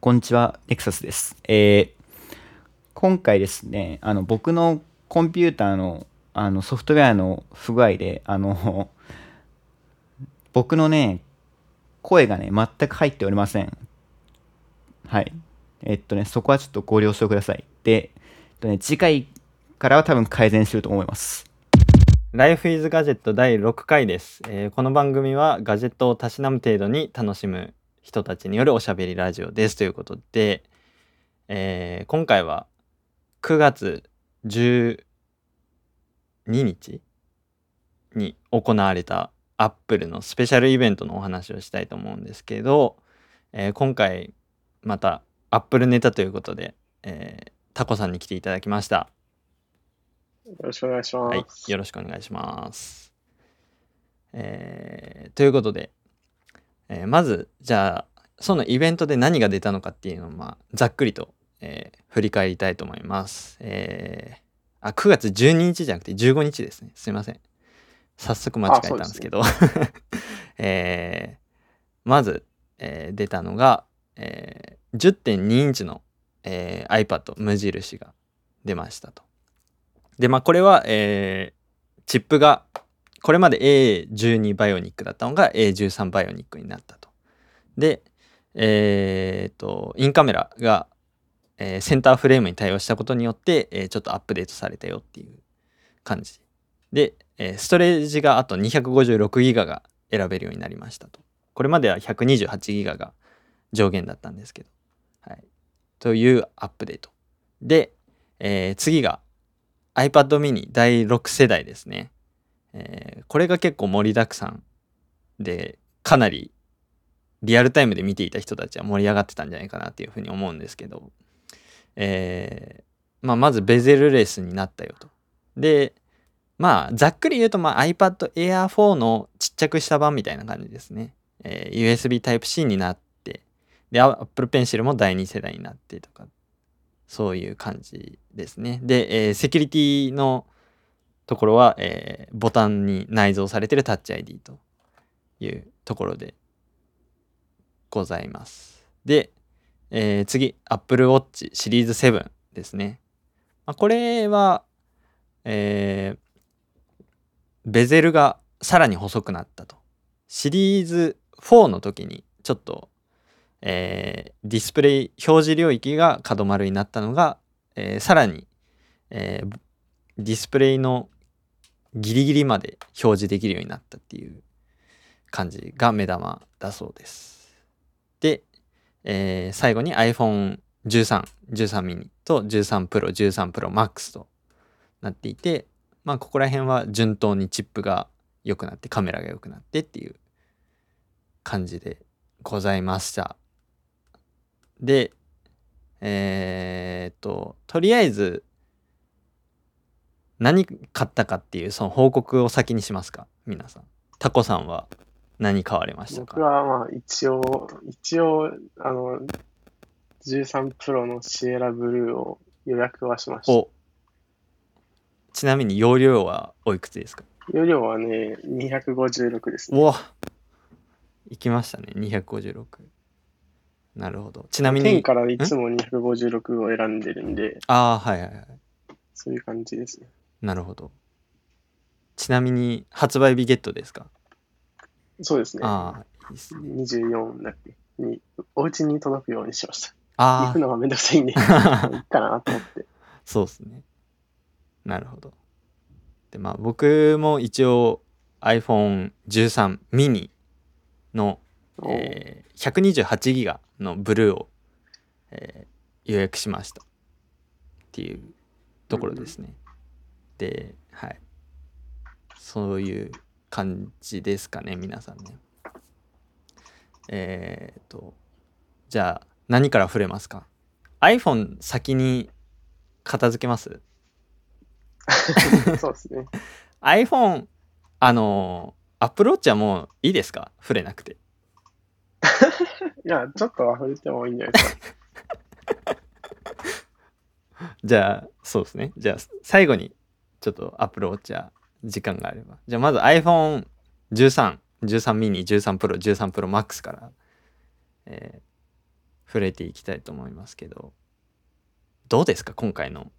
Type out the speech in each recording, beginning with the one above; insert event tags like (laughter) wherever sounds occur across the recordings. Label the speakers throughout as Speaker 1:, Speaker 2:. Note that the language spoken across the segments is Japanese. Speaker 1: こんにちは、レクサスです。えー、今回ですね、あの、僕のコンピューターの、あの、ソフトウェアの不具合で、あの、 (laughs) 僕のね、声がね、全く入っておりません。はい。えっとね、そこはちょっとご了承ください。で、えっとね、次回からは多分改善すると思います。
Speaker 2: Life is Gadget 第6回です、えー、この番組はガジェットをたしなむ程度に楽しむ人たちによるおしゃべりラジオですということで、えー、今回は9月12日に行われたアップルのスペシャルイベントのお話をしたいと思うんですけど、えー、今回またアップルネタということで、えー、タコさんに来ていただきました、
Speaker 3: よろしくお願いします、はい
Speaker 2: よろしくお願いしますえー、ということでえー、まずじゃあそのイベントで何が出たのかっていうのを、まあ、ざっくりと、えー、振り返りたいと思います、えー、あ9月12日じゃなくて15日ですねすいません早速間違えたんですけど、ね (laughs) えー、まず、えー、出たのが、えー、10.2インチの、えー、iPad 無印が出ましたとでまあこれは、えー、チップがこれまで A12 バイオニックだったのが A13 バイオニックになったと。で、えっ、ー、と、インカメラが、えー、センターフレームに対応したことによって、えー、ちょっとアップデートされたよっていう感じ。で、えストレージがあと256ギガが選べるようになりましたと。これまでは128ギガが上限だったんですけど。はい。というアップデート。で、え次が iPad mini 第6世代ですね。えー、これが結構盛りだくさんでかなりリアルタイムで見ていた人たちは盛り上がってたんじゃないかなっていうふうに思うんですけど、えー、まあ、まずベゼルレスになったよと。でまあざっくり言うと、まあ、iPad Air 4のちっちゃくした版みたいな感じですね。えー、USB Type-C になってで Apple Pencil も第2世代になってとかそういう感じですね。で、えセキュリティのところは、えー、ボタンに内蔵されてるタッチ ID というところでございます。で、えー、次、Apple Watch シリーズ7ですね。まあ、これは、えー、ベゼルがさらに細くなったと。シリーズ4の時にちょっと、えー、ディスプレイ表示領域が角丸になったのが、えー、さらに、えー、ディスプレイのギリギリまで表示できるようになったっていう感じが目玉だそうです。で、えー、最後に iPhone13、13 mini と13 Pro、13 Pro Max となっていて、まあ、ここら辺は順当にチップが良くなって、カメラが良くなってっていう感じでございました。で、えー、っと、とりあえず、何買ったかっていうその報告を先にしますか皆さんタコさんは何買われましたか
Speaker 3: 僕はまあ一応一応あの13プロのシエラブルーを予約はしました
Speaker 2: ちなみに容量はおいくつですか
Speaker 3: 容量はね256ですね
Speaker 2: おいきましたね256なるほどちなみに
Speaker 3: 天からいつも256を選んでるんで
Speaker 2: ああはいはいはい
Speaker 3: そういう感じですね
Speaker 2: なるほど。ちなみに、発売日ゲットですか
Speaker 3: そうですね。
Speaker 2: あ
Speaker 3: あ、いいですね。24だっけに、お家に届くようにしました。
Speaker 2: あ
Speaker 3: あ。行くのがめんどく
Speaker 2: (laughs)
Speaker 3: さいんで、いいかなと思って。
Speaker 2: そうですね。なるほど。で、まあ、僕も一応 iPhone13 mini の、えー、128ギガのブルーを、えー、予約しました。っていうところですね。うんっはいそういう感じですかね皆さんねえー、っとじゃあ何から触れますか iPhone 先に片付けます
Speaker 3: そうですね
Speaker 2: iPhone あのアプローチはもういいですか触れなくて
Speaker 3: いやちょっとは触れてもいいんじゃないですか
Speaker 2: じゃあそうですねじゃあ最後にちょっとアップルウォッチャー時間があれば。じゃあまず iPhone13、13 mini、13 Pro、13 Pro Max から、えー、触れていきたいと思いますけどどうですか今回の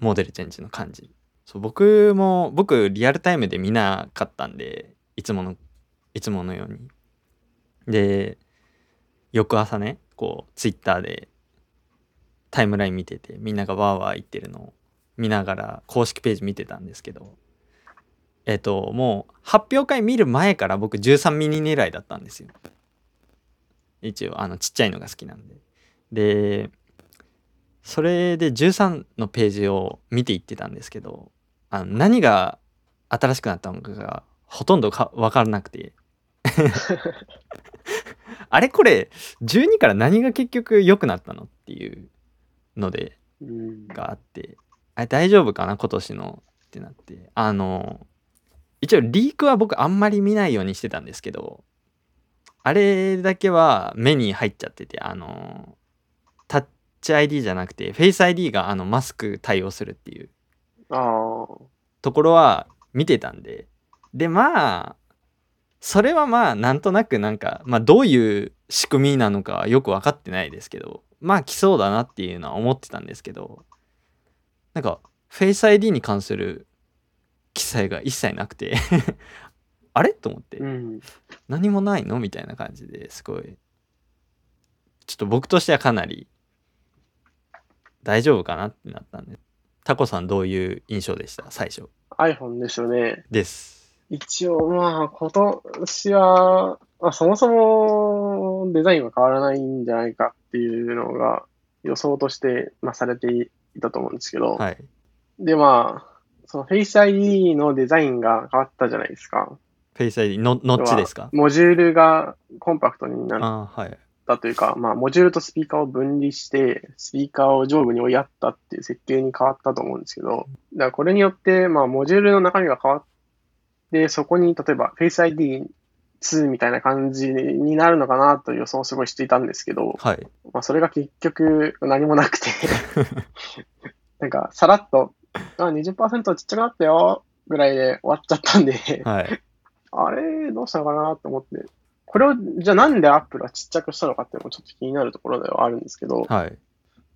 Speaker 2: モデルチェンジの感じそう僕も僕リアルタイムで見なかったんでいつものいつものようにで翌朝ねこうツイッターでタイムライン見ててみんながわーわー言ってるのを見ながら公式ページ見てたんですけどえっともう発表会見る前から僕13ミニ狙いだったんですよ一応あのちっちゃいのが好きなんででそれで13のページを見ていってたんですけどあの何が新しくなったのかがほとんどか分からなくて (laughs) あれこれ12から何が結局良くなったのっていうので
Speaker 3: うん。
Speaker 2: があってあれ大丈夫かな今年のってなってあの一応リークは僕あんまり見ないようにしてたんですけどあれだけは目に入っちゃっててあのタッチ ID じゃなくてフェイス ID があのマスク対応するっていう
Speaker 3: ああ。
Speaker 2: ところは見てたんででまあそれはまあなんとなくなんか、まあ、どういう仕組みなのかはよく分かってないですけどまあ来そうだなっていうのは思ってたんですけどなんかフェイス ID に関する記載が一切なくて (laughs) あれと思って
Speaker 3: うん。
Speaker 2: 何もないのみたいな感じですごいちょっと僕としてはかなり大丈夫かなってなったんでタコさんどういう印象でした最初
Speaker 3: iPhone ですよね。
Speaker 2: です。
Speaker 3: 一応、まあ、今年は、まあ、そもそもデザインは変わらないんじゃないかっていうのが予想として、まあ、されていたと思うんですけど、
Speaker 2: はい。
Speaker 3: で、まあ、その Face ID のデザインが変わったじゃないですか。
Speaker 2: フェイス ID の、ノッチですか
Speaker 3: モジュールがコンパクトになっ
Speaker 2: ああ、はい。
Speaker 3: たというか、まあ、モジュールとスピーカーを分離して、スピーカーを上部に追いやったっていう設計に変わったと思うんですけど、だからこれによって、まあ、モジュールの中身が変わって、そこに例えば Face ID2 みたいな感じになるのかなという予想をすごいしていたんですけど、
Speaker 2: はい。
Speaker 3: まあ、それが結局何もなくて、なんかさらっと、あ、20%ちっちゃくなったよ、ぐらいで終わっちゃったんで、
Speaker 2: はい。
Speaker 3: あれ、どうしたのかなと思って。これを、じゃあなんでアップルはちっちゃくしたのかっていうのもちょっと気になるところではあるんですけど、
Speaker 2: はい。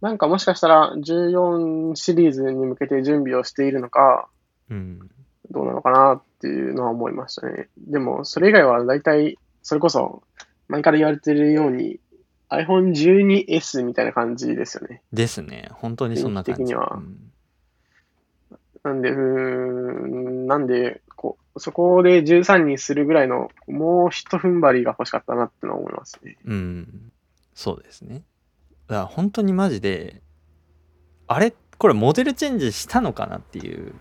Speaker 3: なんかもしかしたら14シリーズに向けて準備をしているのか、
Speaker 2: うん。
Speaker 3: どうなのかなっていうのは思いましたね。でも、それ以外は大体、それこそ、前から言われてるように、iPhone12S みたいな感じですよね。
Speaker 2: ですね。本当にそんな感じ。
Speaker 3: 雰囲気的には
Speaker 2: うん
Speaker 3: なんで、うーん、なんで、こう、そこで13にするぐらいの、もう一踏ん張りが欲しかったなってのは思いますね。
Speaker 2: うん。そうですね。だから本当にマジで、あれこれモデルチェンジしたのかなっていう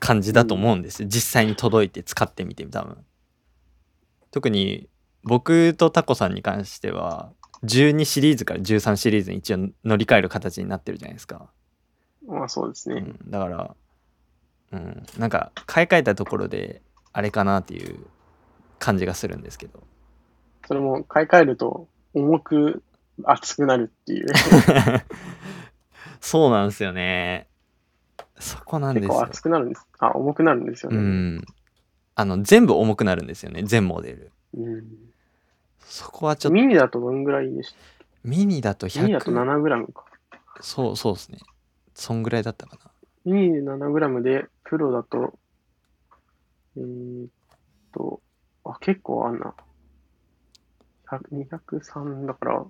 Speaker 2: 感じだと思うんですよ、実際に届いて使ってみて多分。特に僕とタコさんに関しては、12シリーズから13シリーズに一応乗り換える形になってるじゃないですか。
Speaker 3: まあそうですね。
Speaker 2: うん、だから、うん、なんか買い替えたところであれかなっていう感じがするんですけど (laughs)
Speaker 3: それも買い替えると重く熱くなるっていう、
Speaker 2: そうなんですよねそこなんで
Speaker 3: 結
Speaker 2: す
Speaker 3: 構
Speaker 2: よ
Speaker 3: 熱くなるんです。あ、重くなるんですよ
Speaker 2: う
Speaker 3: ね。
Speaker 2: んあの全部重くなるんですよね全モデル
Speaker 3: うん
Speaker 2: そこはちょっと
Speaker 3: ミニだとどんぐらいでし
Speaker 2: ミニだと
Speaker 3: たミニだと
Speaker 2: 100
Speaker 3: 7g か。
Speaker 2: そうそうですねそんぐらいだったかな
Speaker 3: ミニで 7g で、プロだと、えーっと、あ、結構あんな。100 203だから、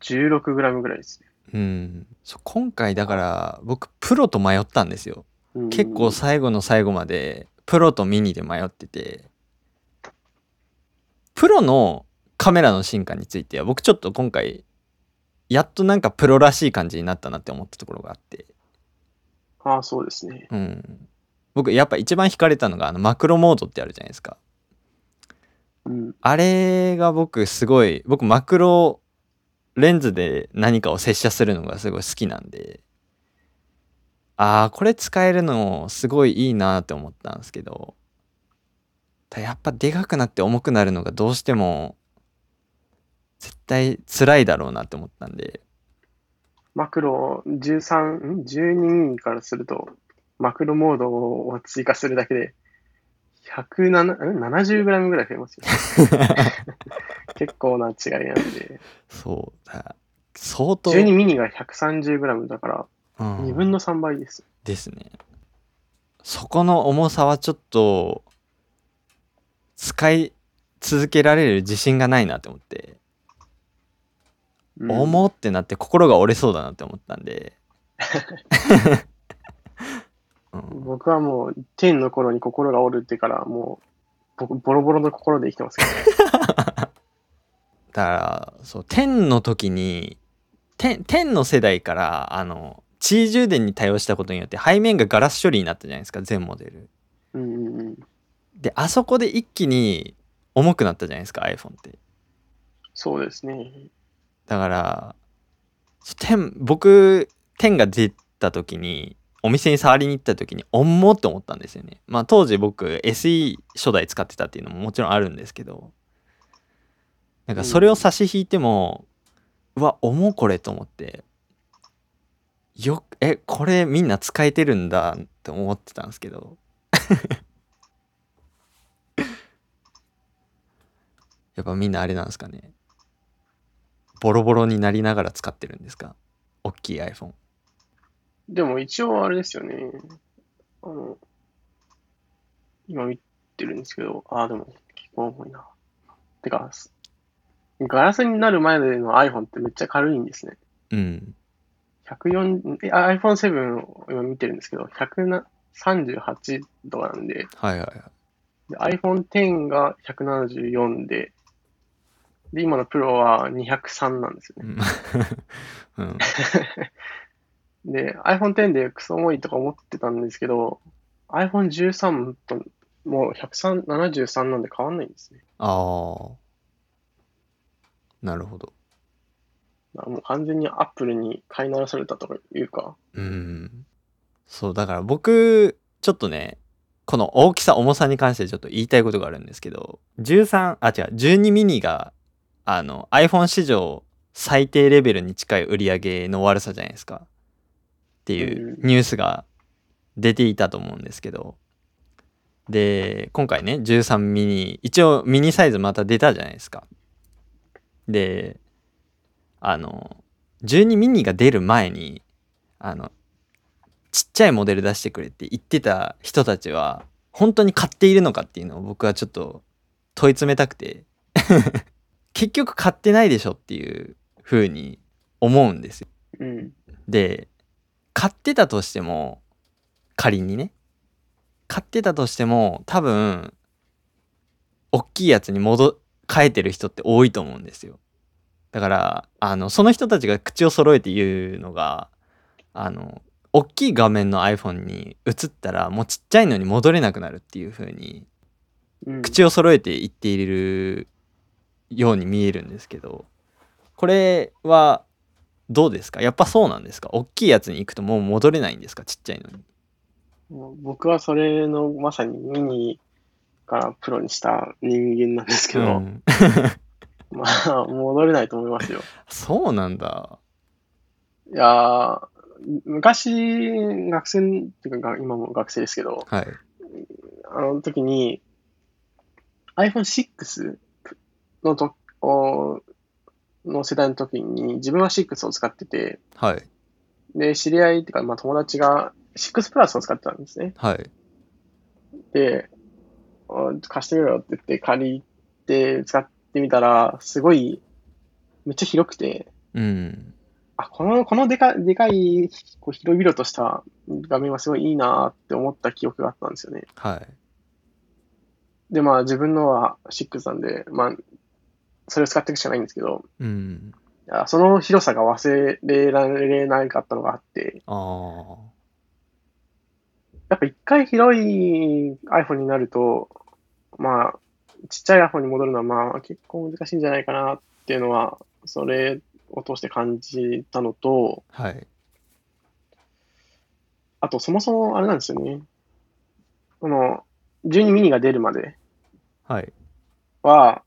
Speaker 3: 16g ぐらいですね。
Speaker 2: うんそう今回だから僕プロと迷ったんですよ
Speaker 3: うん
Speaker 2: 結構最後の最後までプロとミニで迷っててプロのカメラの進化については僕ちょっと今回やっとなんかプロらしい感じになったなって思ったところがあって、
Speaker 3: あそうですね。
Speaker 2: うん、僕やっぱ一番惹かれたのがあのマクロモードってあるじゃないですか
Speaker 3: うん。
Speaker 2: あれが僕すごい僕マクロレンズで何かを接写するのがすごい好きなんでああこれ使えるのすごいいいなって思ったんですけどただやっぱでかくなって重くなるのがどうしても絶対辛いだろうなって思ったんで
Speaker 3: マクロ13、ん ?12 からすると、マクロモードを追加するだけで、107、ん
Speaker 2: (laughs)
Speaker 3: ?70g ぐらい増えますよ。結構な違いなんで。
Speaker 2: そうだ。相当。
Speaker 3: 12ミニが 130g だから、
Speaker 2: うん
Speaker 3: 2分の3倍です。
Speaker 2: ですね。そこの重さはちょっと、使い続けられる自信がないなって思って、
Speaker 3: うん
Speaker 2: 重ってなって心が折れそうだなって思ったんで。
Speaker 3: (laughs)
Speaker 2: うん
Speaker 3: 僕はもう、天の頃に心が折れてから、もう、ボボロボロの心で生きてますけど。
Speaker 2: だから、そう、天の時に、天天の世代から、あの、地位充電に対応したことによって背面がガラス処理になったじゃないですか、全モデル。
Speaker 3: うんうんうん。
Speaker 2: で、あそこで一気に重くなったじゃないですか、iPhone って。
Speaker 3: そうですね。
Speaker 2: だからそう天僕天が出た時にお店に触りに行った時に重っって思ったんですよねまあ当時僕 SE 初代使ってたっていうのももちろんあるんですけどなんかそれを差し引いても、うわ重っこれと思ってよくえこれみんな使えてるんだって思ってたんですけど (laughs) やっぱみんなあれなんですかねボロボロになりながら使ってるんですか大きい iPhone。
Speaker 3: でも一応あれですよね。あの、今見てるんですけど、ああ、でも結構重いな。てか、すガラスになる前の iPhone ってめっちゃ軽いんですね。
Speaker 2: うん。
Speaker 3: 104えあ iPhone7 を今見てるんですけど、138とかなんで、
Speaker 2: はいはいはい。
Speaker 3: で iPhone10 が174で、で、今のプロは203なんですよ
Speaker 2: う
Speaker 3: ね。
Speaker 2: ん。 (laughs) うん
Speaker 3: で、iPhone10 でクソ重いとか思ってたんですけど、iPhone13 ともう103 173なんで変わんないんですね。
Speaker 2: ああ。なるほど。
Speaker 3: だからもう完全に Apple に買い直されたとかいうか、
Speaker 2: うん。そう、だから僕、ちょっとね、この大きさ、重さに関してちょっと言いたいことがあるんですけど、13、あ、違う、12ミニが、あの、iPhone 史上最低レベルに近い売り上げの悪さじゃないですか。っていうニュースが出ていたと思うんですけど、で、今回ね、13ミニ、一応ミニサイズまた出たじゃないですか。で、あの、12ミニが出る前に、あのちっちゃいモデル出してくれって言ってた人たちは本当に買っているのかっていうのを僕はちょっと問い詰めたくて (laughs) 結局買ってないでしょっていう風に思うんですよ
Speaker 3: うん。
Speaker 2: で買ってたとしても仮にね買ってたとしても多分大きいやつに戻変えてる人って多いと思うんですよだからあのその人たちが口を揃えて言うのがあの大きい画面の iPhone に移ったらもうちっちゃいのに戻れなくなるっていう風に
Speaker 3: うん、
Speaker 2: 口を揃えて言っているように見えるんですけどこれはどうですかやっぱそうなんですか大きいやつに行くともう戻れないんですかちっちゃいのに
Speaker 3: もう僕はそれのまさにミニからプロにした人間なんですけ
Speaker 2: う
Speaker 3: ど、
Speaker 2: ん (laughs)
Speaker 3: まあ、戻れないと思いますよ。
Speaker 2: そうなんだ
Speaker 3: いやー、昔、学生、っていうか、今も学生ですけど、
Speaker 2: はい
Speaker 3: あの時に iPhone6 のとおの世代の時に自分は6を使ってて、
Speaker 2: はい
Speaker 3: で、知り合いっていうか、まあ友達が6プラスを使ってたんですね。
Speaker 2: はい
Speaker 3: で、あ貸してみろよって言って借りて使ってみたら、すごい、めっちゃ広くて、
Speaker 2: うん
Speaker 3: あ、この、このでかでかい、こう広々とした画面はすごいいいなって思った記憶があったんですよね。
Speaker 2: はい
Speaker 3: で、まあ自分のは6なんで、まあ、それを使っていくしかないんですけど、
Speaker 2: うん
Speaker 3: あその広さが忘れられなかったのがあって、
Speaker 2: あー
Speaker 3: やっぱ一回広い iPhone になると、まあ、ちっちゃい iPhone に戻るのはまあ結構難しいんじゃないかなっていうのは、それを通して感じたのと、
Speaker 2: はい
Speaker 3: あとそもそもあれなんですよね。この12ミニが出るまで
Speaker 2: はい
Speaker 3: は、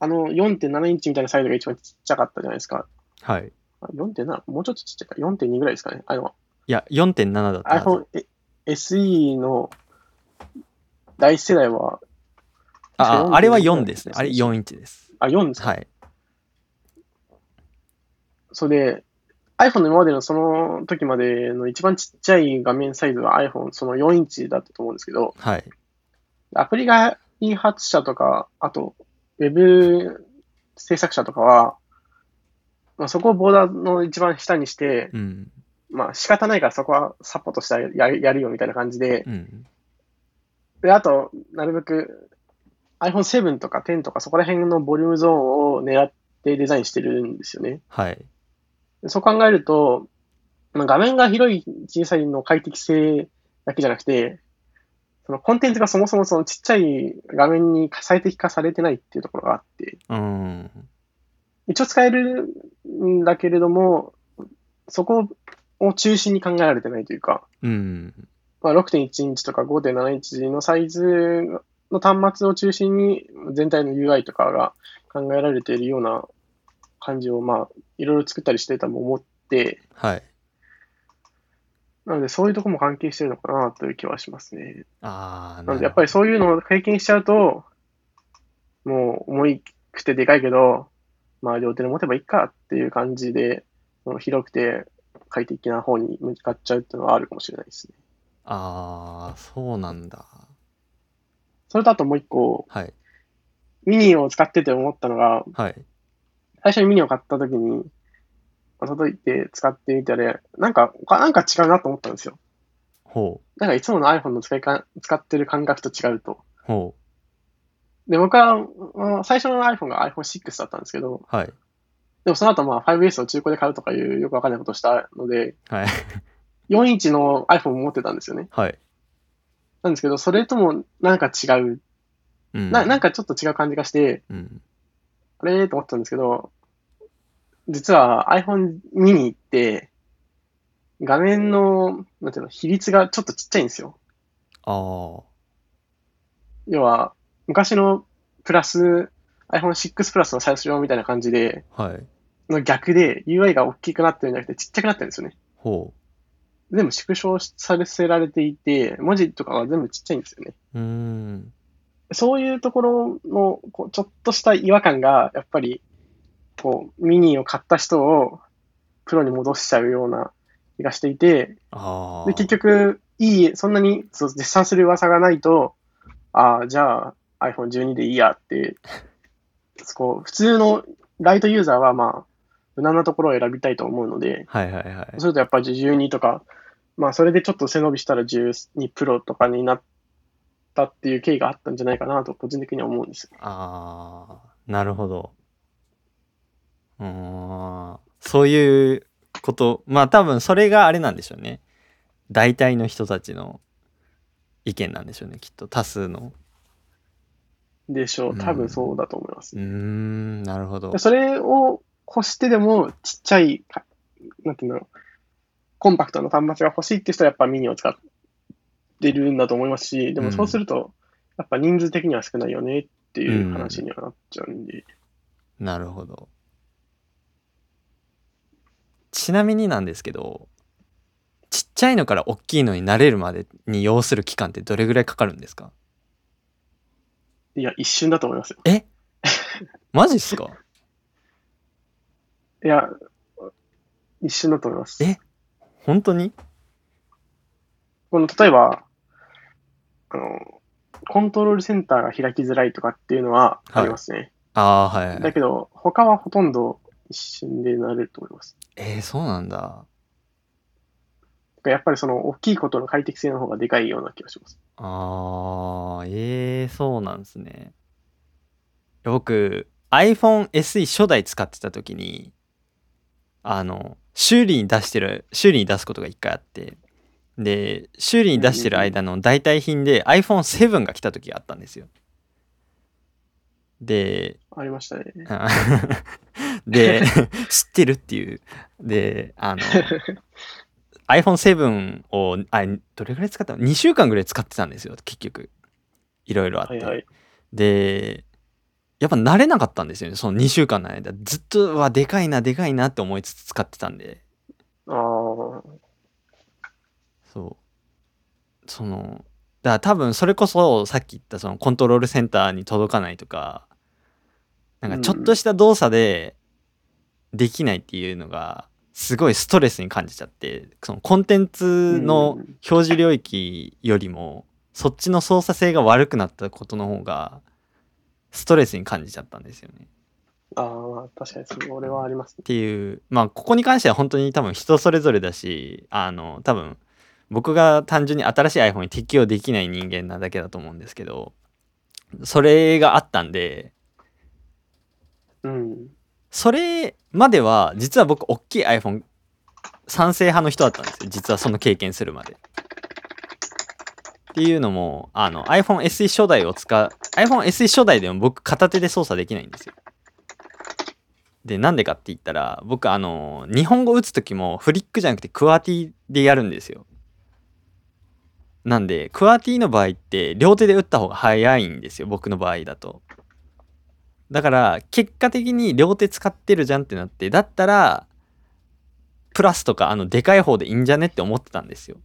Speaker 3: あの4.7インチみたいなサイズが一番ちっちゃかったじゃないですか。
Speaker 2: はい
Speaker 3: あ4.7、もうちょっとちっちゃいか、4.2ぐらいですかね。あの、
Speaker 2: いや4.7だったはず
Speaker 3: iPhone え SE の第一世代は、
Speaker 2: あああれは4
Speaker 3: 4.7
Speaker 2: ですねあれ4インチです
Speaker 3: あ、4ですか。
Speaker 2: はい。
Speaker 3: それで、iPhone の今までのその時までの一番ちっちゃい画面サイズは iPhone その4インチだったと思うんですけど、
Speaker 2: はい。
Speaker 3: アプリ開発者とか、あと、ウェブ制作者とかは、まあ、そこをボーダーの一番下にして、
Speaker 2: うん。
Speaker 3: まあ仕方ないからそこはサポートしてややるよみたいな感じで、
Speaker 2: うん。
Speaker 3: で、あと、なるべく iPhone7 とか10とかそこら辺のボリュームゾーンを狙ってデザインしてるんですよね。
Speaker 2: はい。
Speaker 3: でそう考えると、まあ画面が広い小さいの快適性だけじゃなくて、そのコンテンツがそもそもそのちっちゃい画面に最適化されてないっていうところがあって、
Speaker 2: うん。
Speaker 3: 一応使えるんだけれども、そこを中心に考えられてないというか、
Speaker 2: うん。
Speaker 3: まあ、6.1インチとか5.7インチのサイズの端末を中心に全体の UI とかが考えられているような感じを、まあ、いろいろ作ったりしてたも思って、
Speaker 2: はい。
Speaker 3: なのでそういうとこも関係してるのかなという気はしますね。
Speaker 2: ああ、
Speaker 3: なのでやっぱりそういうのを経験しちゃうと、もう重いくてでかいけど、まあ両手で持てばいいかっていう感じで、その広くて快適な方に向かっちゃうっていうのはあるかもしれないですね。
Speaker 2: ああ、そうなんだ。
Speaker 3: それとあともう一個、
Speaker 2: はい。
Speaker 3: ミニを使ってて思ったのが、
Speaker 2: はい。
Speaker 3: 最初にミニを買った時に、届いて使ってみたら、なんか、なんか違うなと思ったんですよ。
Speaker 2: ほう。
Speaker 3: なんかいつもの iPhone の使いか使ってる感覚と違うと。
Speaker 2: ほ
Speaker 3: で、僕は、うん最初の iPhone が iPhone6 だったんですけど、
Speaker 2: う。はい。
Speaker 3: でもその後まあ 5S を中古で買うとかいうよくわかんないことをしたので、
Speaker 2: はい。 (laughs)
Speaker 3: 4インチの iPhone を持ってたんですよね。
Speaker 2: はい。
Speaker 3: なんですけど、それともなんか違う、
Speaker 2: うん。
Speaker 3: ななん
Speaker 2: か、
Speaker 3: かちょっと違う感じがして、
Speaker 2: うん。
Speaker 3: あれーと思ってたんですけど、実は iPhone mini って、画面の、なんていうの、比率がちょっとちっちゃいんですよ。
Speaker 2: ああ。
Speaker 3: 要は、昔のプラス、iPhone6 プラスの最初版みたいな感じで、
Speaker 2: はい。
Speaker 3: の逆で UI が大きくなってるんじゃなくてちっちゃくなってるんですよね。
Speaker 2: ほ
Speaker 3: 全部縮小させられていて、文字とかは全部ちっちゃいんですよね。
Speaker 2: う。うーん。
Speaker 3: そういうところの、こう、ちょっとした違和感が、やっぱり、こう、ミニを買った人を、プロに戻しちゃうような気がしていて、
Speaker 2: ああ。
Speaker 3: で、結局、いい、そんなに、そう、絶賛する噂がないと、ああ、じゃあ、iPhone12 でいいやって、こう、普通のライトユーザーは、まあ、無難なところを選びたいと思うので、
Speaker 2: はいはいはい
Speaker 3: そう。するとやっぱり12とか、まあ、それでちょっと背伸びしたら12プロとかになったっていう経緯があったんじゃないかなと、個人的には思うんですよ
Speaker 2: ああ、なるほど。うーん。そういうこと。まあ多分それがあれなんでしょうね。大体の人たちの意見なんでしょうね。きっと多数の。
Speaker 3: でしょ
Speaker 2: うん
Speaker 3: う。多分そうだと思いま
Speaker 2: う
Speaker 3: す。
Speaker 2: ーん、なるほど
Speaker 3: で。それを越してでも、ちっちゃい、かなんていうの、コンパクトな端末が欲しいって人はやっぱミニを使ってるんだと思いますし、で
Speaker 2: うん
Speaker 3: もそうすると、やっぱ人数的には少ないよねっていう話にはなっちゃうんで。
Speaker 2: なるほど。ちなみになんですけど、ちっちゃいのから大きいのに慣れるまでに要する期間ってどれぐらいかかるんですか
Speaker 3: いや、一瞬だと思いますよ。
Speaker 2: えマジっすか
Speaker 3: いや、一瞬だと思います。
Speaker 2: え本当に
Speaker 3: この、例えば、あの、コントロールセンターが開きづらいとかっていうのはありますね。
Speaker 2: ああ、はいはい。
Speaker 3: だけど、他はほとんど一瞬でなれると思います。
Speaker 2: えー、そうなんだ。
Speaker 3: やっぱりその大きいことの快適性の方がでかいような気がします。
Speaker 2: ああ、ええそうなんですね。いや僕、iPhone SE 初代使ってた時に、あの、修理に出してる、修理に出すことが一回あって、で、修理に出してる間の代替品で iPhone7 が来た時があったんですよ。で、
Speaker 3: ありま (laughs) したね。
Speaker 2: あ (laughs) で、知ってるっていう。で、あの、iPhone7 を、あれどれぐらい使ったの ?2 週間ぐらい使ってたんですよ、結局。いろいろあって。
Speaker 3: はいはい。
Speaker 2: で、やっぱ慣れなかったんですよね、その2週間の間。ずっと、うわ、でかいな、でかいなって思いつつ使ってたんで。
Speaker 3: ああ、
Speaker 2: そう。その、だから多分それこそさっき言ったそのコントロールセンターに届かないとか、なんかちょっとした動作でできないっていうのがすごいストレスに感じちゃってそのコンテンツの
Speaker 3: うん
Speaker 2: 表示領域よりもそっちの操作性が悪くなったことの方がストレスに感じちゃったんですよね。
Speaker 3: ああ、まあ確かにそれはありますね
Speaker 2: っ。ていうまあここに関しては本当に多分人それぞれだしあの多分僕が単純に新しい iPhone に適応できない人間なだけだと思うんですけどそれがあったんで
Speaker 3: うん。
Speaker 2: それまでは実は僕大きい iPhone 賛成派の人だったんですよ実はその経験するまで。っていうのもあの iPhoneSE 初代を使う iPhoneSE 初代でも僕片手で操作できないんですよ。でなんでかって言ったら僕あの日本語打つ時もフリックじゃなくてクワティでやるんですよ。なんでクワティの場合って両手で打った方が早いんですよ僕の場合だと。だから結果的に両手使ってるじゃんってなってだったらプラスとかあのでかい方でいいんじゃねって思ってたんですよ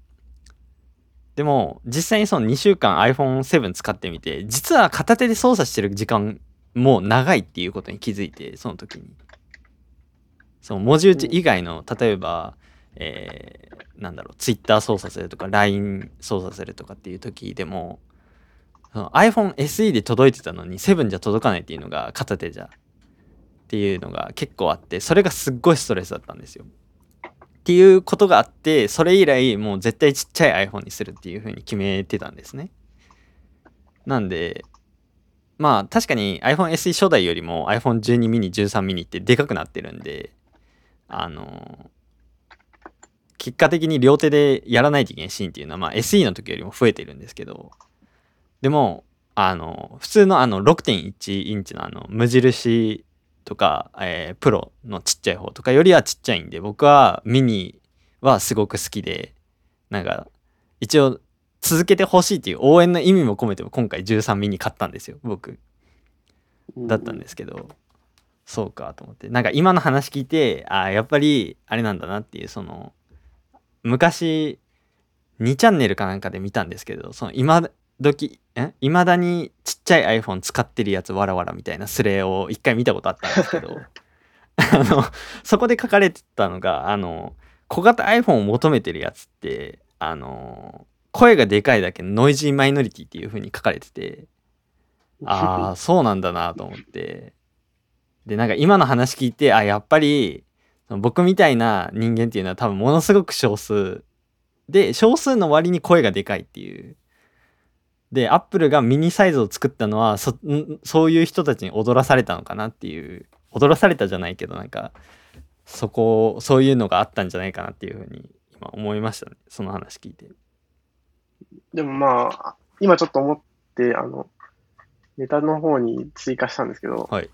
Speaker 2: でも実際にその2週間 iPhone7 使ってみて実は片手で操作してる時間もう長いっていうことに気づいてその時にその文字打ち以外の例えば、えーなんだろう Twitter 操作するとか LINE 操作するとかっていう時でもその iPhone SE で届いてたのに7じゃ届かないっていうのが片手じゃっていうのが結構あってそれがすっごいストレスだったんですよ。っていうことがあってそれ以来もう絶対ちっちゃい iPhone にするっていうふうに決めてたんですね。なんでまあ確かに iPhone SE 初代よりも iPhone12 ミニ13ミニってでかくなってるんであの結果的に両手でやらないといけないシーンっていうのは、まあ、SE の時よりも増えてるんですけどでもあの普通のあの6.1インチのあの無印とか、えープロのちっちゃい方とかよりはちっちゃいんで僕はミニはすごく好きでなんか一応続けてほしいっていう応援の意味も込めても今回13ミニ買ったんですよ僕
Speaker 3: うん
Speaker 2: だったんですけど、そうかと思ってなんか今の話聞いてあーやっぱりあれなんだなっていうその昔2チャンネルかなんかで見たんですけどその今時え未だにちっちゃい iPhone 使ってるやつわらわらみたいなスレを一回見たことあったんですけどあのそこで書かれてたのがあの小型 iPhone を求めてるやつってあの声がでかいだけノイジーマイノリティっていう風に書かれてて
Speaker 3: (laughs)
Speaker 2: ああ、そうなんだなと思って。で、なんか今の話聞いて、あ、やっぱり、その僕みたいな人間っていうのは多分ものすごく少数。で、少数の割に声がでかいっていう。で、アップルがミニサイズを作ったのは、そ、んそういう人たちに踊らされたのかなっていう。踊らされたじゃないけど、なんか、そこ、そういうのがあったんじゃないかなっていうふうに、今思いましたね。その話聞いて。
Speaker 3: でもまあ、今ちょっと思って、あの、ネタの方に追加したんですけど、
Speaker 2: はい。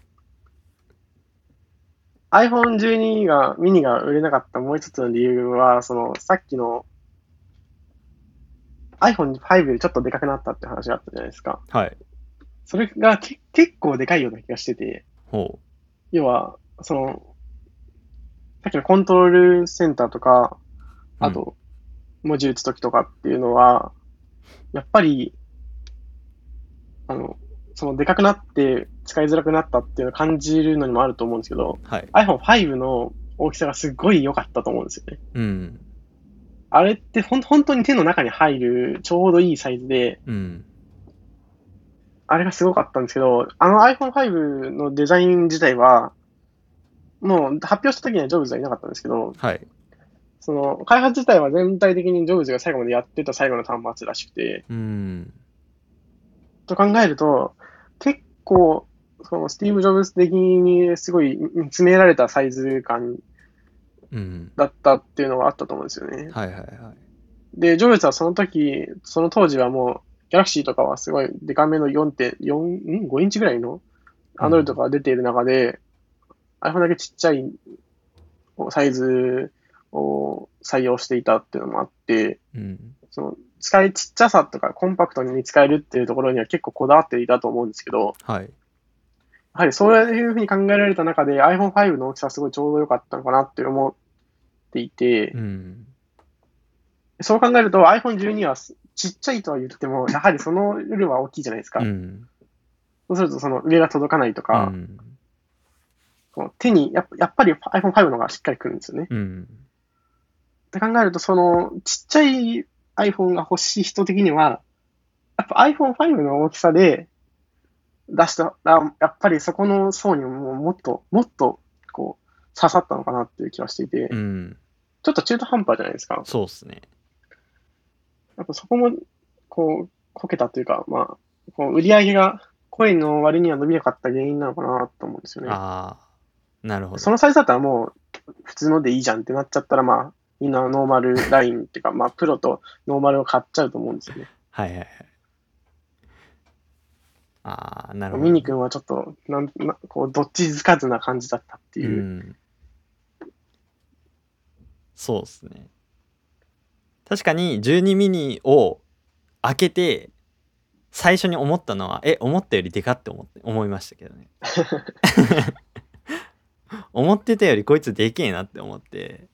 Speaker 3: iPhone12 が、ミニが売れなかったもう一つの理由は、その、さっきの iPhone5 よりちょっとでかくなったって話があったじゃないですか。
Speaker 2: はい。
Speaker 3: それがけ結構でかいような気がしてて、
Speaker 2: ほ
Speaker 3: 要は、その、さっきのコントロールセンターとか、
Speaker 2: うん
Speaker 3: あと、文字打つときとかっていうのは、やっぱり、あの、その、でかくなって使いづらくなったっていうのを感じるのにもあると思うんですけど、
Speaker 2: う。はい。
Speaker 3: iPhone5 の大きさがすごい良かったと思うんですよね。
Speaker 2: うん。
Speaker 3: あれってほん本当に手の中に入るちょうどいいサイズで、
Speaker 2: うん。
Speaker 3: あれがすごかったんですけど、あの iPhone5 のデザイン自体は、もう発表した時にはジョブズはいなかったんですけど、
Speaker 2: はい。
Speaker 3: その開発自体は全体的にジョブズが最後までやってた最後の端末らしくて、
Speaker 2: うん。
Speaker 3: と考えると、結構、そのスティーブ・ジョブズ的にすごい見詰められたサイズ感
Speaker 2: うん。
Speaker 3: だったっていうのがあったと思うんですよね。
Speaker 2: はいはいはい。
Speaker 3: で、ジョブズはその時、その当時はもう、ギャラクシーとかはすごいデカめの4.4、ん ?5 インチぐらいのアンドロイドとかが出ている中で、iPhone だけちっちゃいサイズを採用していたっていうのもあって、
Speaker 2: うん。
Speaker 3: その使いちっちゃさとかコンパクトに使えるっていうところには結構こだわっていたと思うんですけど、
Speaker 2: はい。
Speaker 3: やはりそういうふうに考えられた中で iPhone5 の大きさはすごいちょうど良かったのかなって思っていて、
Speaker 2: うん。
Speaker 3: そう考えると iPhone12 はすちっちゃいとは言っても、やはりそのよりは大きいじゃないですか。
Speaker 2: うん。
Speaker 3: そうするとその上が届かないとか、
Speaker 2: うん
Speaker 3: この手にやっぱ、やっぱり iPhone5 の方がしっかりくるんですよね。
Speaker 2: うん。
Speaker 3: って考えると、その、ちっちゃい iPhone が欲しい人的には、やっぱ iPhone5 の大きさで出したら、やっぱりそこの層にももっと、もっと、こう、刺さったのかなっていう気はしていて
Speaker 2: う、ん。
Speaker 3: ちょっと中途半端じゃないですか。
Speaker 2: そうっすね。
Speaker 3: やっぱそこも、こう、こけたというか、まあ、こう売り上げが声の割には伸びなかった原因なのかなと思うんですよね。
Speaker 2: ああ。なるほど。
Speaker 3: そのサイズだったらもう普通のでいいじゃんってなっちゃったらまあみんなノーマルラインっていうかまあプロとノーマルを買っちゃうと思うんですよね。
Speaker 2: はいはいはい。ああ、なるほど。
Speaker 3: ミニ君はちょっとなんなこうどっちづかずな感じだったっていうう。
Speaker 2: ん、そうですね確かに12ミニを開けて最初に思ったのはえ思ったよりでかって思って思いましたけど
Speaker 3: (laughs)
Speaker 2: ね思ってたよりこいつでけえなって思って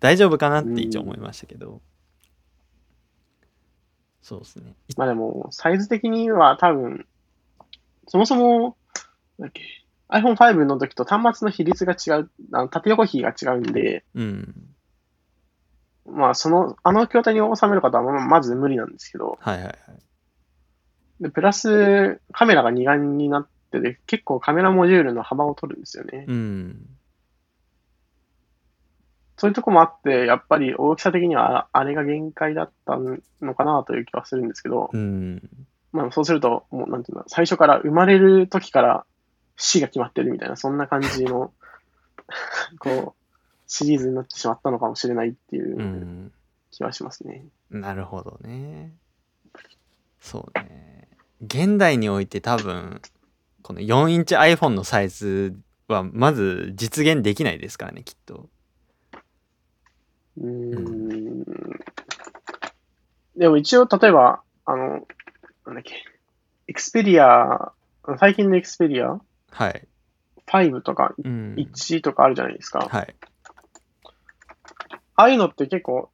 Speaker 2: 大丈夫かなって一応思いましたけど、そうですねい
Speaker 3: まあでもサイズ的には多分そもそもなんだっけ iPhone5 の時と端末の比率が違う、あの縦横比が違うんで、
Speaker 2: うん
Speaker 3: まあその、あの筐体に収めることはままず無理なんですけど、
Speaker 2: はいはいはい
Speaker 3: でプラスカメラが二眼になってて、結構カメラモジュールの幅を取るんですよね。
Speaker 2: うん
Speaker 3: そういうとこもあって、やっぱり大きさ的にはああれが限界だったのかなという気はするんですけど、
Speaker 2: うん
Speaker 3: まあそうすると、もうなんていうの、最初から生まれる時から死が決まってるみたいな、そんな感じ (laughs) の、こう、シリーズになってしまったのかもしれないっていううん気はしますね。
Speaker 2: なるほどね。そうね。現代において多分この4インチ iPhone のサイズはまず実現できないですからねきっと。
Speaker 3: うーん。でも一応、例えば、あの、なんだっけ、エクスペリア、最近のエクスペリア
Speaker 2: はい。
Speaker 3: 5とか
Speaker 2: うん、
Speaker 3: 1とかあるじゃないですか。
Speaker 2: はい。
Speaker 3: ああいうのって結構、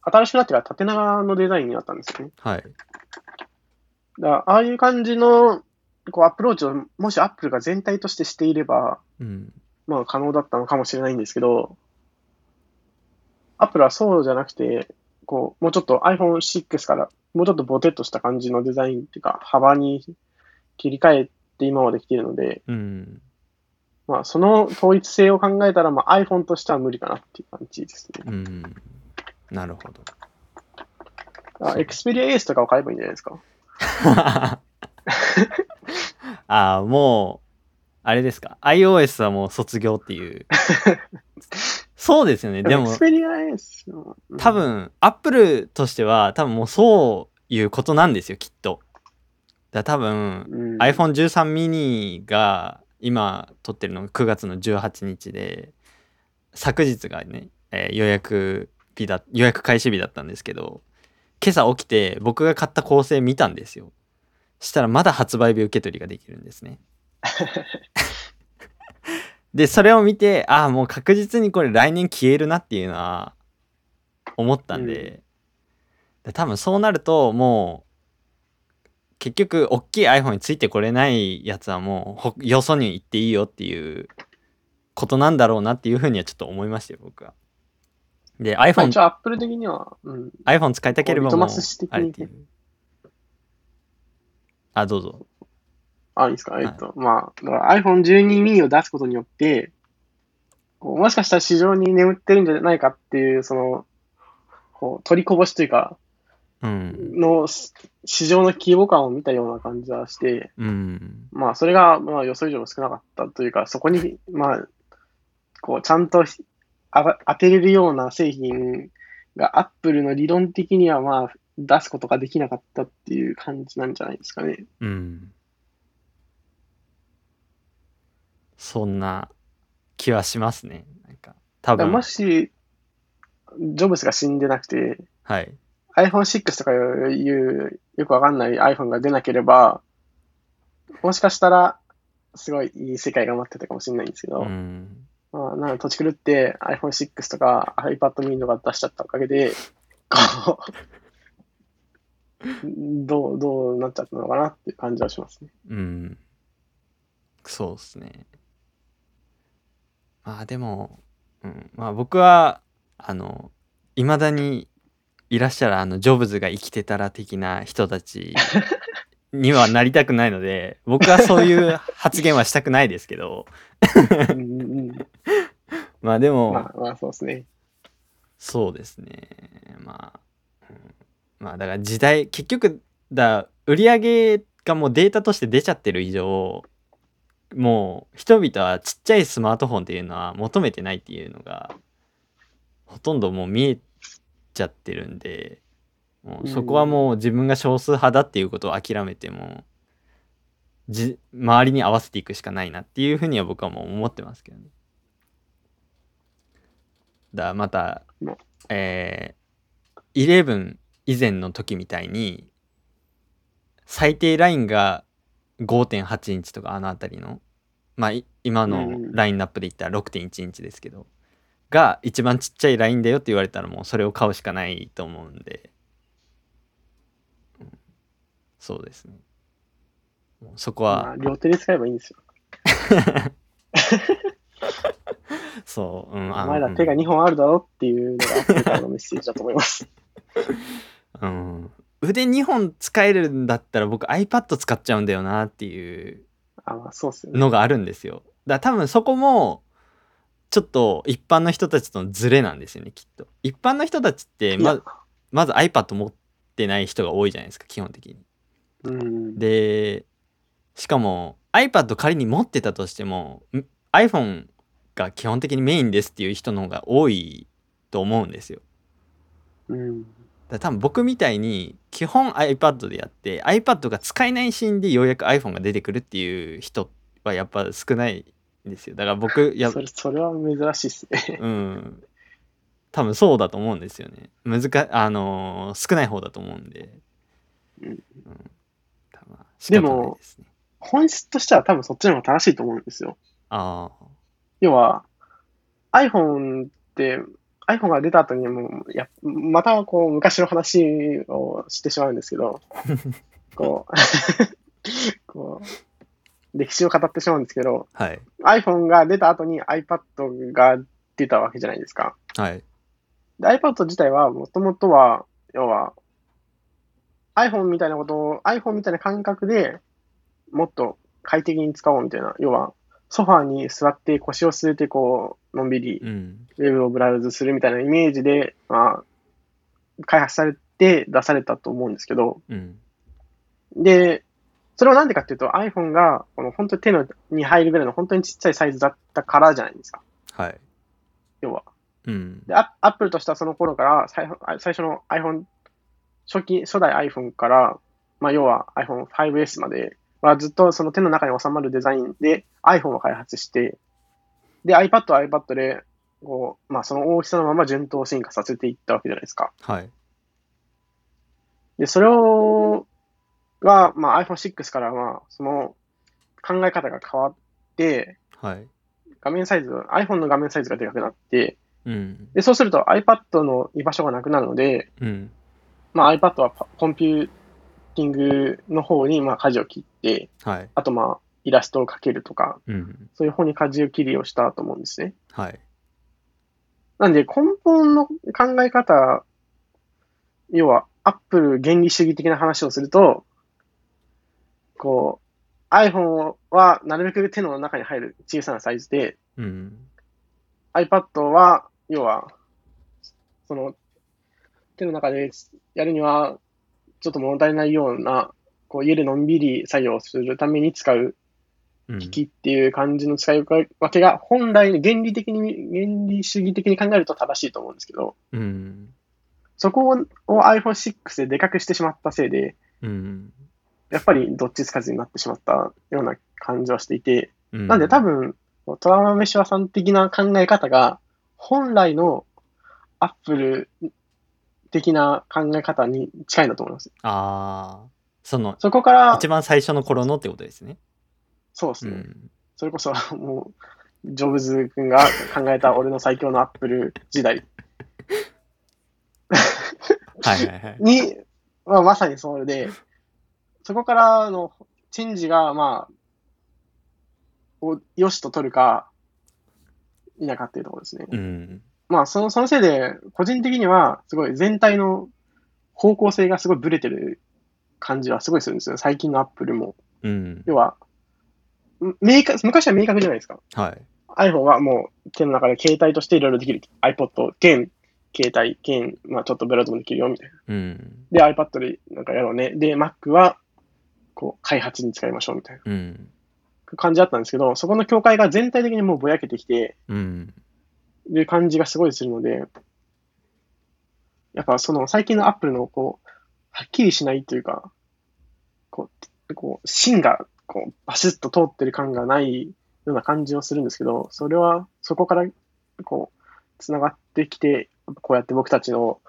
Speaker 3: 新しくなってから縦長のデザインになったんですよね。
Speaker 2: はい。
Speaker 3: だから、ああいう感じのこうアプローチを、もしアップルが全体としてしていれば、
Speaker 2: うん。
Speaker 3: まあ可能だったのかもしれないんですけど、アップルはそうじゃなくて、こう、もうちょっと iPhone6 から、もうちょっとボテっとした感じのデザインっていうか、幅に切り替えて今まで来ているので、
Speaker 2: うん。
Speaker 3: まあその統一性を考えたら、まあ iPhone としては無理かなっていう感じですね。
Speaker 2: うん。なるほど。
Speaker 3: あ、Xperia Ace とかを買えばいいんじゃないですか。
Speaker 2: ああもうあれですか iOS はもう卒業っていうそうですよねで
Speaker 3: でも、
Speaker 2: も
Speaker 3: エクスペリアエースの
Speaker 2: 多、分アップルとしては多分もうそういうことなんですよきっとだから多分、
Speaker 3: うん、
Speaker 2: iPhone13 ミニが今撮ってるのが9月の18日で昨日がね、えー予約日だ予約開始日だったんですけど今朝起きて僕が買った構成見たんですよしたらまだ発売日受け取りができるん
Speaker 3: (laughs)
Speaker 2: ですねでそれを見てああもう確実にこれ来年消えるなっていうのは思ったんで,、で多分そうなるともう結局大きい iPhone についてこれないやつはもうほよそに行っていいよっていうことなんだろうなっていうふうにはちょっと思いましたよ僕は。で
Speaker 3: まあ
Speaker 2: iPhone
Speaker 3: 一応、アップル的には、うん、
Speaker 2: iPhone 使いたければ
Speaker 3: こう
Speaker 2: もう
Speaker 3: リトマス紙的
Speaker 2: あ
Speaker 3: に
Speaker 2: れっていうあどうぞ
Speaker 3: あ、いいですか、
Speaker 2: い
Speaker 3: えっと、まあ、だから iPhone12 ミニを出すことによって、こうもしかしたら市場に眠ってるんじゃないかっていう、その、こう取りこぼしというか、
Speaker 2: うん
Speaker 3: のす市場の規模感を見たような感じはして、
Speaker 2: うん
Speaker 3: まあ、それが、まあ、予想以上少なかったというか、そこに、まあ、こう、ちゃんとひあが当てれるような製品が、アップルの理論的には、まあ、出すことができなかったっていう感じなんじゃないですかね。
Speaker 2: うんそんな気はしますねなんか多
Speaker 3: だから
Speaker 2: 分
Speaker 3: もし、ジョブスが死んでなくて、
Speaker 2: はい
Speaker 3: iPhone6 とかいう、よくわかんない iPhone が出なければ、もしかしたら、すごいいい世界が待ってたかもしれないんですけど、
Speaker 2: うん
Speaker 3: まあ、なんか、土地狂って iPhone6 とか iPad mini とか出しちゃったおかげで、こう、どう、どうなっちゃったのかなっていう感じはしますね。
Speaker 2: うんそうですね。まあでも、うん、まあ僕は、あの、いまだにいらっしゃるあの、ジョブズが生きてたら的な人た
Speaker 3: (laughs)
Speaker 2: ちにはなりたくないので、僕はそういう発言はしたくないですけど、
Speaker 3: う
Speaker 2: (laughs)
Speaker 3: んうんうん
Speaker 2: まあでも、
Speaker 3: まあ、まあ、そうですね。
Speaker 2: そうですね。まあ、うんまあだから時代、結局だ、売り上げがもうデータとして出ちゃってる以上、もう人々はちっちゃいスマートフォンっていうのは求めてないっていうのが、ほとんどもう見えちゃってるんで、もうそこはもう自分が少数派だっていうことを諦めても、じ周りに合わせていくしかないなっていうふうには僕はもう思ってますけどね。だまた
Speaker 3: ね、
Speaker 2: えー、11以前の時みたいに最低ラインが5.8インチとかあの辺りのまあい今の
Speaker 3: うん
Speaker 2: ラインナップで言ったら6.1インチですけど、が一番ちっちゃいラインだよって言われたらもうそれを買うしかないと思うんで、うんそうですねもうそこは
Speaker 3: まあ、両手で使えばいいんですよ。
Speaker 2: そう、うん、
Speaker 3: お
Speaker 2: あの
Speaker 3: 前ら手が2本あるだろっていうのが、今回のメッセージだと思います。
Speaker 2: うん、腕2本使えるんだったら僕 iPad 使っちゃうんだよなっていう
Speaker 3: あ、まあ、そうっすよね。
Speaker 2: のがあるんですよだから多分そこもちょっと一般の人たちとのズレなんですよねきっと一般の人たちって
Speaker 3: いや
Speaker 2: ままず iPad 持ってない人が多いじゃないですか基本的に
Speaker 3: うん。
Speaker 2: でしかも iPad 仮に持ってたとしてもん iPhone が基本的にメインですっていう人の方が多いと思うんですよ
Speaker 3: うん。
Speaker 2: だから多分僕みたいに基本 iPad でやって iPad が使えないシーンでようやく iPhone が出てくるっていう人はやっぱ少ないんですよだから僕や
Speaker 3: それ、それは珍しいっすね。 (laughs)
Speaker 2: うん多分そうだと思うんですよね難あのー少ない方だと思うんで、
Speaker 3: うん
Speaker 2: 多分仕方ないですね
Speaker 3: 本質としては多分そっちの方が正しいと思うんですよ。
Speaker 2: あ
Speaker 3: 要は、iPhone って、iPhone が出た後にもう、いや、またこう、昔の話をしてしまうんですけ
Speaker 2: (laughs)
Speaker 3: ど、こう、 (laughs) こう、歴史を語ってしまうんですけど、
Speaker 2: あはい
Speaker 3: iPhone が出た後に iPad が出たわけじゃないですか。
Speaker 2: はい
Speaker 3: で iPad 自体はもともとは、要は iPhone みたいなことを、iPhone みたいな感覚でもっと快適に使おうみたいな、要はソファーに座って腰を据えてこう、のんびり
Speaker 2: うん
Speaker 3: ウェブをブラウズするみたいなイメージで、まあ、開発されて出されたと思うんですけど、
Speaker 2: うん
Speaker 3: で、それはなんでかっていうと iPhone がこの本当に手のに入るぐらいの本当にちっちゃいサイズだったからじゃないですか、
Speaker 2: はい
Speaker 3: 要は。
Speaker 2: うん
Speaker 3: で、アップルとしてはその頃から最、最初の iPhone、初期、初代 iPhone から、まあ、要は iPhone5S まではずっとその手の中に収まるデザインで iPhone を開発して、で、iPad は iPad で、こう、まあ、その大きさのまま順当進化させていったわけじゃないですか。
Speaker 2: はい
Speaker 3: で、それを、が、まあ、iPhone6 から、まあ、その考え方が変わって、
Speaker 2: はい
Speaker 3: 画面サイズ、iPhone の画面サイズがでかくなって、
Speaker 2: うん
Speaker 3: で、そうすると iPad の居場所がなくなるので、
Speaker 2: うん
Speaker 3: まあ、iPad はパコンピューティングの方にまあ舵を切って、
Speaker 2: はい
Speaker 3: あとまあイラストを描けるとか、
Speaker 2: うん
Speaker 3: そういう方に舵を切りをしたと思うんですね。
Speaker 2: はい
Speaker 3: なんで根本の考え方、要は Apple 原理主義的な話をすると、こう iPhone はなるべく手の中に入る小さなサイズで、
Speaker 2: うん
Speaker 3: iPad は、要は、その、手の中でやるには、ちょっと物足りないような、こう、家でのんびり作業をするために使う
Speaker 2: うん
Speaker 3: 機器っていう感じの使い分けが、本来、原理的に、原理主義的に考えると正しいと思うんですけど、
Speaker 2: うん
Speaker 3: そこを iPhone6 ででかくしてしまったせいで、
Speaker 2: うん
Speaker 3: やっぱりどっちつかずになってしまったような感じはしていて、
Speaker 2: うん
Speaker 3: なんで多分、トラマメシュワさん的な考え方が、本来のアップル的な考え方に近いんだと思います。
Speaker 2: ああ、その、
Speaker 3: そこから
Speaker 2: 一、番最初の頃のってことですね。
Speaker 3: そうです
Speaker 2: う
Speaker 3: ね。
Speaker 2: ん。
Speaker 3: それこそ、もう、ジョブズ君が考えた俺の最強のアップル時代
Speaker 2: はいはいはい。
Speaker 3: に、まあ、まさにそれで、そこからのチェンジが、まあ、を良しと取るか、否かっていうところですね。
Speaker 2: うん。
Speaker 3: まあ、その、そのせいで、個人的には、すごい全体の方向性がすごいブレてる感じはすごいするんですよ。最近のアップルも。
Speaker 2: うん。
Speaker 3: 要は、ん明確、昔は明確じゃないですか。
Speaker 2: はい。
Speaker 3: iPhone はもう手の中で携帯としていろいろできる。iPod、兼携帯、兼、まあちょっとブラウザもできるよみたい
Speaker 2: うん。
Speaker 3: な。で、iPad でなんかやろうね。で、Mac は、こう、開発に使いましょうみたい
Speaker 2: うん。
Speaker 3: な感じだったんですけど、そこの境界が全体的にもうぼやけてきて
Speaker 2: うん。
Speaker 3: る感じがすごいするので、やっぱその最近の Apple のこう、はっきりしないというか、こう、こう芯がこうバシッと通ってる感がないような感じをするんですけど、それはそこからこう、つながってきて、こうやって僕たちの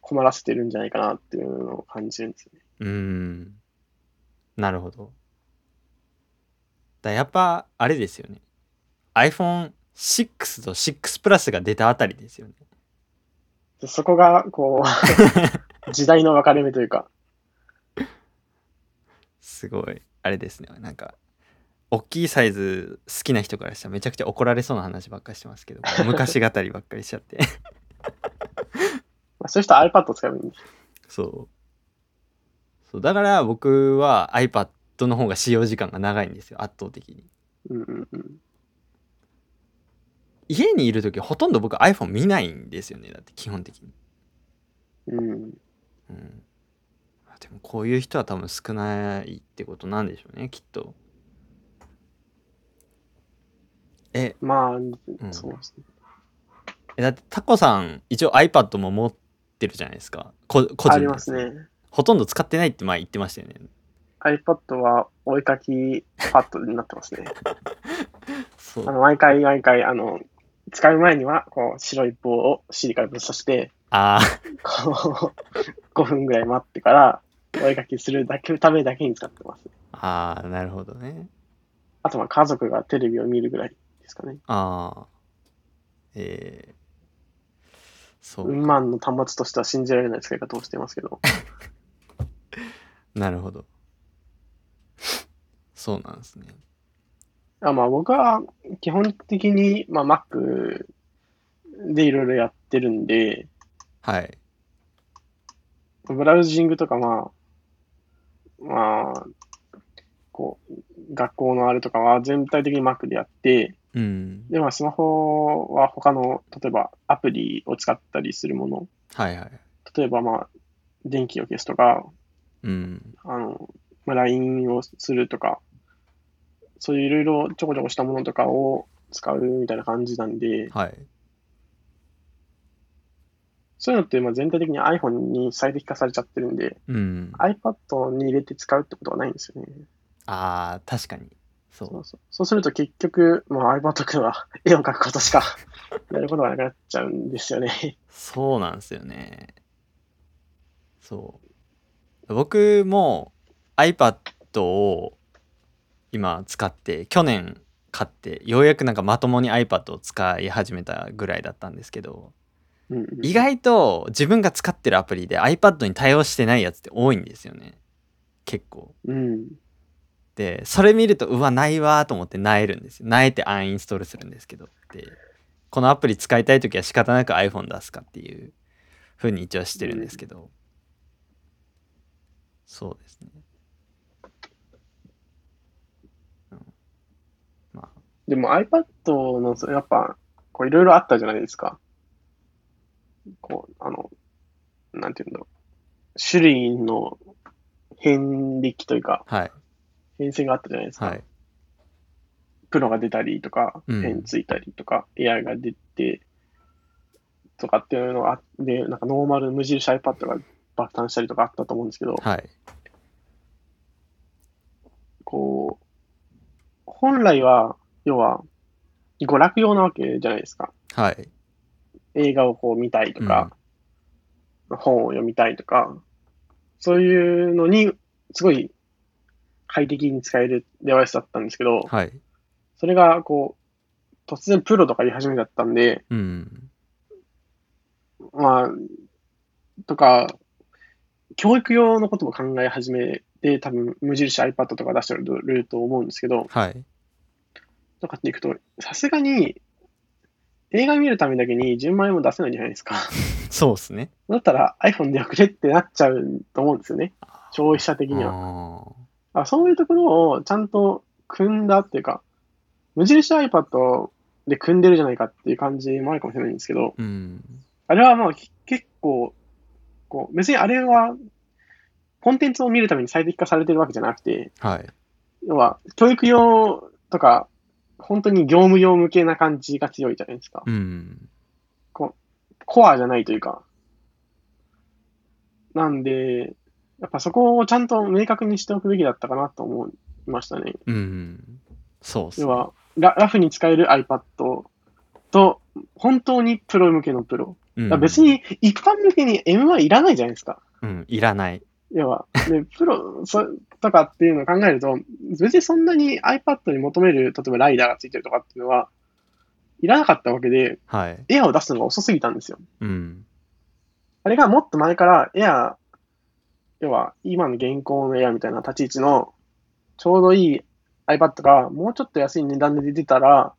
Speaker 3: 困らせてるんじゃないかなっていうのを感じるんですよね。
Speaker 2: うん。なるほど。だやっぱ、あれですよね。iPhone6 と6プラスが出たあたりですよね。
Speaker 3: でそこが、こう、時代の分かれ目というか、
Speaker 2: すごい、あれですね。なんか、大きいサイズ好きな人からしたらめちゃくちゃ怒られそうな話ばっかりしてますけど、昔語りばっかりしちゃって。
Speaker 3: まあ、そういう人は iPad を使えばいいんです
Speaker 2: そう。そうだから僕は iPad の方が使用時間が長いんですよ、圧倒的に。
Speaker 3: うんうんうん。
Speaker 2: 家にいる時ほとんど僕 iPhone 見ないんですよね、だって基本的に。
Speaker 3: うん。
Speaker 2: うん。でもこういう人は多分少ないってことなんでしょうね、きっと。え、
Speaker 3: まあ、
Speaker 2: ん
Speaker 3: そうですね。
Speaker 2: えだってタコさん一応 iPad も持ってるじゃないですかこ個人の
Speaker 3: ありますね。
Speaker 2: ほとんど使ってないって前言ってましたよね
Speaker 3: iPad はお絵かきパッドになってますね。
Speaker 2: そ
Speaker 3: あ
Speaker 2: う
Speaker 3: の毎回毎回、あの、使う前には、こう、白い棒を尻からぶっ刺して、
Speaker 2: あー
Speaker 3: こう、5分ぐ (laughs) らい待ってから、お絵かきするだけ、ためだけに使ってます。
Speaker 2: あーなるほどね
Speaker 3: あとは家族がテレビを見るぐらいですかね。
Speaker 2: ああえー、そう、
Speaker 3: ウンマンの端末としては信じられない使い方をしてますけど。
Speaker 2: なるほど (laughs) そうなんですね
Speaker 3: あまあ僕は基本的に、まあ、Mac でいろいろやってるんで、
Speaker 2: はい
Speaker 3: ブラウジングとか、まあ、まあ、こう、学校のあれとかは全体的に Mac でやって、
Speaker 2: うん
Speaker 3: で、まあ、スマホは他の、例えばアプリを使ったりするもの、
Speaker 2: はいはい
Speaker 3: 例えば、まあ、電気を消すとか、
Speaker 2: うん
Speaker 3: あの、まあ、LINE をするとか、そういういろいろちょこちょこしたものとかを使うみたいな感じなんで、
Speaker 2: はい
Speaker 3: そういうのってまあ全体的に iPhone に最適化されちゃってるんで、
Speaker 2: うん
Speaker 3: iPad に入れて使うってことはないんですよね。
Speaker 2: あー確かにそう
Speaker 3: そうそうそうすると結局、まあ、iPad 君は (laughs) 絵を描くことしかやることがなくなっちゃうんですよね。
Speaker 2: そうなんですよね。そう。僕も iPad を今使って、去年買って、ようやくなんかまともに iPad を使い始めたぐらいだったんですけど、
Speaker 3: うんうん
Speaker 2: 意外と自分が使ってるアプリで iPad に対応してないやつって多いんですよね。結構。
Speaker 3: うん。
Speaker 2: で、それ見ると、うわ、ないわーと思って萎えるんですよ。萎えてアンインストールするんですけど。で、このアプリ使いたいときは仕方なく iPhone 出すかっていうふうに一応してるんですけど。そうですね。うん、まあ、
Speaker 3: でも iPad のそやっぱ、こういろいろあったじゃないですか。こう、あの、なんていうんだろう。種類の変力というか、
Speaker 2: はい、
Speaker 3: 変遷があったじゃないですか。
Speaker 2: はい、
Speaker 3: プロが出たりとか、
Speaker 2: うん
Speaker 3: ペンついたりとか、AI が出て、とかっていうのがあって、なんかノーマル無印 iPad が爆誕したりとかあったと思うんですけど、
Speaker 2: はい。
Speaker 3: こう、本来は、要は、娯楽用なわけじゃないですか。
Speaker 2: はい。
Speaker 3: 映画をこう見たいとか、本を読みたいとか、そういうのに、すごい快適に使えるデバイスだったんですけど、
Speaker 2: はい。
Speaker 3: それがこう、突然プロとか言い始めちゃったんで、
Speaker 2: うん。
Speaker 3: まあ、とか、教育用のことも考え始めて、多分無印 iPad とか出してると思うんですけど、
Speaker 2: はい。
Speaker 3: とかっていくと、さすがに映画見るためだけに10万円も出せないじゃないですか。 (laughs)
Speaker 2: そうですね。
Speaker 3: だったら iPhone で送れってなっちゃうと思うんですよね。消費者的には。
Speaker 2: あ
Speaker 3: あそういうところをちゃんと組んだっていうか、無印 iPad で組んでるじゃないかっていう感じもあるかもしれないんですけど、
Speaker 2: ーうん。
Speaker 3: あれはまあき結構、こう別にあれはコンテンツを見るために最適化されてるわけじゃなくて、
Speaker 2: はい。
Speaker 3: 要は教育用とか、本当に業務用向けな感じが強いじゃないですか。
Speaker 2: うん。
Speaker 3: コアじゃないというか。なんで、やっぱそこをちゃんと明確にしておくべきだったかなと思いましたね。
Speaker 2: うん。そうっす
Speaker 3: 要
Speaker 2: ね。
Speaker 3: はラ、ラフに使える iPad と、本当にプロ向けのプロ。
Speaker 2: うん
Speaker 3: だから別。に一般向けに M1 いらないじゃないですか。
Speaker 2: うん。いらない。
Speaker 3: 要は、で (laughs) プロそとかっていうのを考えると、別にそんなに iPad に求める、例えばライダーがついてるとかっていうのは、いらなかったわけで、
Speaker 2: はい。
Speaker 3: エアを出すのが遅すぎたんですよ。
Speaker 2: うん。
Speaker 3: あれがもっと前から、エア、要は今の現行のエアみたいな立ち位置のちょうどいい iPad がもうちょっと安い値段で出てたら、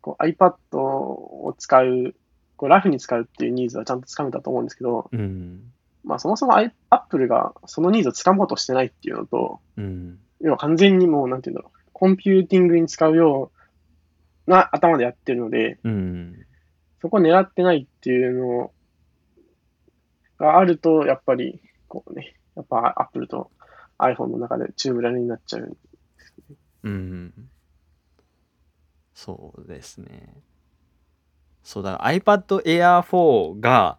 Speaker 3: こう iPad を使う、こうラフに使うっていうニーズはちゃんとつかめたと思うんですけど、
Speaker 2: うん。
Speaker 3: まあそもそも i- Apple がそのニーズをつかもうとしてないっていうのと、
Speaker 2: うん。
Speaker 3: 要は完全にもうなんていうんだろう、コンピューティングに使うような頭でやってるので、
Speaker 2: うん。
Speaker 3: そこ狙ってないっていうのがあると、やっぱり、こうね、やっぱ Apple と iPhone の中でチューブラルになっちゃう。
Speaker 2: うん。そうですね。そうだ、iPad Air 4が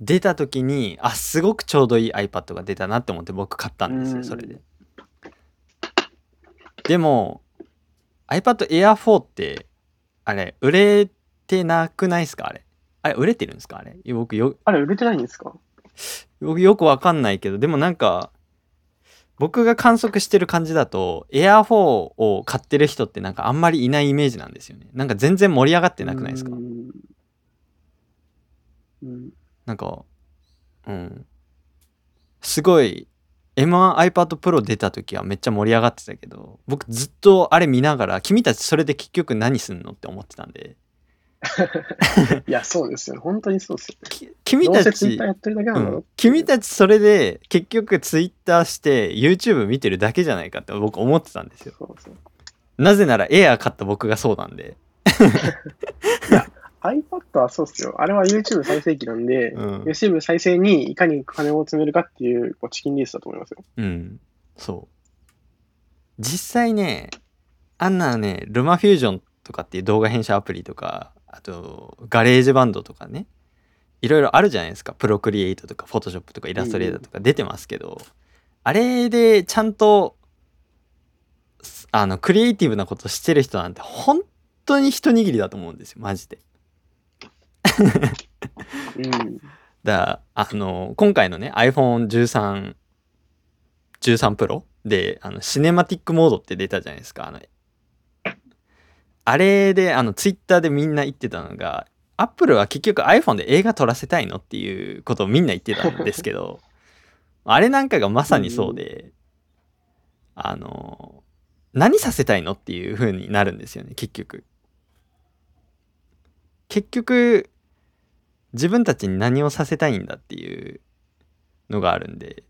Speaker 2: 出た時に、あ、すごくちょうどいい iPad が出たなって思って僕買ったんです
Speaker 3: う
Speaker 2: よ、
Speaker 3: ん
Speaker 2: それで。でも、iPad Air 4って、あれ、売れてなくないですかあれ。あれ、売れてるんですかあれ。僕よ、
Speaker 3: あれ、売れてないんですか
Speaker 2: 僕よくわかんないけどでもなんか僕が観測してる感じだと Air4 を買ってる人ってなんかあんまりいないイメージなんですよねなんか全然盛り上がってなくないですか
Speaker 3: うん。うん
Speaker 2: なんかうんすごい M1iPad Pro 出た時はめっちゃ盛り上がってたけど僕ずっとあれ見ながら君たちそれで結局何すんのって思ってたんで
Speaker 3: いや、そうですよね。本当にそうですよね。
Speaker 2: き君
Speaker 3: どう
Speaker 2: た
Speaker 3: せ Twitter
Speaker 2: ち
Speaker 3: やってるだけな
Speaker 2: うん
Speaker 3: だろ
Speaker 2: ん、君たちそれで結局ツイッターして YouTube 見てるだけじゃないかって僕思ってたんですよ
Speaker 3: そうそう。
Speaker 2: なぜならエアー買った僕がそうなんで
Speaker 3: iPad はそうっすよ。あれは YouTube 再生期なんで、
Speaker 2: うん
Speaker 3: YouTube 再生にいかに金を詰めるかっていうこうチキンレースだと思いますよ。
Speaker 2: うんそう実際ねあんなねルマフュージョンとかっていう動画編集アプリとかあとガレージバンドとかねいろいろあるじゃないですかプロクリエイトとかフォトショップとかイラストレーターとか出てますけど、あれでちゃんとすあのクリエイティブなことしてる人なんて本当に一握りだと思うんですよマジで
Speaker 3: うん。
Speaker 2: だあの今回のね iPhone1313 Pro であのシネマティックモードって出たじゃないですかあのあれであの Twitter でみんな言ってたのが Apple は結局 iPhone で映画撮らせたいのっていうことをみんな言ってたんですけど (laughs) あれなんかがまさにそうで、あの何させたいのっていう風になるんですよね結局結局自分たちに何をさせたいんだっていうのがあるんで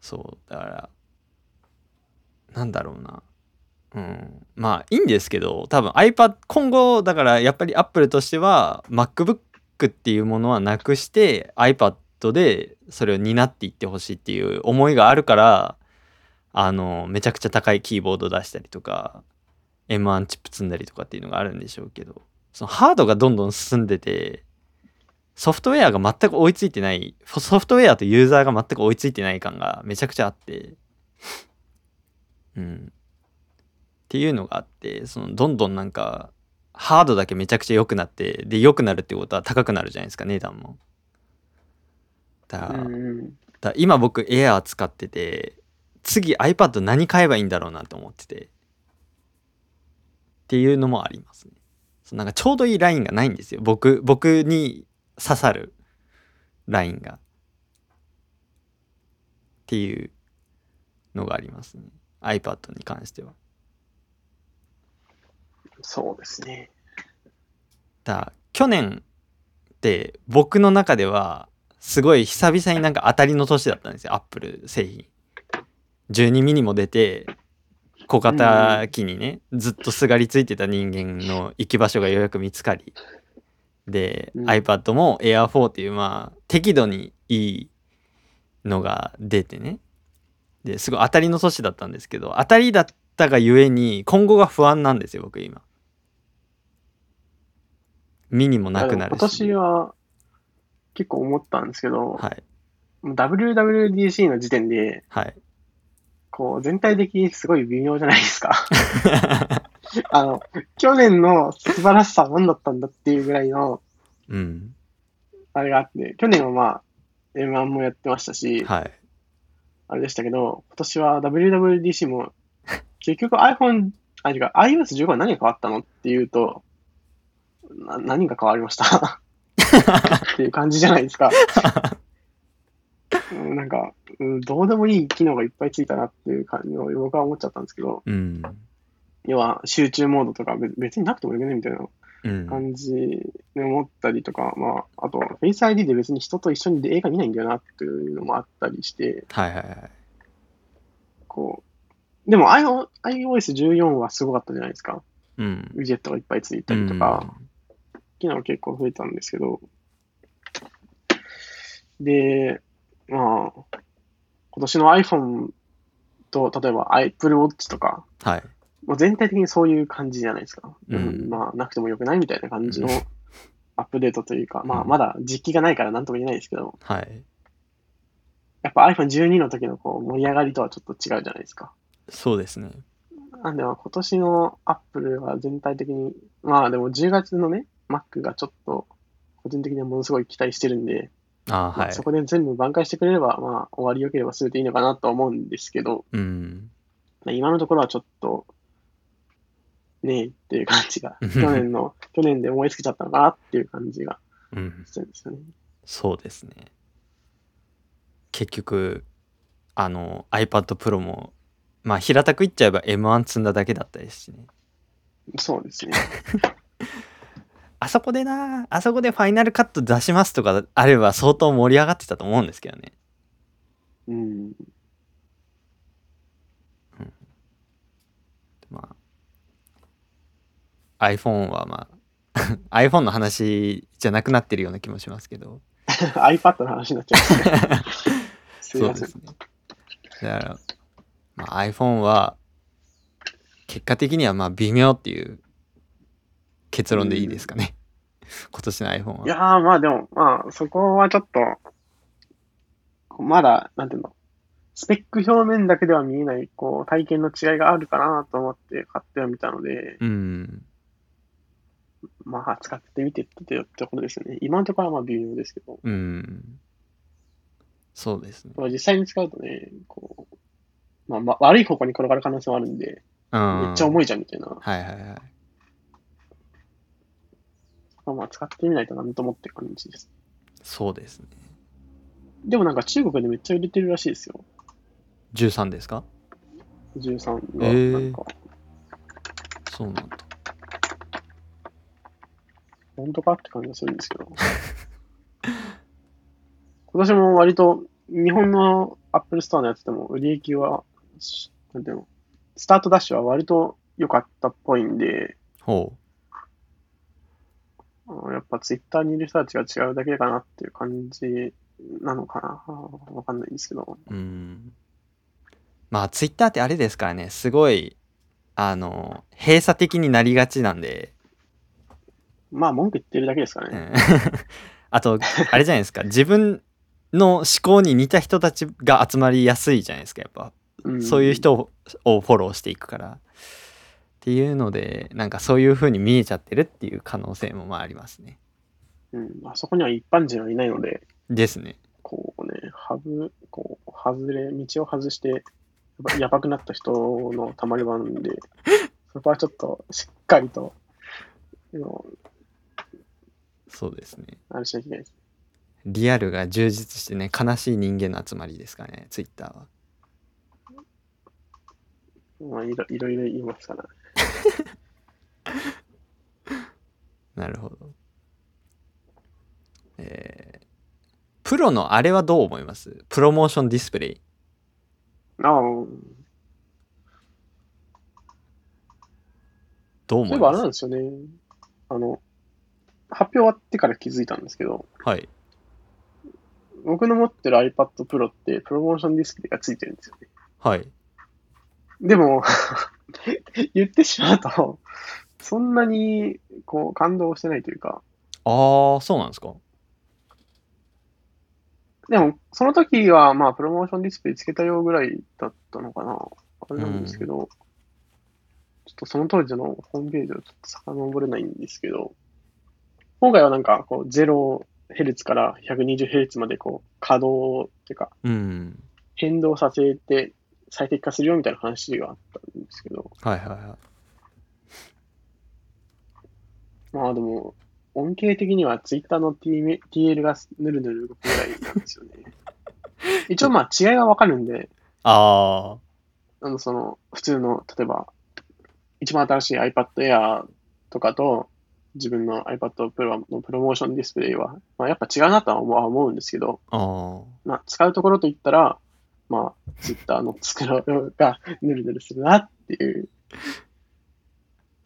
Speaker 2: そうだからなんだろうなうんまあいいんですけど多分 iPad 今後だからやっぱり Apple としては MacBook っていうものはなくして iPad でそれを担っていってほしいっていう思いがあるからあのめちゃくちゃ高いキーボード出したりとか M1 チップ積んだりとかっていうのがあるんでしょうけどそのハードがどんどん進んでてソフトウェアが全く追いついてないフォソフトウェアとユーザーが全く追いついてない感がめちゃくちゃあってうんっていうのがあってそのどんどんなんかハードだけめちゃくちゃ良くなってで良くなるってことは高くなるじゃないですか値段もだから、
Speaker 3: うん。
Speaker 2: だから今僕 Air 使ってて次 iPad 何買えばいいんだろうなと思っててっていうのもありますねそうなんかちょうどいいラインがないんですよ僕僕に刺さるラインがっていうのがありますね iPad に関しては
Speaker 3: そうですね。
Speaker 2: だ去年って僕の中ではすごい久々になんか当たりの年だったんですよアップル製品12ミニも出て小型機にね、ずっとすがりついてた人間の行き場所がようやく見つかりで、
Speaker 3: うん
Speaker 2: iPad も Air4 っていうまあ適度にいいのが出てねですごい当たりの年だったんですけど当たりだったがゆえに今後が不安なんですよ僕今ミニもなくな
Speaker 3: あ
Speaker 2: る
Speaker 3: でも今年は結構思ったんですけど、
Speaker 2: はい
Speaker 3: もう WWDC の時点で、
Speaker 2: はい
Speaker 3: こう、全体的にすごい微妙じゃないで
Speaker 2: (laughs)
Speaker 3: すか。あの、去年の素晴らしさは何だったんだっていうぐらいの、
Speaker 2: うん
Speaker 3: あれがあって、去年はまあ、M1 もやってましたし、
Speaker 2: はい
Speaker 3: あれでしたけど、今年は WWDC も、結局 iPhone、あ、違う、iOS15 は何が変わったのっていうと、な何が変わりました (laughs) っていう感じじゃないですか。うんなんか、うん、どうでもいい機能がいっぱいついたなっていう感じを僕は思っちゃったんですけど、
Speaker 2: うん
Speaker 3: 要は集中モードとか別別になくてもよくねみたいな
Speaker 2: うん
Speaker 3: 感じで思ったりとか、まあ、あと、Face ID で別に人と一緒に映画見ないんだよなっていうのもあったりして、
Speaker 2: はいはいはい
Speaker 3: こう、でも iO- iOS14 はすごかったじゃないですか。
Speaker 2: うん
Speaker 3: ウィジェットがいっぱいついたりとか、機能結構増えたんですけど。で、まあ、今年の iPhone と、例えば Apple Watch とか、
Speaker 2: はい
Speaker 3: もう全体的にそういう感じじゃないですか。
Speaker 2: うん
Speaker 3: まあ、なくてもよくないみたいな感じの
Speaker 2: うん
Speaker 3: アップデートというか、まあ、
Speaker 2: うん
Speaker 3: まだ実機がないからなんとも言えないですけど、
Speaker 2: はい
Speaker 3: やっぱ iPhone12 の時のこう盛り上がりとはちょっと違うじゃないですか。
Speaker 2: そうですね
Speaker 3: なんで、まあ今年のアップルは全体的に、まあでも10月のね、Mac がちょっと、個人的にはものすごい期待してるんで、
Speaker 2: あー
Speaker 3: まあ
Speaker 2: はい
Speaker 3: そこで全部挽回してくれれば、まあ終わり良ければ全ていいのかなとは思うんですけど、
Speaker 2: うん
Speaker 3: まあ今のところはちょっと、ねえっていう感じが、
Speaker 2: うん
Speaker 3: 去年の、去年で思いつけちゃったのかなっていう感じが
Speaker 2: うん
Speaker 3: してるんですよね。
Speaker 2: そうですね。結局、あの iPad Pro も、まあ平たく言っちゃえば M1 積んだだけだったですしね。
Speaker 3: そうですね。
Speaker 2: あそこでな、あそこでファイナルカット出しますとかあれば相当盛り上がってたと思うんですけどね。
Speaker 3: うん。 (laughs)
Speaker 2: まあ、iPhone はまあ、iPhone (laughs) の話じゃなくなってるような気もしますけ
Speaker 3: (laughs)
Speaker 2: ど。
Speaker 3: iPad の話になっちゃいますね。すい
Speaker 2: そう
Speaker 3: ま
Speaker 2: で
Speaker 3: せん。
Speaker 2: すね。だから、まあ、iPhone は、結果的にはまあ微妙っていう結論でいいですかね。今年の iPhone は。
Speaker 3: いやー、まあでも、まあ、そこはちょっと、まだ、なんていうの、スペック表面だけでは見えない、こう、体験の違いがあるかなと思って買ってはみたので、
Speaker 2: うん。
Speaker 3: まあ、使ってみてってところですよね。今のところはまあ微妙ですけど、
Speaker 2: うん。そうですね。
Speaker 3: まあ、実際に使うとね、こう、まあ、ま悪い方向に転がる可能性もあるんで、
Speaker 2: うん。
Speaker 3: めっちゃ重いじゃんみたいな、
Speaker 2: はいはいはい。
Speaker 3: まあ、使ってみないとなんともって感じです。
Speaker 2: そうですね。
Speaker 3: でもなんか中国でめっちゃ売れてるらしいですよ。
Speaker 2: 13ですか
Speaker 3: 13
Speaker 2: へー
Speaker 3: の、なんか、
Speaker 2: そうなんだ。
Speaker 3: 本当かって感じがするんですけど。 (laughs) 今年も割と日本のアップルストアのやつでも売り行きは、しなんていうの、スタートダッシュは割と良かったっぽいんで、
Speaker 2: ほ
Speaker 3: あのやっぱツイッターにいる人たちが違うだけかなっていう感じなのかなわかんないんですけど。
Speaker 2: う。うん。まあ、Twitter ってあれですからね、すごい、あの、閉鎖的になりがちなんで、
Speaker 3: まあ文句言ってるだけですか
Speaker 2: う
Speaker 3: ね。
Speaker 2: ん (laughs) あとあれじゃないですか自分の思考に似た人たちが集まりやすいじゃないですかやっぱ、
Speaker 3: ん
Speaker 2: そういう人ををフォローしていくからっていうのでなんかそういう風に見えちゃってるっていう可能性もまあありますね
Speaker 3: うん。あそこには一般人はいないので、
Speaker 2: ですね
Speaker 3: こうね、はぶ、こう、外れ、道を外して、やばやばくなった人のたまり場なん
Speaker 2: (laughs)
Speaker 3: で、そこはちょっとしっかりと、あの
Speaker 2: そうですね
Speaker 3: あれしなきゃいけないです。
Speaker 2: リアルが充実してね悲しい人間の集まりですかねツイッターは
Speaker 3: まあ、いろいろいろ言いますから。
Speaker 2: なるほど。えープロのあれはどう思いますプロモーションディスプレイ。
Speaker 3: ああ、うん
Speaker 2: どう思
Speaker 3: そうい
Speaker 2: い
Speaker 3: えばあれ
Speaker 2: ま
Speaker 3: なん
Speaker 2: す
Speaker 3: ですよね。あの、発表終わってから気づいたんですけど、
Speaker 2: はい。
Speaker 3: 僕の持ってる iPad Pro ってプロモーションディスプレイがついてるんですよね。
Speaker 2: はい。
Speaker 3: でも、 (laughs) 言ってしまうと、そんなにこう感動してないというか、
Speaker 2: ああ、そうなんですか。
Speaker 3: でも、その時は、まあ、プロモーションディスプレイつけたよぐらいだったのかな。あれなんですけど、ちょっとその当時のホームページをちょっと遡れないんですけど、今回はなんか、こう、0Hz から 120Hz まで、こう、稼働っていうか、
Speaker 2: うん。
Speaker 3: 変動させて最適化するよみたいな話があったんですけど、
Speaker 2: はいはいはい。
Speaker 3: まあでも、恩恵的には Twitter の TM TL がぬるぬる動くぐらいなんですよね。一応まあ違いはわかるんで、
Speaker 2: ああ、
Speaker 3: あの、その、普通の、例えば、一番新しい iPad Air とかと、自分の iPad Pro のプロモーションディスプレイは、まあ、やっぱ違うなとは思うは思うんですけど、
Speaker 2: ああ。
Speaker 3: まあ、使うところといったら、まあ、Twitter の作ろ (laughs) がぬるぬるするなっていう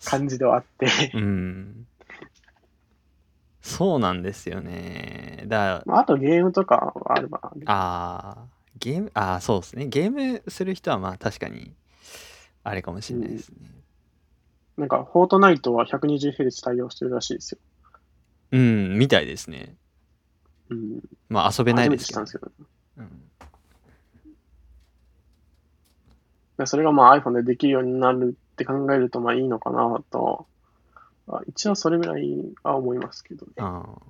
Speaker 3: 感じではあって、
Speaker 2: うん。そうなんですよね。だ
Speaker 3: まあ、あとゲームとかはあればある、
Speaker 2: ああ、ゲーム、ああ、そうですね。ゲームする人はまあ確かに、あれかもしれないですね。
Speaker 3: なんか、フォートナイトは 120Hz 対応してるらしいですよ。
Speaker 2: うん、みたいですね。
Speaker 3: うん。
Speaker 2: まあ遊べない
Speaker 3: 初め
Speaker 2: で
Speaker 3: て
Speaker 2: す
Speaker 3: 知
Speaker 2: け
Speaker 3: った
Speaker 2: ど
Speaker 3: んで。すけど。
Speaker 2: うん
Speaker 3: でそれがまあ iPhone でできるようになるって考えるとまあいいのかなと、あ一応それぐらいは思いますけどね。
Speaker 2: ああ。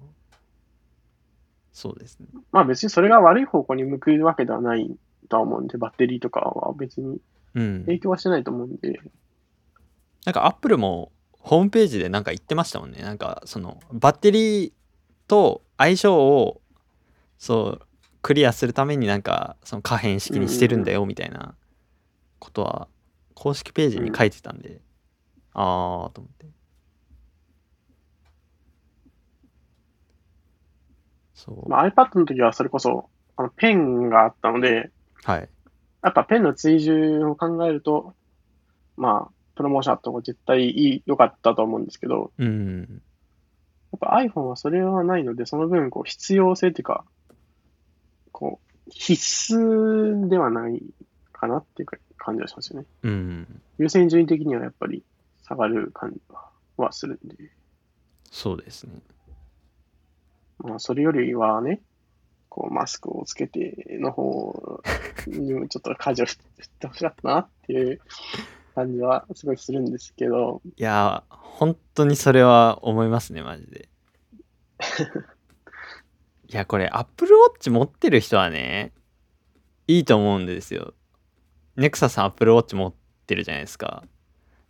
Speaker 2: そうですね。
Speaker 3: まあ別にそれが悪い方向に向くわけではないとは思うんで、バッテリーとかは別に
Speaker 2: うん。
Speaker 3: 影響はしてないと思うんで、
Speaker 2: なんかアップルもホームページでなんか言ってましたもんね。なんかそのバッテリーと相性をそうクリアするためになんかその可変式にしてるんだよみたいなことは公式ページに書いてたんで、ああと思って。そう、
Speaker 3: まあ、iPad の時はそれこそあのペンがあったので、
Speaker 2: はい。
Speaker 3: やっぱペンの追従を考えると、まあプロモーションあった方が絶対いい良かったと思うんですけど、
Speaker 2: うん。
Speaker 3: やっぱ iPhone はそれはないので、その分、こう、必要性っていうか、こう、必須ではないかなっていうか感じはしますよね。
Speaker 2: うん。
Speaker 3: 優先順位的にはやっぱり下がる感じはするんで、
Speaker 2: そうですね。
Speaker 3: まあ、それよりはね、こう、マスクをつけての方にもちょっと舵を振ってほしかったなっていう感じはすごいするんですけど、
Speaker 2: いやー、本当にそれは思いますね、マジ (laughs) で。いや、これ、Apple Watch 持ってる人はね、いいと思うんですよ。ネクサさん Apple Watch 持ってるじゃないですか。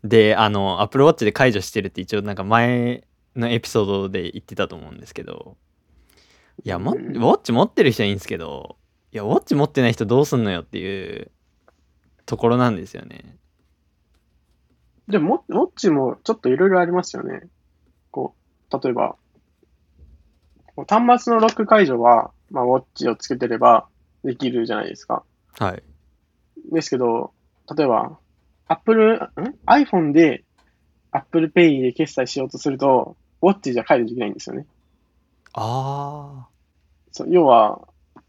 Speaker 2: で、あの、Apple Watch で解除してるって一応なんか前のエピソードで言ってたと思うんですけど、いや、もウ
Speaker 3: うん
Speaker 2: ォッチ持ってる人はいいんですけど、いや、ウォッチ持ってない人どうすんのよっていうところなんですよね。
Speaker 3: でも、ウォッチもちょっといろいろありますよね。こう、例えば、こう端末のロック解除は、まあ、ウォッチをつけてればできるじゃないですか。
Speaker 2: はい。
Speaker 3: ですけど、例えば、Apple、ん iPhone で Apple Pay で決済しようとすると、ウォッチじゃ解除できないんですよね。
Speaker 2: あ
Speaker 3: そう要は、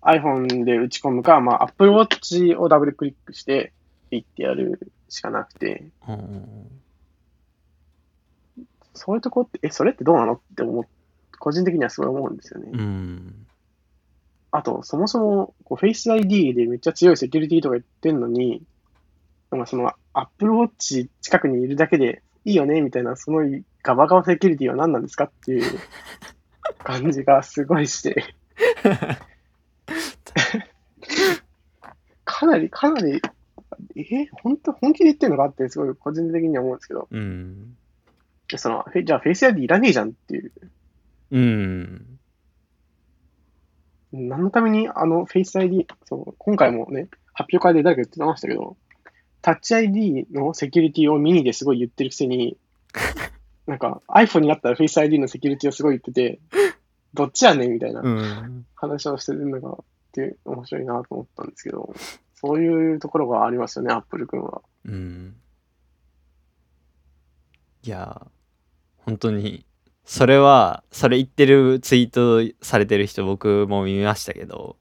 Speaker 3: iPhone で打ち込むか、まあ、Apple Watch をダブルクリックして、ピッてやるしかなくて、
Speaker 2: ー。うんうんうん
Speaker 3: そういうとこって、え、それってどうなのって思う、個人的にはすごい思うんですよね。
Speaker 2: うん。
Speaker 3: あと、そもそも、こう、Face ID でめっちゃ強いセキュリティとか言ってんのに、なんかその、Apple Watch 近くにいるだけでいいよね、みたいな、そのガバガバセキュリティは何なんですかっていう感じがすごいして。 (laughs) かなり、かなり、え、本当本気で言ってんのかって、すごい個人的には思うんですけど、
Speaker 2: うん。
Speaker 3: その、えじゃあ Face ID いらねえじゃんっていう。
Speaker 2: うん。
Speaker 3: 何のためにあの Face ID、そう、今回もね、発表会で誰か言ってましたけど、タッチ ID のセキュリティをミニですごい言ってるくせに、なんか iPhone になったら Face ID のセキュリティをすごい言ってて、どっちやねんみたいな
Speaker 2: うん。
Speaker 3: 話をしてるのが、って面白いなと思ったんですけど、そういうところがありますよね、Apple 君は。
Speaker 2: うん。いやー、本当に、それは、それ言ってるツイートされてる人、僕も見ましたけど、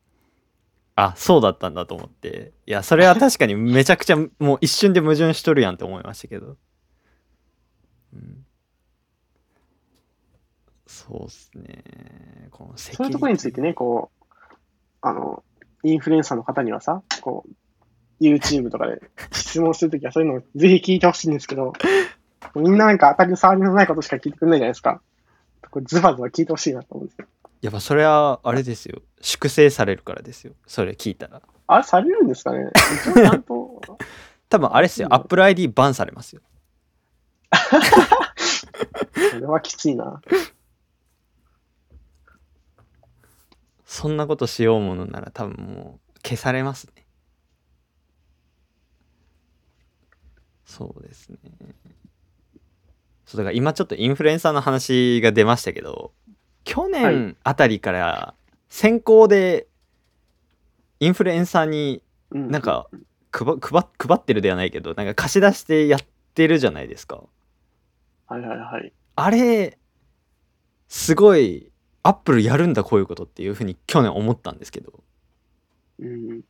Speaker 2: あ、そうだったんだと思って、いや、それは確かにめちゃくちゃ、もう一瞬で矛盾しとるやんって思いましたけど。うん。そうっすね。このセ
Speaker 3: そういうところについてね、こう、あの、インフルエンサーの方にはさ、こう、YouTube とかで質問するときはそういうのをぜひ聞いてほしいんですけど、みんななんか当たり障りのないことしか聞いてくれないじゃないですか。これズバズバ聞いてほしいなと思うんですよ。
Speaker 2: やっぱそれは、あれですよ。粛清されるからですよ。それ聞いたら。
Speaker 3: あれされるんですかね一応ちゃん
Speaker 2: (laughs)
Speaker 3: と、
Speaker 2: 多分あれっすよ。
Speaker 3: うん
Speaker 2: Apple ID バンされますよ。
Speaker 3: それはきついな。
Speaker 2: そんなことしようものなら多分もう消されますね。そうですね。そうだから今ちょっとインフルエンサーの話が出ましたけど、去
Speaker 3: は
Speaker 2: 年あたりから先行でインフルエンサーに
Speaker 3: うん。
Speaker 2: なん、か配配配ってるではないけど、なんか貸し出してやってるじゃないですか。
Speaker 3: はいはいはい。
Speaker 2: あれ、すごい、アップルやるんだこういうことっていうふうに去年思ったんですけど。
Speaker 3: うん。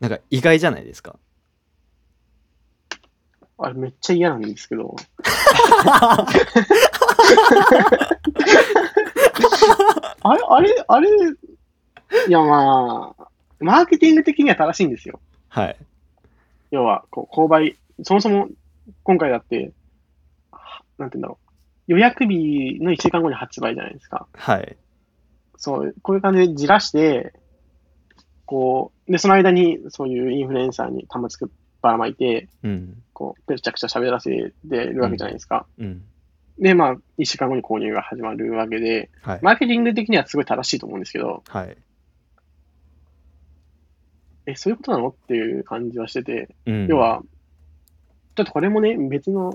Speaker 2: なんか意外じゃないですか。
Speaker 3: あれめっちゃ嫌なんですけど、あれ、あれ、あれ、いやまあ、マーケティング的には正しいんですよ。
Speaker 2: はい。
Speaker 3: 要は、こう、購買、そもそも、今回だって、はなんて言うんだろう。予約日の1週間後に発売じゃないですか。
Speaker 2: はい。
Speaker 3: そう、こういう感じでじらして、こう、で、その間に、そういうインフルエンサーに端末くばらまいて、
Speaker 2: うん。
Speaker 3: こう、ぺちゃくちゃ喋らせてるわけじゃないですか。
Speaker 2: うん。
Speaker 3: で、まあ、1週間後に購入が始まるわけで、
Speaker 2: はい。
Speaker 3: マーケティング的にはすごい正しいと思うんですけど、
Speaker 2: はい。
Speaker 3: え、そういうことなのっていう感じはしてて、
Speaker 2: うん。
Speaker 3: 要。は、ちょっとこれもね、別の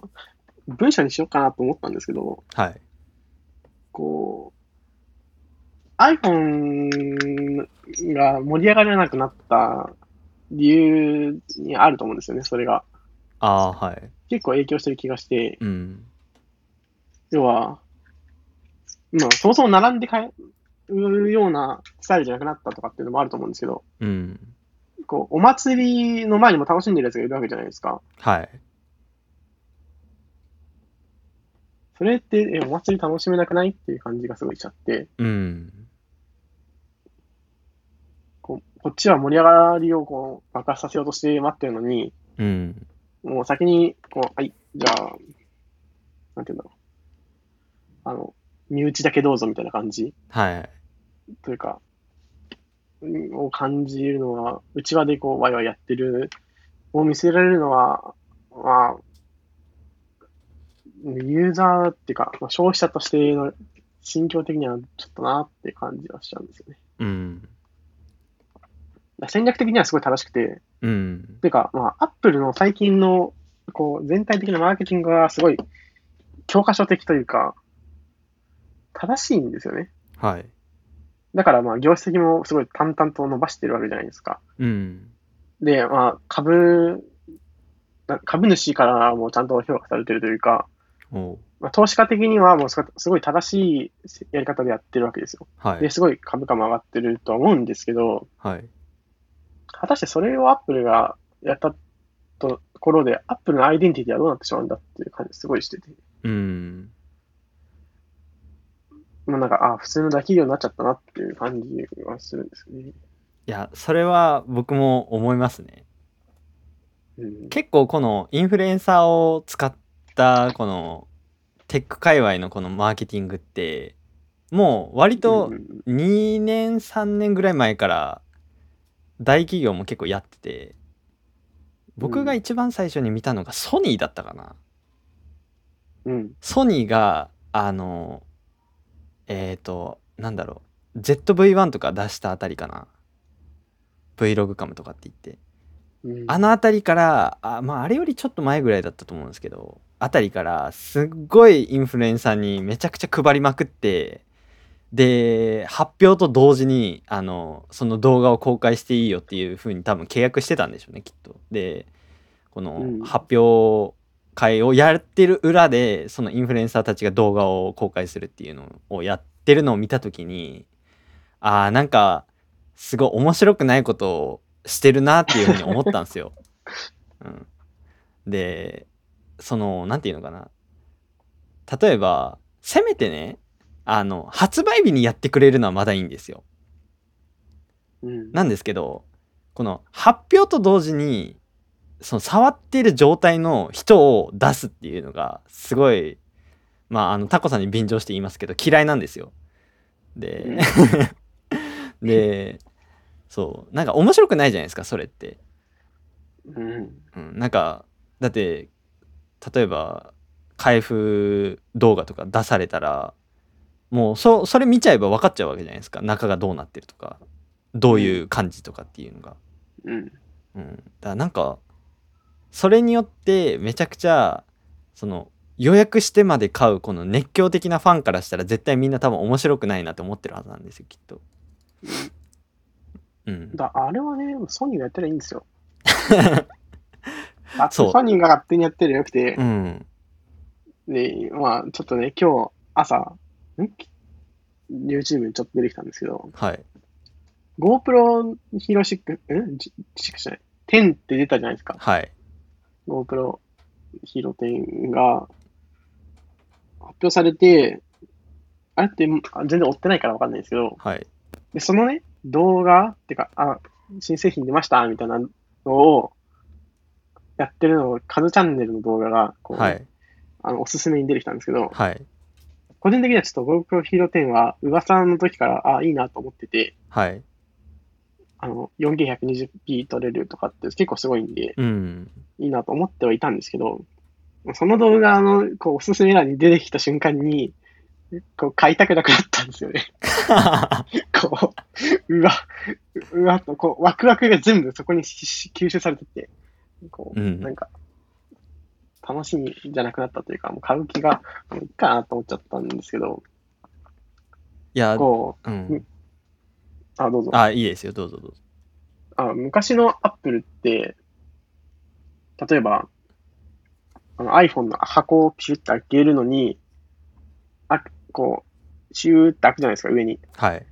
Speaker 3: 文章にしようかなと思ったんですけど、
Speaker 2: はい。
Speaker 3: こう、iPhone が盛り上がらなくなった理由にあると思うんですよね、それが。
Speaker 2: ああー、はい。
Speaker 3: 結構影響してる気がして、
Speaker 2: うん。
Speaker 3: 要は、まあ、そもそも並んで買うようなスタイルじゃなくなったとかっていうのもあると思うんですけど、
Speaker 2: うん。
Speaker 3: こう、お祭りの前にも楽しんでるやつがいるわけじゃないですか。
Speaker 2: はい。
Speaker 3: それって、え、お祭り楽しめなくないっていう感じがすごいしちゃって、
Speaker 2: うん。
Speaker 3: こうこっちは盛り上がりをこう爆発させようとして待ってるのに、
Speaker 2: うん。
Speaker 3: もう先に、こう、はい、じゃあ、なんていうんだろう。あの、身内だけどうぞみたいな感じ
Speaker 2: はい。
Speaker 3: というか、うんを感じるのは、うちわでこう、ワイワイやってる、を見せられるのは、まあ、ユーザーっていうか、まあ、消費者としての心境的にはちょっとなって感じはしちゃうんですよね。
Speaker 2: うん。
Speaker 3: 戦略的にはすごい正しくて、
Speaker 2: うん。
Speaker 3: てか、まあ、アップルの最近の、こう、全体的なマーケティングがすごい、教科書的というか、正しいんですよね。
Speaker 2: はい。
Speaker 3: だから、まあ、業績もすごい淡々と伸ばしてるわけじゃないですか。
Speaker 2: うん。
Speaker 3: で、まあ、株、な株主からもちゃんと評価されてるというか、
Speaker 2: おう
Speaker 3: まあ、投資家的にはもうすごいすごい正しいやり方でやってるわけですよ。
Speaker 2: は
Speaker 3: で、
Speaker 2: い。
Speaker 3: すごい株価も上がってるとは思うんですけど、
Speaker 2: はい。
Speaker 3: 果たしてそれをアップルがやったところで、アップルのアイデンティティはどうなってしまうんだっていう感じすごいしてて、
Speaker 2: うん。
Speaker 3: まあなんか、あ普通の大企業になっちゃったなっていう感じがするんですよね。
Speaker 2: いや、それは僕も思いますね。
Speaker 3: うん、
Speaker 2: 結構このインフルエンサーを使ったこのテック界隈のこのマーケティングって、もう割と
Speaker 3: うんうん
Speaker 2: 2年3年ぐらい前から大企業も結構やってて僕が一番最初に見たのがソニーだったかな、
Speaker 3: うん、
Speaker 2: ソニーがあのえっ、となんだろう ZV-1 とか出したあたりかな Vlog カムとかって言って
Speaker 3: うん、
Speaker 2: あの辺りからあまああれよりちょっと前ぐらいだったと思うんですけどあたりからすっごいインフルエンサーにめちゃくちゃ配りまくってで発表と同時にあのその動画を公開していいよっていう風に多分契約してたんでしょうねきっと。でこ
Speaker 3: うん
Speaker 2: の発表会をやってる裏でそのインフルエンサーたちが動画を公開するっていうのをやってるのを見た時にあーなんかすごい面白くないことをしてるなっていうふうに思ったん
Speaker 3: (laughs)
Speaker 2: ですよ。うん、でそのなんていうのかな例えばせめてねあの発売日にやってくれるのはまだいいんですよ。
Speaker 3: うん。
Speaker 2: なんですけどこの発表と同時にその触っている状態の人を出すっていうのがすごいまああのタコさんに便乗して言いますけど嫌いなんですよ。で (laughs) でそうなんか面白くないじゃないですかそれって。
Speaker 3: うん。
Speaker 2: うん、なんかだって例えば開封動画とか出されたらもうそそれ見ちゃえば分かっちゃうわけじゃないですか中がどうなってるとかどういう感じとかっていうのが。
Speaker 3: うん。
Speaker 2: うん、だからなんかそれによってめちゃくちゃその予約してまで買うこの熱狂的なファンからしたら絶対みんな多分面白くないなって思ってるはずなんですよきっと。うん、
Speaker 3: だあれはね、ソニーがやったらいいんですよ。あ
Speaker 2: そ
Speaker 3: そううソニーが勝手にやってるんじゃなくて
Speaker 2: う、ん、
Speaker 3: で、まあ、ちょっとね、今日朝、ん ?YouTube にちょっと出てきたんですけど、
Speaker 2: はい。
Speaker 3: GoPro Hero 6、んじ ?6 じゃない。10って出たじゃないですか。
Speaker 2: はい。
Speaker 3: GoPro Hero 10が発表されて、あれってあ全然追ってないからわかんないんですけど、
Speaker 2: はい。
Speaker 3: で、そのね、動画っていうか、あ、新製品出ました、みたいなのを、やってるのを、カズチャンネルの動画が、こう、
Speaker 2: はい。
Speaker 3: あの、おすすめに出てきたんですけど、
Speaker 2: はい。
Speaker 3: 個人的にはちょっと GoPro Hero 10は、噂の時から、あ、いいなと思ってて、
Speaker 2: はい。
Speaker 3: あの、4K120p 撮れるとかって結構すごいんで、
Speaker 2: うん。
Speaker 3: いいなと思ってはいたんですけど、その動画の、こう、おすすめ欄に出てきた瞬間に、こう、買いたくなくなったんですよね。こう、うわ、うわっと、こう、ワクワクが全部そこにしし吸収されてて、こう、
Speaker 2: うん
Speaker 3: なんか、楽しみじゃなくなったというか、もう買う気が、もういいかなと思っちゃったんですけど、
Speaker 2: いや、
Speaker 3: こ
Speaker 2: う。
Speaker 3: うんう、あ、どうぞ。あ
Speaker 2: あ、いいですよ、どうぞどうぞ。
Speaker 3: 昔のアップルって、例えば、あの iPhone の箱をピシュッて開けるのに、あ、こう、シューって開くじゃないですか、上に。
Speaker 2: はい。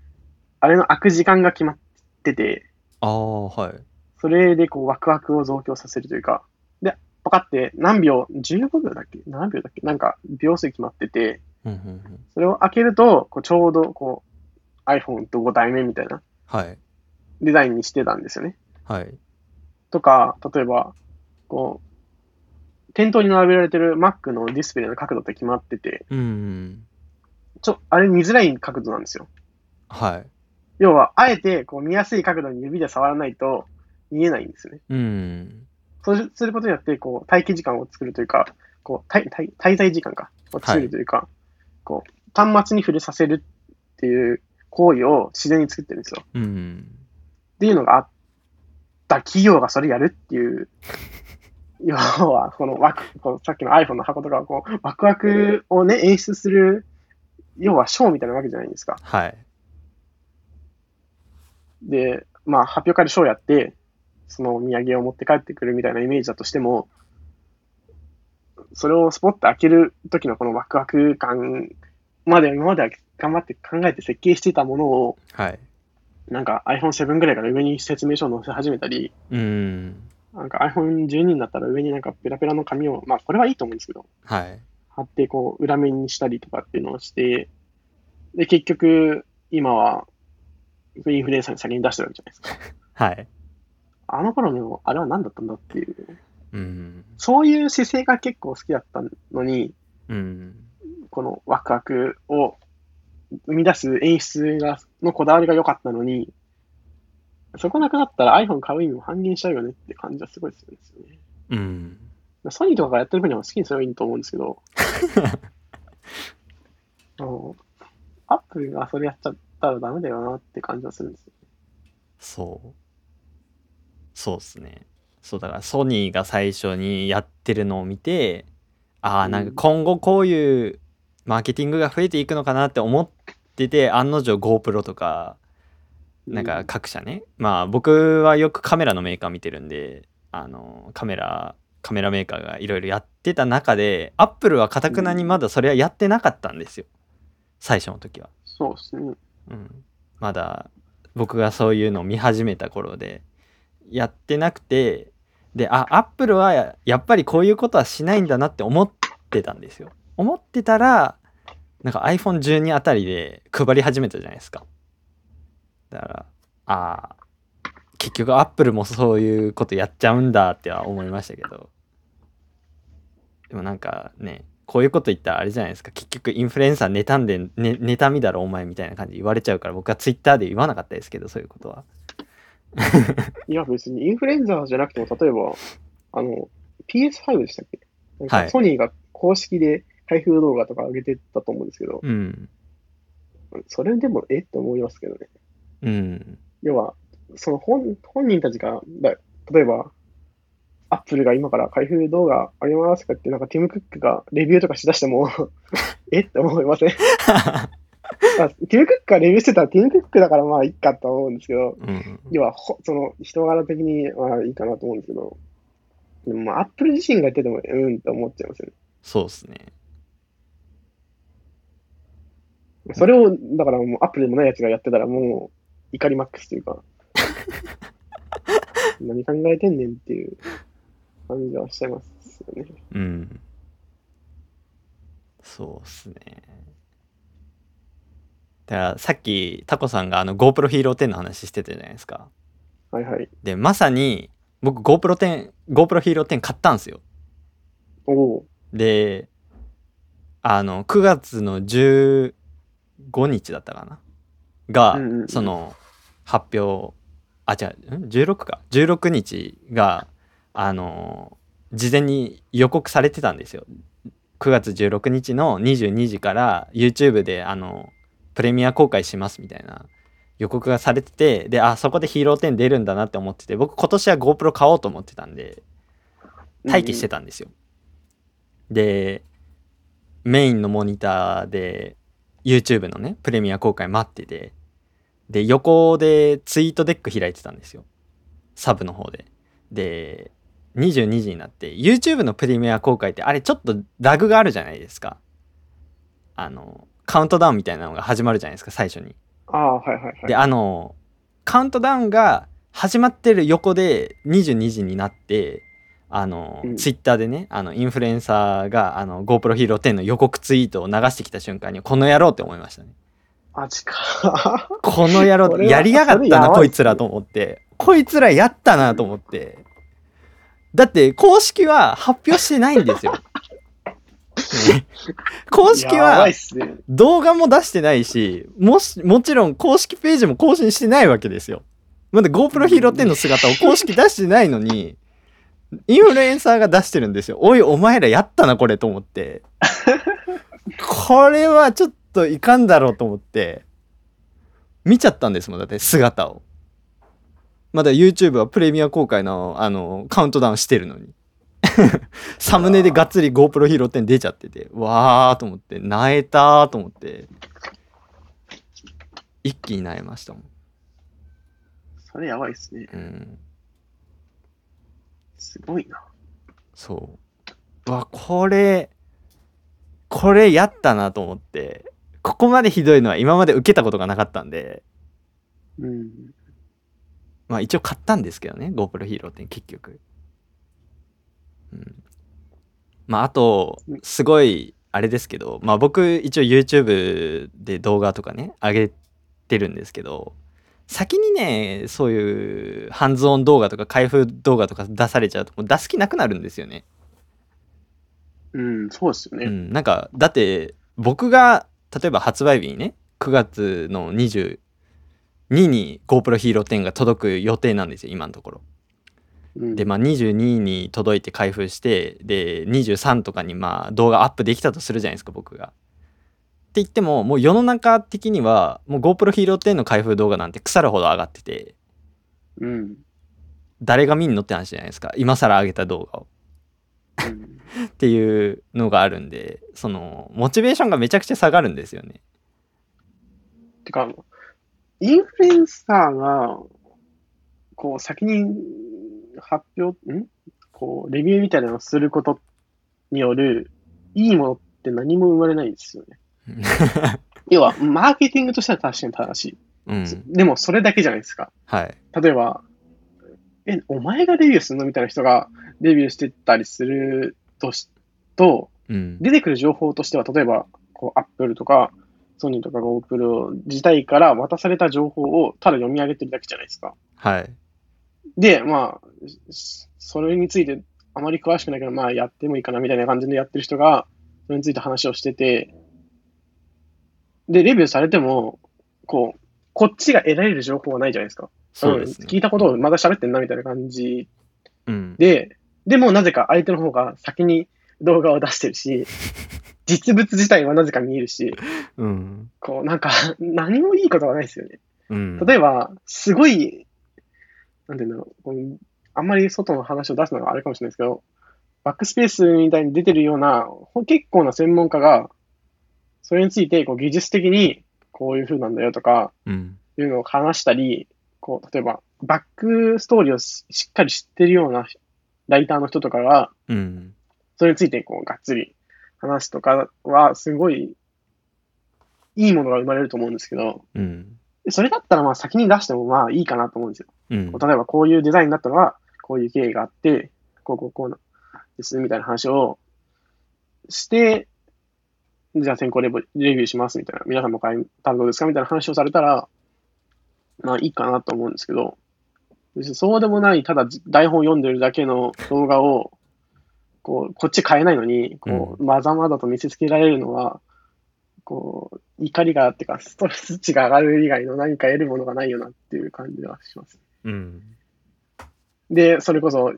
Speaker 3: あれの開く時間が決まってて、
Speaker 2: ああ、はい。
Speaker 3: それでこうワクワクを増強させるというか、で、パカって何秒、15秒だっけ何秒だっけなんか秒数決まってて、
Speaker 2: うんうんうん。
Speaker 3: それを開けると、こうちょうどこう iPhone と5代目みたいな
Speaker 2: はい。
Speaker 3: デザインにしてたんですよね。
Speaker 2: はい。
Speaker 3: とか、例えば、こう、店頭に並べられてる Mac のディスプレイの角度って決まってて、
Speaker 2: うんうん。
Speaker 3: ちょ、あれ見づらい角度なんですよ。
Speaker 2: はい。
Speaker 3: 要は、あえてこう見やすい角度に指で触らないと見えないんですよね。
Speaker 2: うん。
Speaker 3: そうすることによって、こう、待機時間を作るというか、こう、滞滞滞在時間か、を作るというか、こう、端末に触れさせるっていう行為を自然に作ってるんですよ。
Speaker 2: うん。
Speaker 3: っていうのがあった企業がそれやるっていう、要は、このワク、このさっきの iPhone の箱とかはこう、ワクワクをね、演出する、要はショーみたいなわけじゃないですか。
Speaker 2: はい。
Speaker 3: で、まあ、発表会でショーやって、そのお土産を持って帰ってくるみたいなイメージだとしても、それをスポッと開ける時のこのワクワク感まで今までは頑張って考えて設計していたものを、
Speaker 2: はい。
Speaker 3: なんか iPhone7 ぐらいから上に説明書を載せ始めたり、
Speaker 2: うん。
Speaker 3: なんか iPhone12 になったら上になんかペラペラの紙を、まあこれはいいと思うんですけど、
Speaker 2: はい。
Speaker 3: 貼ってこう裏面にしたりとかっていうのをして、で、結局今はインフルエンサーに先に出してるわけじゃないですか
Speaker 2: はい。
Speaker 3: あの頃のあれは何だったんだっていう、
Speaker 2: うん。
Speaker 3: そういう姿勢が結構好きだったのに、
Speaker 2: うん。
Speaker 3: このワクワクを生み出す演出がのこだわりが良かったのに、そこなくなったら iPhone 買う意味も半減しちゃうよねって感じはすごいするんですよね。
Speaker 2: うん。
Speaker 3: ソニーとかがやってる分には好きにすればいいと思うんです
Speaker 2: (laughs)
Speaker 3: けど、あのアップルがそれやっちゃったらダメだよなって感じはするんですよ。
Speaker 2: そう。そうっすね。そうだからソニーが最初にやってるのを見て、ああ、なんか今後こういうマーケティングが増えていくのかなって思ってて、案の定 GoPro とか、なんか各社ね、まあ僕はよくカメラのメーカー見てるんで、あの、カメラ、カメラメーカーがいろいろやってた中で、Apple はかたくなにまだそれはやってなかったんですよ。最初の時は。
Speaker 3: そうですね。
Speaker 2: うん、まだ僕がそういうのを見始めた頃でやってなくてであアップルはややっぱりこういうことはしないんだなって思ってたんですよ思ってたらなんか iPhone12 あたりで配り始めたじゃないですかだからあー結局アップルもそういうことやっちゃうんだっては思いましたけどでもなんかねこういうこと言ったらあれじゃないですか結局インフルエンサー妬んで、ね、妬みだろお前みたいな感じで言われちゃうから僕はツイッターで言わなかったですけどそういうことは。
Speaker 3: いや、別にインフルエンザじゃなくても、例えば、あの、PS5 でしたっけなん
Speaker 2: はい
Speaker 3: かソニーが公式で開封動画とか上げてたと思うんですけど、
Speaker 2: うん。
Speaker 3: それでも、えって思いますけどね。
Speaker 2: うん。
Speaker 3: 要は、その本本人たちが、だ例えば、アップルが今から開封動画あげますとかって、なんかティム・クックがレビューとかしだしても、 (laughs) えって思い
Speaker 2: (laughs)
Speaker 3: ません、まあ、ティム・クックがレビューしてたらティム・クックだからまあいいかと思うんですけど、
Speaker 2: うん。
Speaker 3: 要はほ、その人柄的にはいいかなと思うんですけど、でもまあ、アップル自身がやってても、うんって思っちゃいますよ
Speaker 2: そうですね。
Speaker 3: ね。それを、だからもう、アップルでもないやつがやってたら、もう、怒りマックスとい
Speaker 2: (laughs)
Speaker 3: うか、何考えてんねんっていう感じはしちゃいますよね。
Speaker 2: うん。そうっすね。だからさっきタコさんがあの GoPro ヒーロー10の話してたじゃないですか。
Speaker 3: はいはい。
Speaker 2: で、まさに僕 GoPro 10、GoPro ヒーロー10買ったんですよ。
Speaker 3: おお
Speaker 2: であの9月の15日だったかなが、
Speaker 3: うんうんうん
Speaker 2: その発表あ違うん16か16日があの事前に予告されてたんですよ9月16日の22時から YouTube であのプレミア公開しますみたいな予告がされててであそこでヒーロー10出るんだなって思ってて僕今年は GoPro 買おうと思ってたんで待機して
Speaker 3: た。
Speaker 2: たんですよ。でメインのモニターで YouTube のねプレミア公開待っててで横でツイートデック開いてたんですよサブの方で。で22時になって YouTube のプレミア公開ってあれちょっとラグがあるじゃないですか。あのカウントダウンみたいなのが始まるじゃないですか最初に。
Speaker 3: ああ、はいはいはい。
Speaker 2: であのカウントダウンが始まってる横で22時になってあの、
Speaker 3: うん
Speaker 2: ツイッターでねあのインフルエンサーがあの GoPro ヒーロー10の予告ツイートを流してきた瞬間にこの野郎って思いました
Speaker 3: (laughs)
Speaker 2: ね
Speaker 3: マジか。
Speaker 2: この野
Speaker 3: そ
Speaker 2: 郎
Speaker 3: れは
Speaker 2: やりやがっ
Speaker 3: それ
Speaker 2: た
Speaker 3: やば
Speaker 2: ないこい
Speaker 3: っすね
Speaker 2: つらと思ってこいつらやったなと思ってだって公式は発表してないん
Speaker 3: (laughs)
Speaker 2: ですよ、ね公式
Speaker 3: やば
Speaker 2: はい
Speaker 3: っすね。
Speaker 2: 動画も出してないしもしもちろん公式ページも更新してないわけですよまだ GoPro ヒーロー10の姿を公式出してないのにインフルエンサーが出してるんですよおいお前らやったなこれと思ってこれはちょっといかんだろうと思って見ちゃったんですもんだって姿をまだ YouTube はプレミア公開のあのカウントダウンしてるのにサムネでがっつり GoPro ヒーロー10出ちゃっててわーと思って泣えたーと思って一気に泣えましたもん、
Speaker 3: それやばいっすね。
Speaker 2: うん、
Speaker 3: すごいな。
Speaker 2: そううわこれこれやったなと思ってここまでひどいのは今まで受けたことがなかったんで
Speaker 3: うん。
Speaker 2: まあ一応買ったんですけどね GoPro ヒーローって結局。うん、まああと
Speaker 3: うん
Speaker 2: すごいあれですけどまあ僕一応 YouTube で動画とかね上げてるんですけど先にねそういうハンズオン動画とか開封動画とか出されちゃうともう出す気なくなるんですよね。
Speaker 3: うん、そうですよ
Speaker 2: う
Speaker 3: ね。
Speaker 2: ん、なんかだって僕が例えば発売日にね9月の22に GoPro ヒーロー10が届く予定なんですよ今のところ。
Speaker 3: うん。
Speaker 2: で、まあ、22に届いて開封してで23とかにまあ動画アップできたとするじゃないですか僕が。って言ってももう世の中的にはもう GoPro ヒーロー10の開封動画なんて腐るほど上がってて
Speaker 3: うん。
Speaker 2: 誰が見んのって話じゃないですか今更上げた動画を。
Speaker 3: うん
Speaker 2: っていうのがあるんで、その、モチベーションがめちゃくちゃ下がるんですよね。
Speaker 3: てか、あのインフルエンサーが、こう、先に発表、んこう、レビューみたいなのをすることによる、いいものって何も生まれないですよ
Speaker 2: (laughs)
Speaker 3: ね。要は、マーケティングとしては確かに正し
Speaker 2: う
Speaker 3: い。
Speaker 2: ん。
Speaker 3: でも、それだけじゃないですか。
Speaker 2: はい。
Speaker 3: 例えば、え、お前がレビューするのみたいな人がレビューしてたりするとし、と、
Speaker 2: うん。
Speaker 3: 出てくる情報としては、例えば、こう、アップルとか、ソニーとか GoPro 自体から渡された情報をただ読み上げてるだけじゃないですか。
Speaker 2: はい。
Speaker 3: で、まあ、しそれについてあまり詳しくないけど、まあ、やってもいいかなみたいな感じでやってる人が、それについて話をしてて、で、レビューされても、こう、こっちが得られる情報はないじゃないですか。
Speaker 2: そうです
Speaker 3: ん
Speaker 2: ね。
Speaker 3: 聞いたことをまた喋ってんなみたいな感じ
Speaker 2: うん。
Speaker 3: で、でもなぜか相手の方が先に動画を出してるし、実物自体はなぜか見えるし、
Speaker 2: うん。
Speaker 3: こうなんか何もいいことがないですよね。
Speaker 2: うん。
Speaker 3: 例えば、すごい、なんていうんだろうこう、あんまり外の話を出すのがあれかもしれないですけど、バックスペースみたいに出てるような、ほん結構な専門家が、それについてこう技術的にこういう風なんだよとか、
Speaker 2: うん。
Speaker 3: いうのを話したり、こう、例えば、バックストーリーをししっかり知ってるようなライターの人とかが、
Speaker 2: うん。
Speaker 3: それについて、こう、がっつり話すとかは、すごい、いいものが生まれると思うんですけど、
Speaker 2: うん。
Speaker 3: それだったら、まあ、先に出しても、まあ、いいかなと思うんですよ。
Speaker 2: うん
Speaker 3: こう例えば、こういうデザインだったのは、こういう経緯があって、こう、こう、こうなんです、みたいな話をして、じゃあ先行レビューレビューしますみたいな、皆さんも買い担当ですかみたいな話をされたら、まあいいかなと思うんですけど、別にそうでもない、ただじ台本読んでるだけの動画を、こう、こっち買えないのに、こう、まざまざと見せつけられるのは、こう、怒りが、ってか、ストレス値が上がる以外の何か得るものがないよなっていう感じはします。
Speaker 2: うん。
Speaker 3: で、それこそ、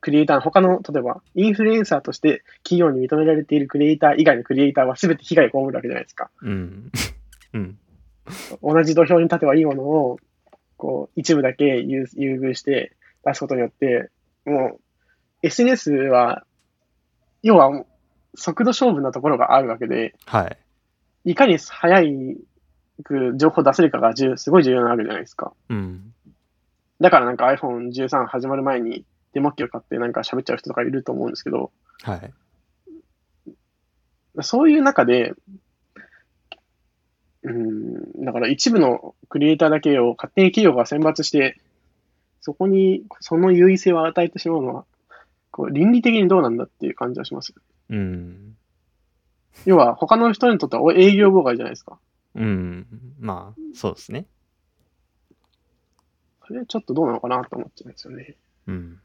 Speaker 3: クリエイターの、他の、例えば、インフルエンサーとして企業に認められているクリエイター以外のクリエイターは全て被害を被るわけじゃないですか。
Speaker 2: うん。うん。 (laughs)
Speaker 3: 同じ土俵に立てばいいものを、こう、一部だけ優優遇して出すことによって、もう、SNS は、要は、速度勝負なところがあるわけで、
Speaker 2: はい。
Speaker 3: いかに早いく情報を出せるかが重すごい重要なわけじゃないですか。
Speaker 2: うん。
Speaker 3: だからなんか iPhone13 始まる前にデモ機を買ってなんか喋っちゃう人とかいると思うんですけど、
Speaker 2: はい。
Speaker 3: そういう中で、うん、だから一部のクリエイターだけを勝手に企業が選抜して、そこにその優位性を与えてしまうのは、こう倫理的にどうなんだっていう感じはします。
Speaker 2: うん。
Speaker 3: 要は他の人にとっては営業妨害じゃないですか。
Speaker 2: うん。まあ、そうですね。
Speaker 3: それちょっとどうなのかなと思っちゃうんですよね。
Speaker 2: うん。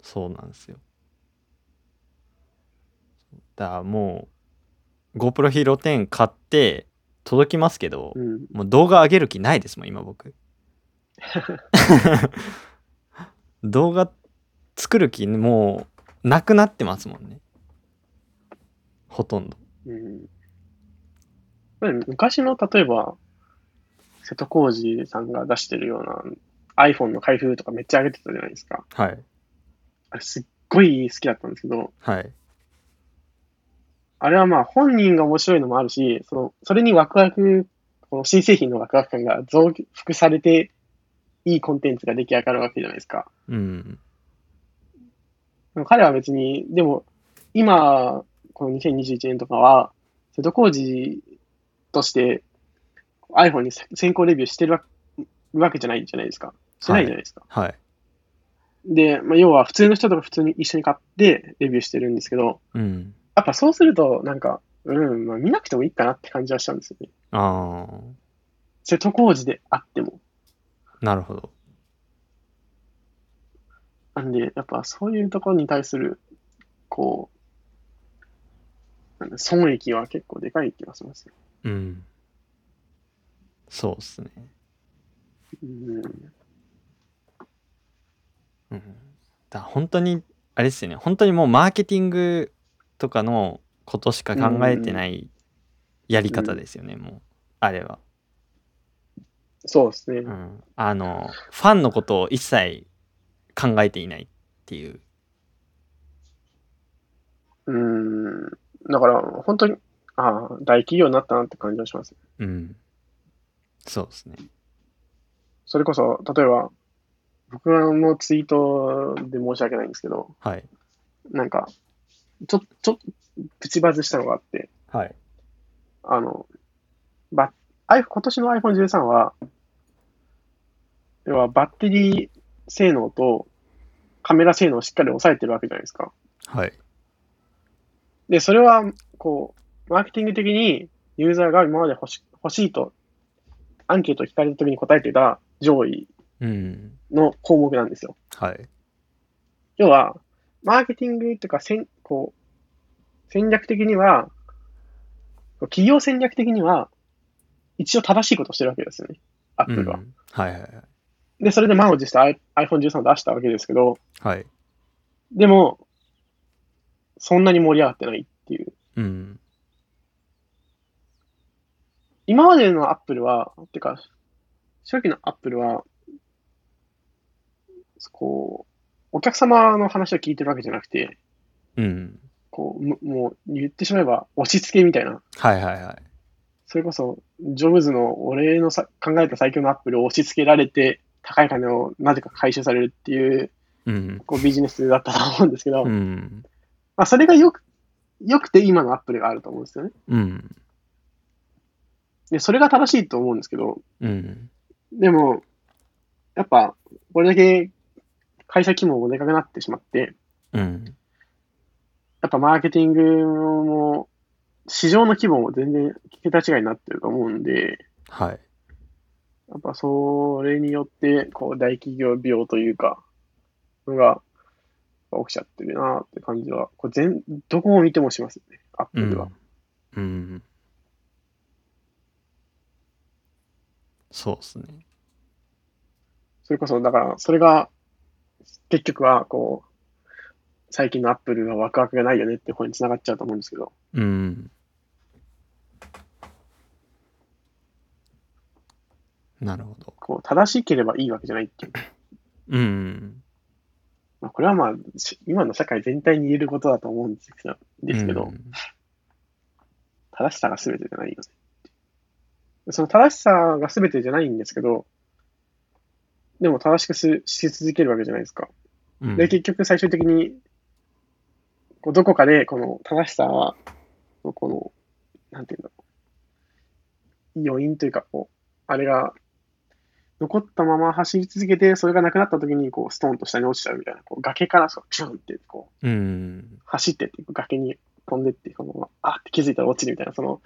Speaker 2: そうなんですよ。だからもう、GoPro Hero 10買って届きますけど、
Speaker 3: うん。
Speaker 2: もう動画上げる気ないですもん、今僕。動画作る気もうなくなってますもんね。ほとんど。
Speaker 3: うん、まあ昔の例えば、瀬戸康史さんが出してるような iPhone の開封とかめっちゃ上げてたじゃないですか。
Speaker 2: はい。
Speaker 3: あれすっごい好きだったんですけど、
Speaker 2: はい。
Speaker 3: あれはまあ本人が面白いのもあるし、そのそれにワクワク、この新製品のワクワク感が増幅されて、いいコンテンツが出来上がるわけじゃないですか。
Speaker 2: うん。
Speaker 3: でも彼は別に、でも今、この2021年とかは、瀬戸康史として iPhone に先行レビューしてるわわけじゃないじゃないですか。してないじゃないですか。
Speaker 2: はい。
Speaker 3: で、まあ、要は普通の人とか普通に一緒に買ってレビューしてるんですけど、
Speaker 2: うん。
Speaker 3: やっぱそうすると、なんか、うん、まあ、見なくてもいいかなって感じはしたんですよね。
Speaker 2: ああ。
Speaker 3: 瀬戸康史であっても。
Speaker 2: なるほど。
Speaker 3: なんで、やっぱそういうところに対する、こう、なんだ損益は結構でかい気がしますね。
Speaker 2: うん。そうですね。
Speaker 3: うん。
Speaker 2: うん、だから本当にあれですよね本当にもうマーケティングとかのことしか考えてないやり方ですよね、もうあれは、
Speaker 3: そうですね
Speaker 2: う。ん、あのファンのことを一切考えていないっていう
Speaker 3: うん。だから、本当に、ああ、大企業になったなって感じがします。
Speaker 2: うん。そうですね。
Speaker 3: それこそ、例えば、僕のツイートで申し訳ないんですけど、
Speaker 2: はい。
Speaker 3: なんか、ちょ、ちょっと、プチバズしたのがあって、
Speaker 2: はい。
Speaker 3: あの、ば、アイ今年の iPhone13 は、要はバッテリー性能とカメラ性能をしっかり抑えてるわけじゃないですか。
Speaker 2: はい。
Speaker 3: で、それは、こう、マーケティング的にユーザーが今まで欲し欲しいと、アンケートを聞かれた時に答えてた上位
Speaker 2: うん。
Speaker 3: の項目なんですよ。
Speaker 2: はい。
Speaker 3: 要は、マーケティングというか戦、こう、戦略的には、企業戦略的には、一応正しいことをしてるわけですよね。アップルは。
Speaker 2: うんはいはいはい。
Speaker 3: で、それで満を持して i- iPhone13 を出したわけですけど、
Speaker 2: はい。
Speaker 3: でも、そんなに盛り上がってないっていう。
Speaker 2: うん。
Speaker 3: 今までのアップルは、てか、初期のアップルは、こう、お客様の話を聞いてるわけじゃなくて、
Speaker 2: うん。
Speaker 3: こう、むもう言ってしまえば押し付けみたいな
Speaker 2: はいはいはい。
Speaker 3: それこそ、ジョブズの俺のさ考えた最強のアップルを押し付けられて、高い金をなぜか回収されるっていう
Speaker 2: うん。
Speaker 3: こうビジネスだったと思うんですけど、
Speaker 2: う
Speaker 3: ま
Speaker 2: ん。
Speaker 3: あ、それがよく、よくて今のアップルがあると思うんですよね。
Speaker 2: うん。
Speaker 3: で、それが正しいと思うんですけど、
Speaker 2: うん。
Speaker 3: でも、やっぱ、これだけ会社規模もでかくなってしまって、
Speaker 2: うん。
Speaker 3: やっぱマーケティングも、市場の規模も全然桁違いになってると思うんで、
Speaker 2: はい。
Speaker 3: やっぱそれによって、こう、大企業病というか、のが起きちゃってるなって感じは、これ全、どこを見てもしますよね、アップルは。
Speaker 2: うん。うん。そうですね。
Speaker 3: それこそ、だから、それが、結局は、こう、最近のアップルはワクワクがないよねって方に繋がっちゃうと思うんですけど、
Speaker 2: うん。なるほど。
Speaker 3: こう、正しければいいわけじゃないっていう。
Speaker 2: うん。
Speaker 3: まあ、これはまあ、し今の社会全体に言えることだと思うんですけど、ですけど、
Speaker 2: うん
Speaker 3: 正しさが全てじゃないよね。その正しさが全てじゃないんですけど、でも正しくすし続けるわけじゃないですか。
Speaker 2: うん
Speaker 3: で、結局最終的に、こうどこかでこの正しさは、この、なんていうんだろう。余韻というか、こう、あれが、残ったまま走り続けて、それがなくなった時に、こう、ストーンと下に落ちちゃうみたいな、こう、崖からそう、ピュンって、こう、
Speaker 2: うん。
Speaker 3: 走ってって崖に飛んでってこのあって気づいたら落ちるみたいなその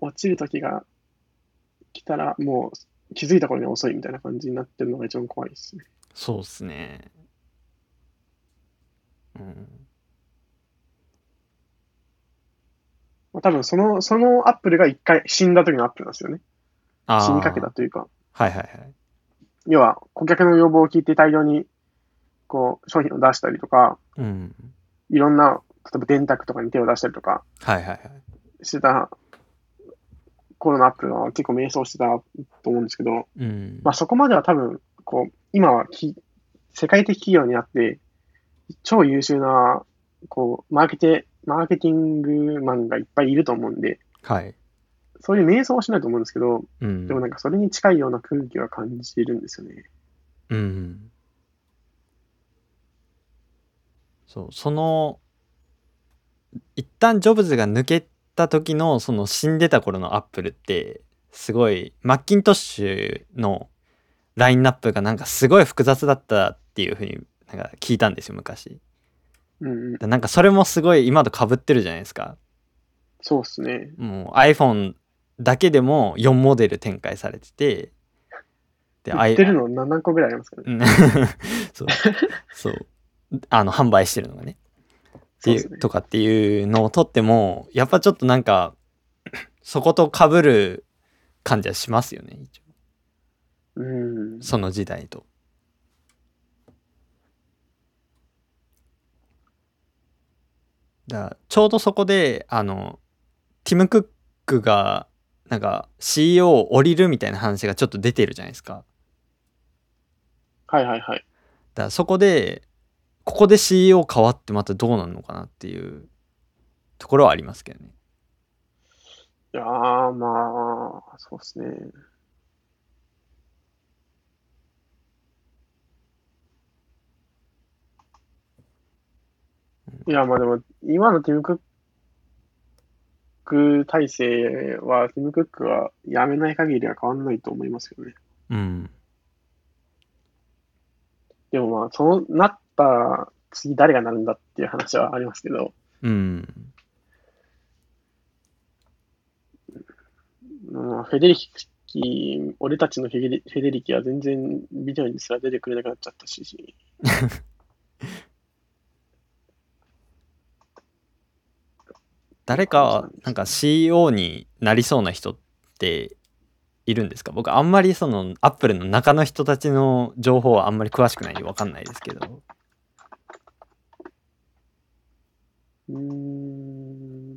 Speaker 3: 落ちる時が来たらもう気づいた頃には遅いみたいな感じになってるのが一番怖いですね。
Speaker 2: そうっすね。うん。
Speaker 3: まあ、多分そのそのアップルが一回死んだ時のアップルなんですよね。
Speaker 2: あー
Speaker 3: 死にかけた。というか
Speaker 2: はいはいはい。
Speaker 3: 要は顧客の要望を聞いて大量にこう商品を出したりとか
Speaker 2: うん。
Speaker 3: いろんな例えば電卓とかに手を出したりとか
Speaker 2: はいはいはい。
Speaker 3: してた頃のアップルは結構迷走してたと思うんですけど、
Speaker 2: うん。
Speaker 3: まあ、そこまでは多分、こう、今はき世界的企業になって、超優秀な、こう、マーケテ、マーケティングマンがいっぱいいると思うんで、
Speaker 2: はい。
Speaker 3: そういう瞑想はしないと思うんですけど、
Speaker 2: うん。
Speaker 3: でもなんかそれに近いような空気は感じるんですよね。
Speaker 2: うん。そう、その、一旦ジョブズが抜けた時の、その死んでた頃のアップルって、すごい、マッキントッシュのラインナップがなんかすごい複雑だったっていうふうになんか聞いたんですよ、昔。
Speaker 3: うんうん、
Speaker 2: でなんかそれもすごい今と被ってるじゃないですか。
Speaker 3: そうっすね。
Speaker 2: もう iPhone だけでも4モデル展開されてて、で、
Speaker 3: 売ってるの何個ぐらいありますかね。
Speaker 2: うん (laughs) そう。そう。あの、販売してるのがね。って
Speaker 3: そう
Speaker 2: い
Speaker 3: っ
Speaker 2: う
Speaker 3: すね。
Speaker 2: とかっていうのを取っても、やっぱちょっとなんか、そこと被る感じはしますよね、一応
Speaker 3: うん。
Speaker 2: その時代と。だからちょうどそこで、あの、ティム・クックが、なんか CEO を降りるみたいな話がちょっと出てるじゃないですか。
Speaker 3: はいはいはい。
Speaker 2: だからそこでここで CEO 変わってまたどうなるのかなっていうところはありますけどね。
Speaker 3: いやー、まあ、そうですね。いや、まあでも、今のティム・クック体制は、ティム・クックはやめない限りは変わんないと思いますけどね。
Speaker 2: うん。
Speaker 3: でもまあ、その、なった次誰がなるんだっていう話はありますけど、
Speaker 2: うん。
Speaker 3: まあフェデリキ、俺たちのフェデリフェデリキは全然ビデオにすら出てくれなくなっちゃったし、
Speaker 2: 誰か、なんか CEO になりそうな人っているんですか僕、あんまりその、アップルの中の人たちの情報はあんまり詳しくないんでわかんないですけど。
Speaker 3: うーん。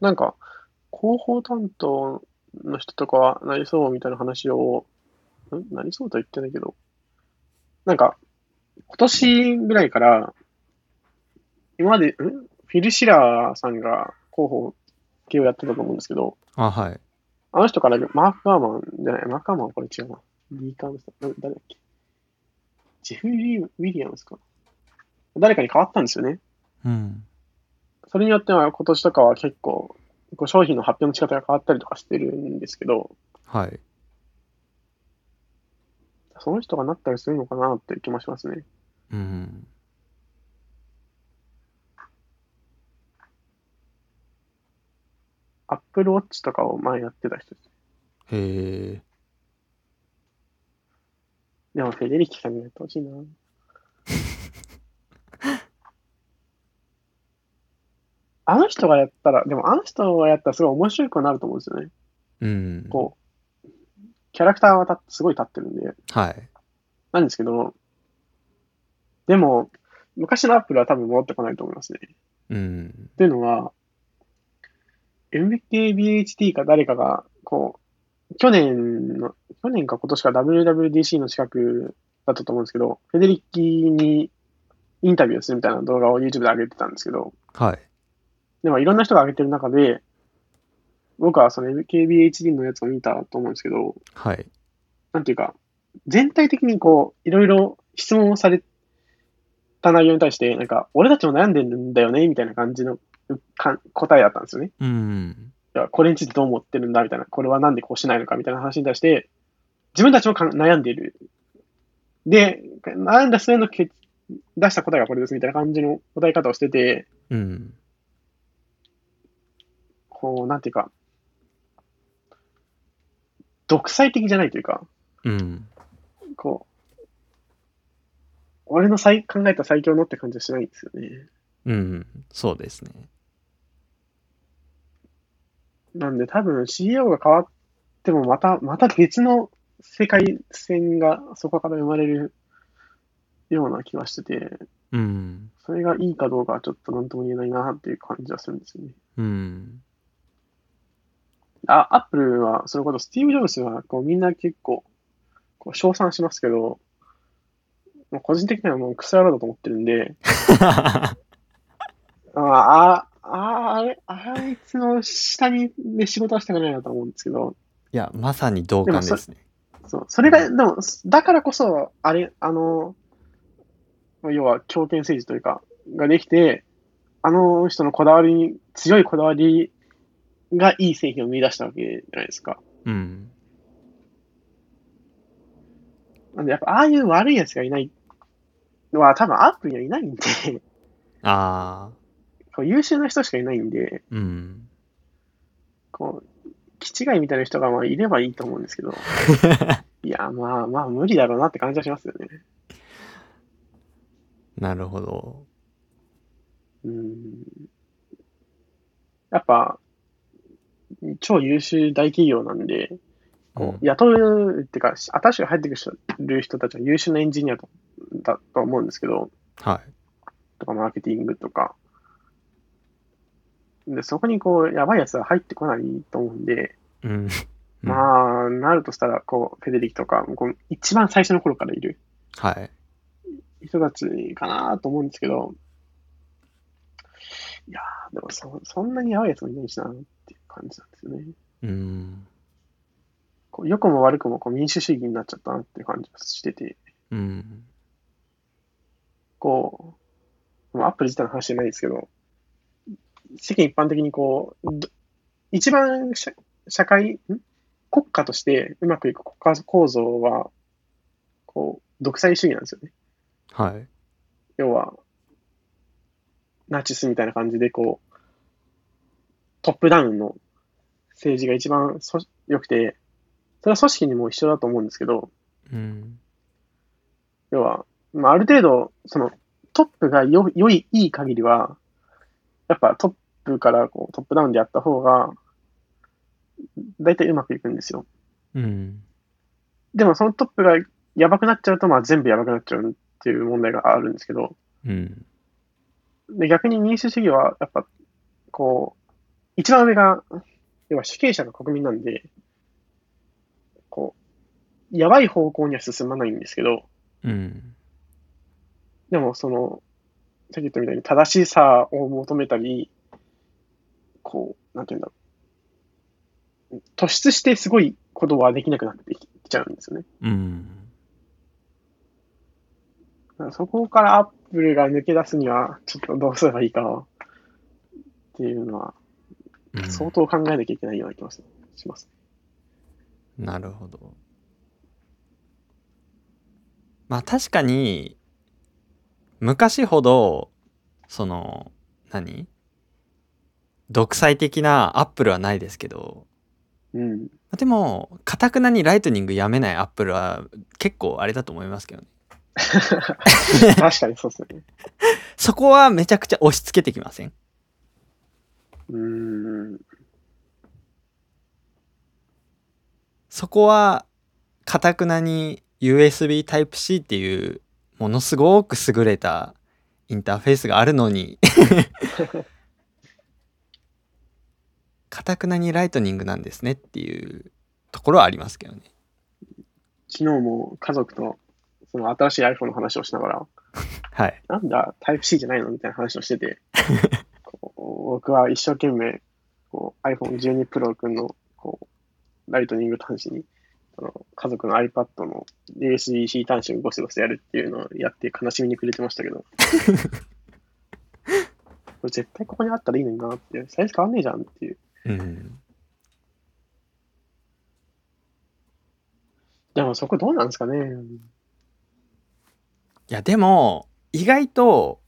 Speaker 3: なんか、広報担当の人とかはなりそうみたいな話を、んなりそうとは言ってないけど、なんか、今年ぐらいから、今まで、んフィル・シラーさんが広報系をやってたと思うんですけど、
Speaker 2: あ、はい。
Speaker 3: あの人からマーク・ガーマンじゃない、マーク・ガーマンはこれ違うな。リー・カームスだ、誰だっけジェフリー・ウィリアムスか。誰かに変わったんですよね。
Speaker 2: うん。
Speaker 3: それによっては今年とかは結構、こう商品の発表の仕方が変わったりとかしてるんですけど、
Speaker 2: はい。
Speaker 3: その人がなったりするのかなっていう気もしますね。
Speaker 2: うん。
Speaker 3: Apple Watch とかを前やってた人です。
Speaker 2: へえ。
Speaker 3: でもフェデリキさんにやってほしいな。 (laughs) あの人がやったら、でもあの人がやったらすごい面白くなると思うんですよね。
Speaker 2: うん。
Speaker 3: こう、キャラクターはたすごい立ってるんで、
Speaker 2: はい。
Speaker 3: なんですけど、でも、昔のアップルは多分戻ってこないと思いますね。
Speaker 2: うん。
Speaker 3: っていうのは、MKBHD か誰かが、こう、去年の、去年か今年か WWDC の資格だったと思うんですけど、フェデリッキにインタビューするみたいな動画を YouTube で上げてたんですけど、
Speaker 2: はい。
Speaker 3: でもいろんな人が上げてる中で、僕はその MKBHD のやつを見たと思うんですけど、
Speaker 2: はい。
Speaker 3: なんていうか、全体的にこう、いろいろ質問をされた内容に対して、なんか、俺たちも悩んでるんだよね、みたいな感じのかん答えだったんですよね。
Speaker 2: うん。
Speaker 3: いやこれについてどう思ってるんだみたいな、これはなんでこうしないのかみたいな話に対して、自分たちもかん悩んでいる。で、悩んだ末のけ出した答えがこれですみたいな感じの答え方をしてて、
Speaker 2: うん。
Speaker 3: こう、なんていうか、独裁的じゃないというか、
Speaker 2: うん。
Speaker 3: こう、俺の最考えた最強のって感じはしないんですよね。
Speaker 2: うん。そうですね。
Speaker 3: なんで多分 CEO が変わってもまた、また別の世界線がそこから生まれるような気がしてて、
Speaker 2: うん。
Speaker 3: それがいいかどうかはちょっと何とも言えないなっていう感じはするんですよね。
Speaker 2: うん。
Speaker 3: あ、アップルは、それこそスティーブ・ジョブズはこうみんな結構こう称賛しますけど、もう個人的にはもうクソ野郎だと思ってるんで、ああ、ああれ、あいつの下に、ね、仕事はしたくないなと思うんですけど、
Speaker 2: (laughs) いや、まさに同感ですね。
Speaker 3: そう、それが、でも、だからこそ、あれ、あの、まあ要は強権政治というか、ができて、あの人のこだわりに、強いこだわりがいい製品を見出したわけじゃないですか。
Speaker 2: うん。
Speaker 3: なんで、やっぱ、ああいう悪いやつがいないのは、多分アップルにはいないんで、 (laughs)
Speaker 2: ああ。
Speaker 3: こう優秀な人しかいないんで、
Speaker 2: うん。
Speaker 3: こう、気違いみたいな人がまあいればいいと思うんですけど、いや、まあまあ無理だろうなって感じはしますよね。
Speaker 2: なるほど。
Speaker 3: うんやっぱ、超優秀大企業なんで、こう雇うっていうか、新しく入ってくる人たちは優秀なエンジニアとだと思うんですけど、
Speaker 2: はい。
Speaker 3: とかマーケティングとか。で、そこにこう、やばいやつは入ってこないと思うんで、
Speaker 2: うん。うん
Speaker 3: まあ、なるとしたら、こう、フェデリックとか、こう一番最初の頃からいる
Speaker 2: はい。
Speaker 3: 人たちかなと思うんですけど、いやー、でもそそんなにやばいやつもいないしなっていう感じなんですよね。
Speaker 2: うん。
Speaker 3: こう良くも悪くもこう民主主義になっちゃったなっていう感じがしてて、
Speaker 2: うん。
Speaker 3: こう、まあ、アップル自体の話じゃないですけど、世間一般的にこう、ど一番社社会、ん国家としてうまくいく国家構造は、こう、独裁主義なんですよね。
Speaker 2: はい。
Speaker 3: 要は、ナチスみたいな感じで、こう、トップダウンの政治が一番そ良くて、それは組織にも一緒だと思うんですけど、
Speaker 2: うん。
Speaker 3: 要は、まあ、ある程度、その、トップがよ、良い、いい限りは、やっぱトップからこうトップダウンでやった方が、大体うまくいくんですよ。
Speaker 2: うん。
Speaker 3: でもそのトップがやばくなっちゃうと、まあ全部やばくなっちゃうっていう問題があるんですけど、
Speaker 2: うん。
Speaker 3: で逆に民主主義は、やっぱ、こう、一番上が、要は主権者が国民なんで、こう、やばい方向には進まないんですけど、
Speaker 2: うん。
Speaker 3: でも、その、さっき言ったみたいに正しさを求めたり、こう、なんていうんだろう。突出してすごいことはできなくなってきちゃうんですよね。
Speaker 2: うん。
Speaker 3: だからそこからアップルが抜け出すには、ちょっとどうすればいいかっていうのは、
Speaker 2: うん
Speaker 3: 相当考えなきゃいけないような気がします。
Speaker 2: なるほど。まあ確かに昔ほどその何独裁的なアップルはないですけど (laughs)
Speaker 3: うん。
Speaker 2: まあでもかたくなにライトニングやめないアップルは結構あれだと思いますけどね
Speaker 3: 確かにそうですね。
Speaker 2: そこはめちゃくちゃ押し付けてきません
Speaker 3: うーん。
Speaker 2: そこはかたくなに USB Type-C っていうものすごく優れたインターフェースがあるのに (laughs) かたくなにライトニングなんですねっていうところはありますけどね。
Speaker 3: 昨日も家族と、その新しい iPhone の話をしながら、
Speaker 2: はい。
Speaker 3: なんだ、タイプ C じゃないのみたいな話をし
Speaker 2: (laughs)
Speaker 3: てて、こう僕は一生懸命こう iPhone12 Pro 君のこうライトニング端子にあの家族の iPad の USB-C 端子をゴスゴスやるっていうのをやって悲しみに暮れてました
Speaker 2: (laughs)
Speaker 3: けど、これ絶対ここにあったらいいのになって、サイズ変わんねえじゃんっていう。
Speaker 2: うん。
Speaker 3: でもそこどうなんですかね。
Speaker 2: いやでも意外と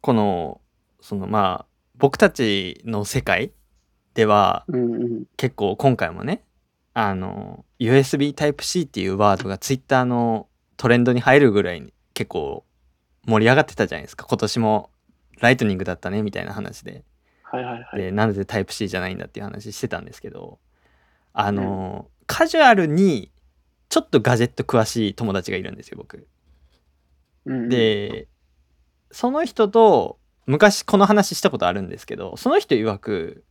Speaker 2: このそのまあ僕たちの世界では
Speaker 3: うんうん。
Speaker 2: 結構今回もねあの USB Type-C っていうワードが Twitter のトレンドに入るぐらいに結構盛り上がってたじゃないですか今年もライトニングだったねみたいな話で,、
Speaker 3: はいはいはい。
Speaker 2: でなんで Type-C じゃないんだっていう話してたんですけどあの、カジュアルにちょっとガジェット詳しい友達がいるんですよ僕。
Speaker 3: うんうん、
Speaker 2: でその人と昔この話したことあるんですけどその人曰く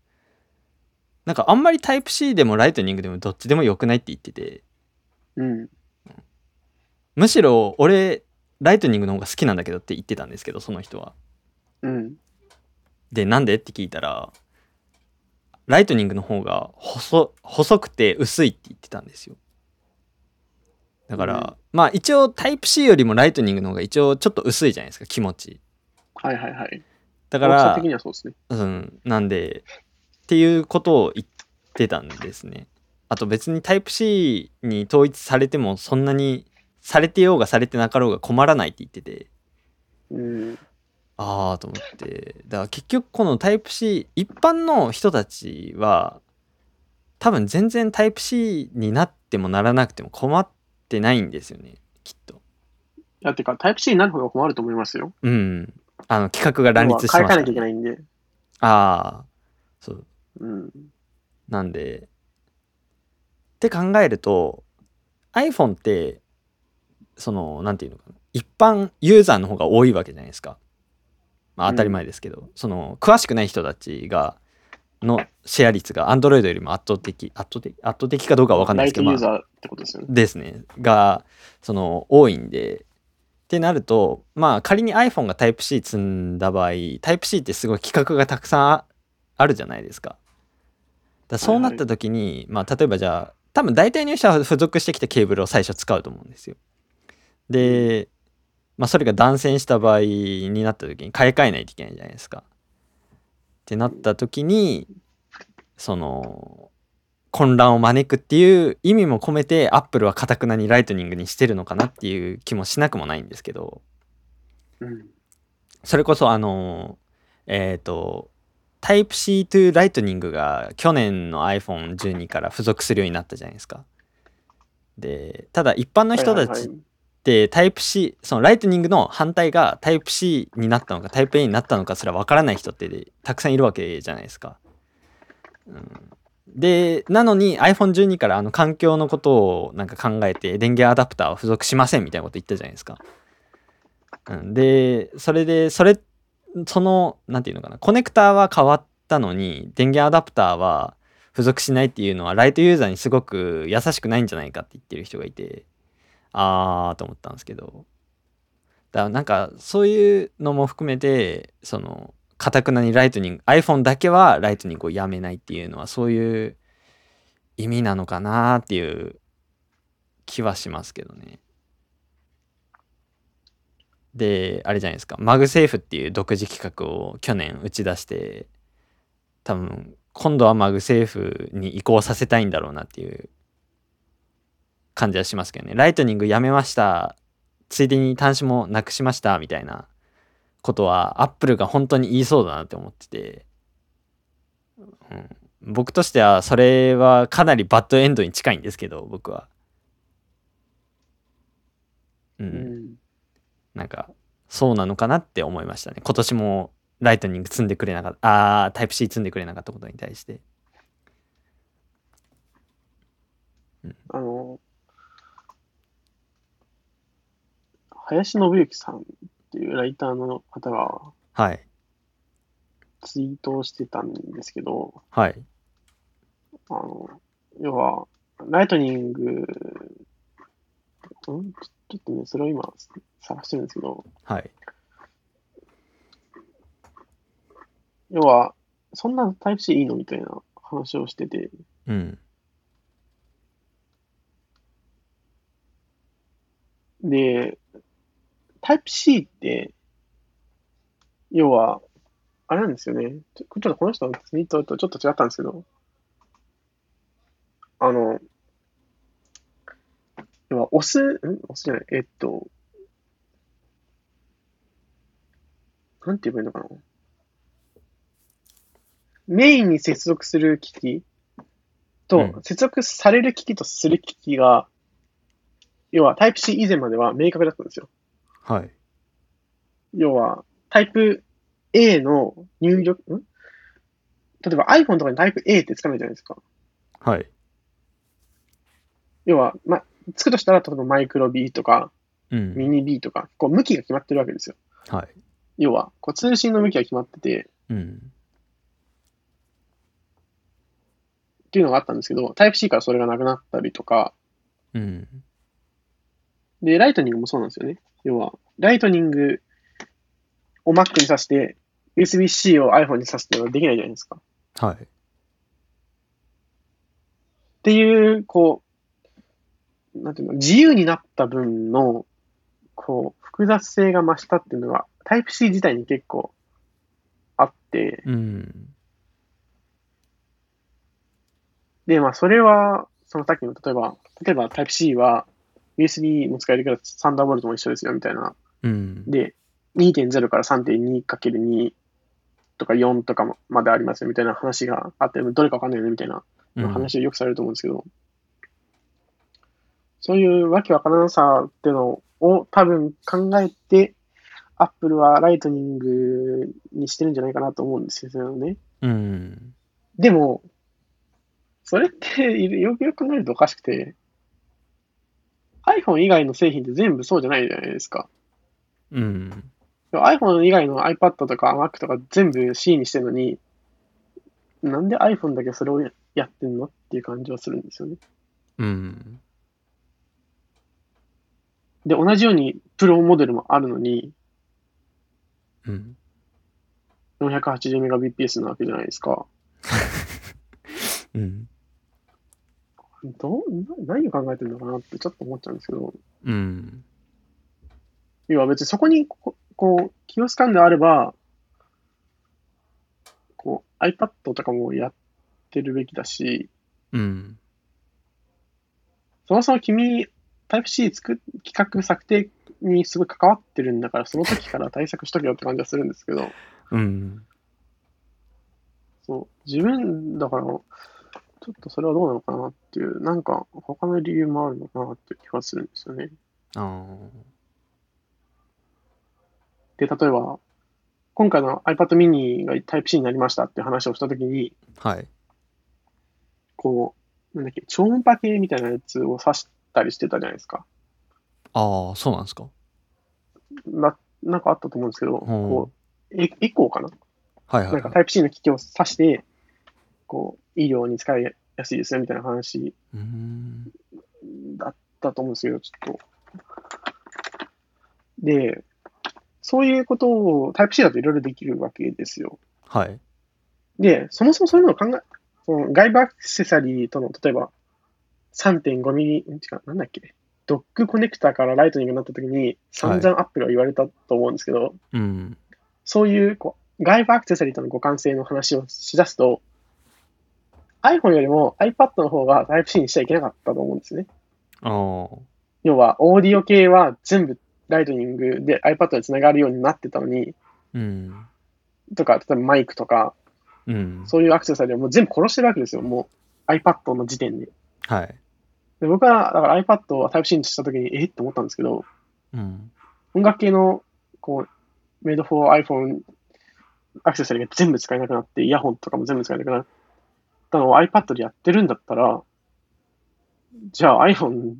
Speaker 2: なんかあんまりタイプ C でもライトニングでもどっちでも良くないって言ってて
Speaker 3: うん。
Speaker 2: むしろ俺ライトニングの方が好きなんだけどって言ってたんですけどその人は。
Speaker 3: うん。
Speaker 2: でなんでって聞いたらライトニングの方が細細くて薄いって言ってたんですよだから、まあ一応タイプ C よりもライトニングの方が一応ちょっと薄いじゃないですか気持ち
Speaker 3: はいはいはい。
Speaker 2: だ
Speaker 3: だ
Speaker 2: から
Speaker 3: 的にはそうですね。
Speaker 2: うん、なんでっていうことを言ってたんですね。あと別にタイプ C に統一されてもそんなにされてようがされてなかろうが困らないって言ってて
Speaker 3: うん。
Speaker 2: ああと思ってだから結局このタイプ C 一般の人たちは多分全然タイプ C になってもならなくても困ってないんですよねきっと。
Speaker 3: いや、てか、タイプ C になる方が困ると思いますよ。
Speaker 2: うん。あの企画が乱立して
Speaker 3: 変え
Speaker 2: まし
Speaker 3: か
Speaker 2: た
Speaker 3: なきゃ
Speaker 2: ね、
Speaker 3: いけないんで。
Speaker 2: ああそう
Speaker 3: うん。
Speaker 2: なんで。って考えると iPhone ってそのなんていうのかな一般ユーザーの方が多いわけじゃないですか。まあ
Speaker 3: うん
Speaker 2: 当たり前ですけど、その詳しくない人たちがのシェア率が Android よりも圧倒的圧倒的圧倒的かどうかは分かんないです
Speaker 3: ライ
Speaker 2: け
Speaker 3: ト
Speaker 2: ど、
Speaker 3: ユー
Speaker 2: まあ
Speaker 3: ザーってことですよね。
Speaker 2: ですねがその多いんでってなると、まあ仮に iPhone が Type-C 積んだ場合、Type-C ってすごい規格がたくさんああるじゃないですか。だからそうなった時に、まあ例えばじゃあ、多分大体の人は付属してきたケーブルを最初使うと思うんですよ。で、まあそれが断線した場合になった時に買い替えないといけないじゃないですか。ってなった時に、その、混乱を招くっていう意味も込めてアップルはかたくなにライトニングにしてるのかなっていう気もしなくもないんですけど
Speaker 3: うん。
Speaker 2: それこそあのえっ、と Type-C to Lightning が去年の iPhone12 から付属するようになったじゃないですか。でただ一般の人た
Speaker 3: はい
Speaker 2: ち
Speaker 3: は
Speaker 2: っ
Speaker 3: いはい
Speaker 2: て Type-C そのライトニングの反対が Type-C になったのか Type-A になったのかすらわからない人ってたくさんいるわけじゃないですか。うんでなのに iPhone12 からあの環境のことをなんか考えて電源アダプターを付属しませんみたいなこと言ったじゃないですか。うん、でそれでそれそのなんていうのかなコネクターは変わったのに電源アダプターは付属しないっていうのはライトユーザーにすごく優しくないんじゃないかって言ってる人がいてあーと思ったんですけどだからなんかそういうのも含めてそのかたくなにライトニング iPhone だけはライトニングをやめないっていうのはそういう意味なのかなっていう気はしますけどね。であれじゃないですかマグセーフっていう独自企画を去年打ち出して多分今度はマグセーフに移行させたいんだろうなっていう感じはしますけどねライトニングやめましたついでに端子もなくしましたみたいなことはアップルが本当に言いそうだなって思ってて、うん、僕としてはそれはかなりバッドエンドに近いんですけど僕は。う
Speaker 3: うんん。
Speaker 2: なんかそうなのかなって思いましたね今年もライトニング積んでくれなかったあータイプ C 積んでくれなかったことに対して
Speaker 3: あの、林信之さんっていうライターの方が
Speaker 2: はい
Speaker 3: ツイートをしてたんですけど、
Speaker 2: はい
Speaker 3: あの、要は、ライトニング、んちょちょっとね、それを今探してるんですけど、
Speaker 2: はい
Speaker 3: 要は、そんなタイプ C いいのみたいな話をしてて、
Speaker 2: うん
Speaker 3: で、タイプ C って、要は、あれなんですよね。ちょちょっとこの人のツイートとちょっと違ったんですけど、あの、要は、押す、ん押すじゃない、えっと、なんて言えばいいのかな。メインに接続する機器と、
Speaker 2: うん
Speaker 3: 接続される機器とする機器が、要はタイプ C 以前までは明確だったんですよ。
Speaker 2: はい
Speaker 3: 要はタイプ A の入力、ん例えば iPhone とかにタイプ A ってつかないじゃないですか。
Speaker 2: はい
Speaker 3: 要は、ま、つくとしたら、例えばマイクロ B とか
Speaker 2: う
Speaker 3: ミ
Speaker 2: ん
Speaker 3: ニ B とか、こう向きが決まってるわけですよ。
Speaker 2: はい
Speaker 3: 要は、こう通信の向きが決まってて、
Speaker 2: うん
Speaker 3: っていうのがあったんですけど、タイプ C からそれがなくなったりとか、
Speaker 2: うん
Speaker 3: で、ライトニングもそうなんですよね。要は、ライトニングを Mac に挿して、USB-C を iPhone に挿すっていうのはできないじゃないですか。
Speaker 2: はい
Speaker 3: っていう、こう、なんていうの、自由になった分の、こう、複雑性が増したっていうのが、タイプ C 自体に結構あって、
Speaker 2: うん
Speaker 3: で、まあ、それは、そのさっきの、例えば、例えばタイプ C は、USB も使えるから、サンダーボルトも一緒ですよ、みたいな。
Speaker 2: うん
Speaker 3: で、2.0から 3.2×2 とか4とかもまでありますよ、みたいな話があって、どれかわかんないよね、みたいな。の話をよくされると思うんですけど、そういうわけわからなさっていうのを多分考えて、アップルはライトニングにしてるんじゃないかなと思うんですよね。
Speaker 2: うん
Speaker 3: でも、それってよくよく考えるとおかしくて、iPhone 以外の製品って全部そうじゃないじゃないですか。
Speaker 2: うん
Speaker 3: iPhone 以外の iPad とか Mac とか全部 C にしてるのに、なんで iPhone だけそれをやってんのっていう感じはするんですよね。
Speaker 2: うん
Speaker 3: で、同じようにプロモデルもあるのに、
Speaker 2: うん。
Speaker 3: 480Mbps なわけじゃないですか。
Speaker 2: うん。
Speaker 3: どう、な何を考えてるのかなってちょっと思っちゃうんですけど、
Speaker 2: うん。
Speaker 3: 要は別にそこにこ、こう、気をつかんであれば、こう、iPad とかもやってるべきだし、
Speaker 2: うん。
Speaker 3: そもそも君、Type-C 作、企画策定にすごい関わってるんだから、その時から対策しとけよって感じはするんですけど、
Speaker 2: うん。
Speaker 3: そう、自分だから、ちょっとそれはどうなのかなっていう、なんか他の理由もあるのかなっていう気がするんですよね。
Speaker 2: ああ。
Speaker 3: で、例えば、今回の iPad mini が Type-C になりましたっていう話をしたときに、
Speaker 2: はい。
Speaker 3: こう、なんだっけ、超音波系みたいなやつを挿したりしてたじゃないですか。
Speaker 2: ああ、そうなんですか。
Speaker 3: な、なんかあったと思うんですけど、こう、エエコーかな
Speaker 2: はいは
Speaker 3: ないんか
Speaker 2: はい。
Speaker 3: Type-C の機器を挿して、こう、医療に使いやすいですよみたいな話
Speaker 2: うーん。
Speaker 3: だったと思うんですけど、ちょっと。で、そういうことを Type-C だといろいろできるわけですよ。
Speaker 2: はい。
Speaker 3: で、そもそもそういうのを考え、その外部アクセサリーとの、例えば3.5ミリ、ん違う、なんだっけ、ドッグコネクタからライトニングになった時に散々アップルは言われたと思うんですけど、
Speaker 2: うん。
Speaker 3: そういうこう外部アクセサリーとの互換性の話をしだすと、iPhone よりも iPad の方が Type-C にしちゃいけなかったと思うんですね。
Speaker 2: ああ。
Speaker 3: 要は、オーディオ系は全部ライトニングで iPad につながるようになってたのに、
Speaker 2: うん。
Speaker 3: とか、例えばマイクとか、
Speaker 2: うん。
Speaker 3: そういうアクセサリーをもう全部殺してるわけですよ、もう iPad の時点で。
Speaker 2: はい。
Speaker 3: で僕は、だから iPad を Type-C にしたときに、えって思ったんですけど、
Speaker 2: うん。
Speaker 3: 音楽系の、こう、メイド for iPhone アクセサリーが全部使えなくなって、イヤホンとかも全部使えなくなったのを iPad でやってるんだったら、じゃあ iPhone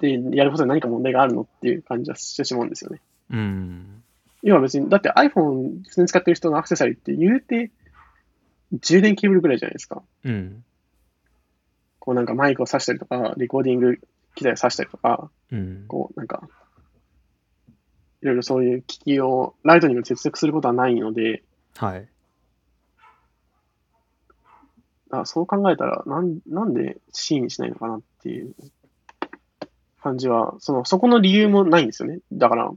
Speaker 3: でやることに何か問題があるのっていう感じはしてしまうんですよね。
Speaker 2: うん。
Speaker 3: 今別に、だって iPhone 普通に使ってる人のアクセサリーって言うて、充電ケーブルぐらいじゃないですか。
Speaker 2: うん。
Speaker 3: こうなんかマイクを挿したりとか、レコーディング機材を挿したりとか、
Speaker 2: うん。
Speaker 3: こう、なんか、いろいろそういう機器をライトニングに接続することはないので、
Speaker 2: はい。
Speaker 3: あそう考えたらなん、なんで C にしないのかなっていう感じは、その、そこの理由もないんですよね。だから、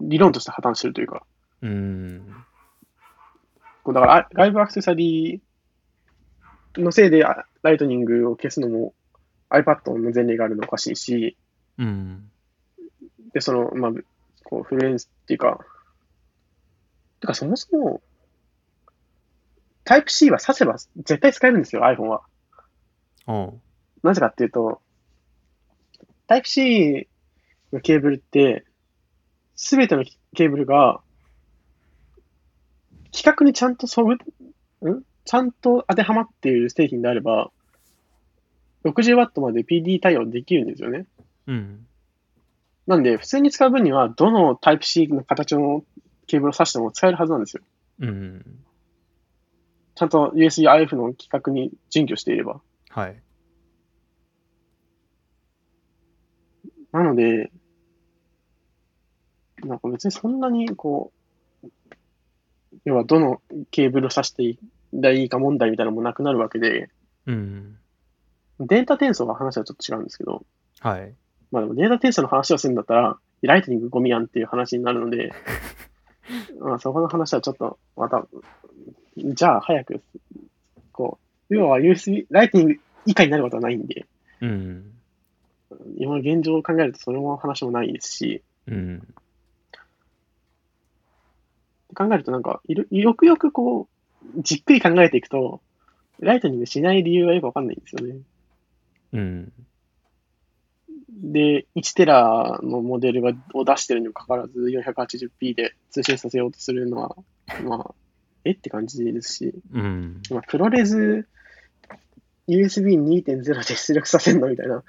Speaker 3: 理論として破綻してるというか、
Speaker 2: うん。
Speaker 3: こうだからあ外部アクセサリーのせいであライトニングを消すのも iPad の前例があるのおかしいし、
Speaker 2: うん。
Speaker 3: で、その、まあ、こう、フレンズっていうか、てか、そもそも、Type-C は挿せば絶対使えるんですよ、iPhone は。
Speaker 2: おう
Speaker 3: なぜかっていうと、Type-C のケーブルって、すべてのケーブルが、規格にちゃんとそぐ、んちゃんと当てはまっている製品であれば、60W まで PD 対応できるんですよね。
Speaker 2: うん。
Speaker 3: なんで、普通に使う分には、どの Type-C の形のケーブルを挿しても使えるはずなんですよ。
Speaker 2: うん。
Speaker 3: ちゃんと USB-IF の規格に準拠していれば。
Speaker 2: はい。
Speaker 3: なので、なんか別にそんなに、こう、要はどのケーブルを挿していいいいか問題みたいなのもなくなるわけで、
Speaker 2: うん。
Speaker 3: データ転送の話はちょっと違うんですけど、
Speaker 2: はい。
Speaker 3: まあでもデータ転送の話をするんだったら、ライトニングゴミやんっていう話になるので、まあそこの話はちょっとまた、じゃあ早く、こう、要は USB、ライトニング以下になることはないんで、
Speaker 2: うん。
Speaker 3: 今の現状を考えるとそれも話もないですし、
Speaker 2: うん。
Speaker 3: 考えるとなんかいろ、よくよくこう、じっくり考えていくと、ライトニングしない理由はよくわかんないんですよね。
Speaker 2: うん。
Speaker 3: で、1テラのモデルがを出してるにもかかわらず 480p で通信させようとするのは、まあ、えって感じですし、
Speaker 2: うん。
Speaker 3: まあ、プロレス USB2.0 で出力させるのみたいな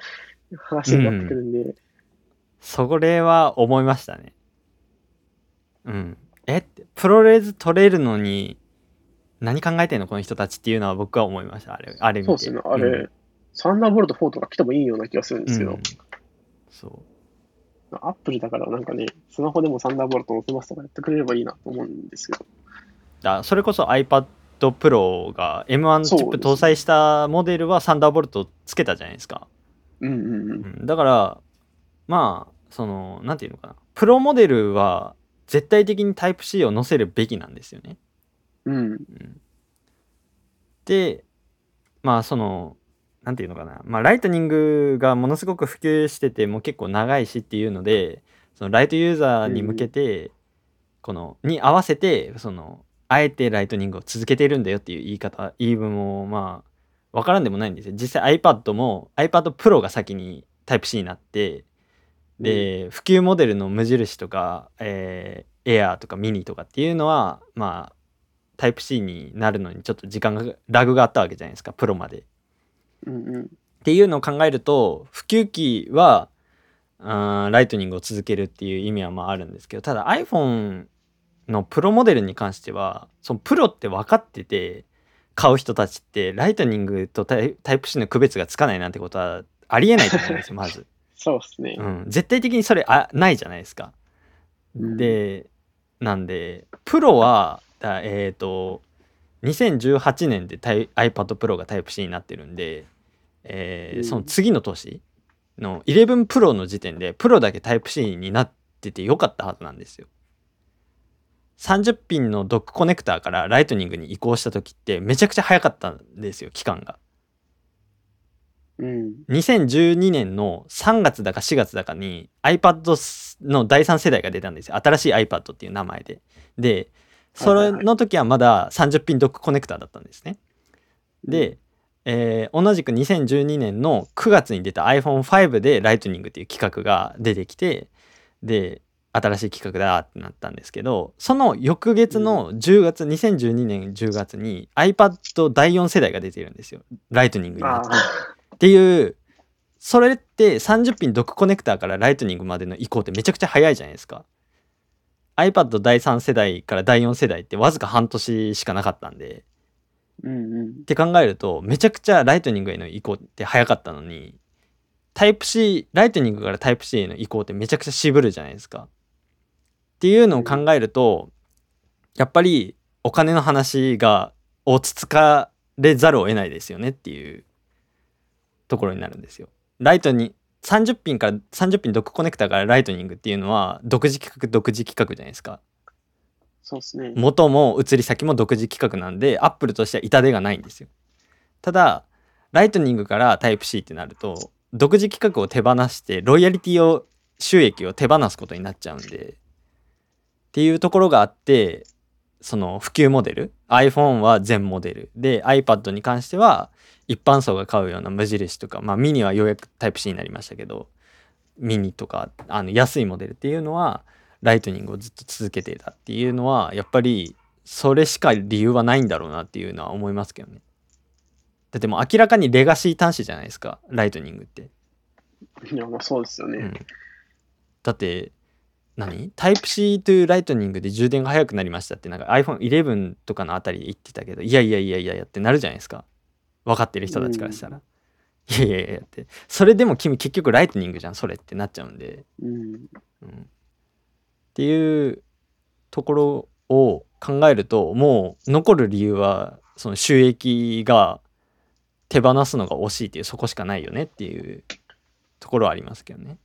Speaker 3: 話になってくるんで、
Speaker 2: それは思いましたね。うん。えって、プロレス取れるのに、何考えてんのこの人たちっていうのは僕は思いました。あれ、あれ見て。
Speaker 3: そうですね、あれ、
Speaker 2: うん
Speaker 3: サンダーボルト4とか来てもいいような気がするんですけ
Speaker 2: う
Speaker 3: ど
Speaker 2: ん、そ
Speaker 3: アップルだからなんかね、スマホでもサンダーボルト載せますとかやってくれればいいなと思うんですけど、
Speaker 2: うあそれこそ iPad Pro が M1 チップ
Speaker 3: そうですね
Speaker 2: 搭載したモデルはサンダーボルトつけたじゃないですか、
Speaker 3: うんうんうん。
Speaker 2: うんだからまあそのなんていうのかなプロモデルは絶対的に Type-C を載せるべきなんですよね
Speaker 3: うん、
Speaker 2: うんでまあそのなんていうのかな、まあ、ライトニングがものすごく普及しててもう結構長いしっていうのでそのライトユーザーに向けて、このに合わせてそのあえてライトニングを続けているんだよっていう言い方言い分もまあ分からんでもないんですよ実際 iPad も iPad Pro が先に Type-C になってで、普及モデルの無印とか、えー、エアーとかミニとかっていうのはまあタイプ C になるのにちょっと時間がラグがあったわけじゃないですかプロまで。
Speaker 3: うんうん。
Speaker 2: っていうのを考えると普及機はあーライトニングを続けるっていう意味はまああるんですけどただ iPhone のプロモデルに関してはそのプロって分かってて買う人たちってライトニングとタイタイプ C の区別がつかないなんてことはありえないと思うんですよまず。
Speaker 3: そうですね
Speaker 2: う。ん、絶対的にそれあないじゃないですか。
Speaker 3: うん
Speaker 2: でなんでプロはだえっ、と2018年でタイ iPad Pro が Type-C になってるんで、えー
Speaker 3: うん
Speaker 2: その次の年の 11Pro の時点でプロだけ Type-C になっててよかったはずなんですよ。30ピンのドックコネクターからライトニングに移行した時ってめちゃくちゃ早かったんですよ期間が。
Speaker 3: うん。
Speaker 2: 2012年の3月だか4月だかに iPad の第3世代が出たんですよ新しい iPad っていう名前ででそれ
Speaker 3: はいはいはい
Speaker 2: の時はまだ30ピンドックコネクターだったんですねで、えー同じく2012年の9月に出た iPhone5 でライトニングっていう企画が出てきてで新しい企画だってなったんですけどその翌月の10月2012年10月に iPad 第4世代が出てるんですよライトニングにな
Speaker 3: あ
Speaker 2: ってて
Speaker 3: あ、
Speaker 2: っていうそれって30ピンドックコネクターからライトニングまでの移行ってめちゃくちゃ早いじゃないですか iPad 第3世代から第4世代ってわずか半年しかなかったんで
Speaker 3: うんうん
Speaker 2: っ。て考えるとめちゃくちゃライトニングへの移行って早かったのにタイプ C ライトニングからタイプ C への移行ってめちゃくちゃ渋るじゃないですか。っていうのを考えるとやっぱりお金の話が落ち着かれざるを得ないですよねっていうところになるんですよ。ライトに30ピンから30ピンドックコネクタからライトニングっていうのは独自企画独自企画じゃないですか。
Speaker 3: そうですね。
Speaker 2: 元も移り先も独自企画なんでアップルとしては痛手がないんですよただライトニングから Type-C ってなると独自企画を手放してロイヤリティを収益を手放すことになっちゃうんでっていうところがあってその普及モデル iPhone は全モデルで iPad に関しては一般層が買うような無印とかまあミニはようやく Type-C になりましたけどミニとかあの安いモデルっていうのはライトニングをずっと続けてたっていうのはやっぱりそれしか理由はないんだろうなっていうのは思いますけどねだってもう明らかにレガシー端子じゃないですかライトニングって、
Speaker 3: いや、まあそうですよね。
Speaker 2: うん、だって何タイプ C to ライトニングで充電が早くなりましたってなんか iPhone11 とかのあたりで言ってたけどいやいやいやいやいやってなるじゃないですか分かってる人たちからしたら、いやいやいやってそれでも君結局ライトニングじゃんそれってなっちゃうんで
Speaker 3: う
Speaker 2: う
Speaker 3: ん。
Speaker 2: んっていうところを考えるともう残る理由はその収益が手放すのが惜しいっていうそこしかないよねっていうところはありますけどね。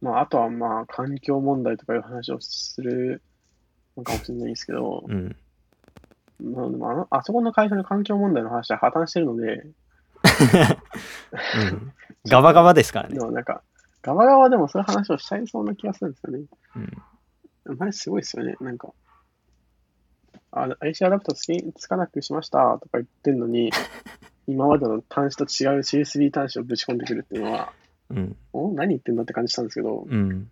Speaker 3: まあ、あとはまあ、環境問題とかいう話をするのかもしれないですけど、
Speaker 2: うん、
Speaker 3: まあ、でもあの、あそこの会社の環境問題の話は破綻してるので、
Speaker 2: うん、ガバガバですからね
Speaker 3: で。もなんか、ガバガバでもそういう話をしちゃいそうな気がするんですよね。
Speaker 2: うん
Speaker 3: あれすごいですよね。なんか、あ IC アダプターつけつかなくしましたとか言ってんのに、今までの端子と違う CSV 端子をぶち込んでくるっていうのは、
Speaker 2: うん
Speaker 3: お何言ってんだって感じしたんですけど、
Speaker 2: うん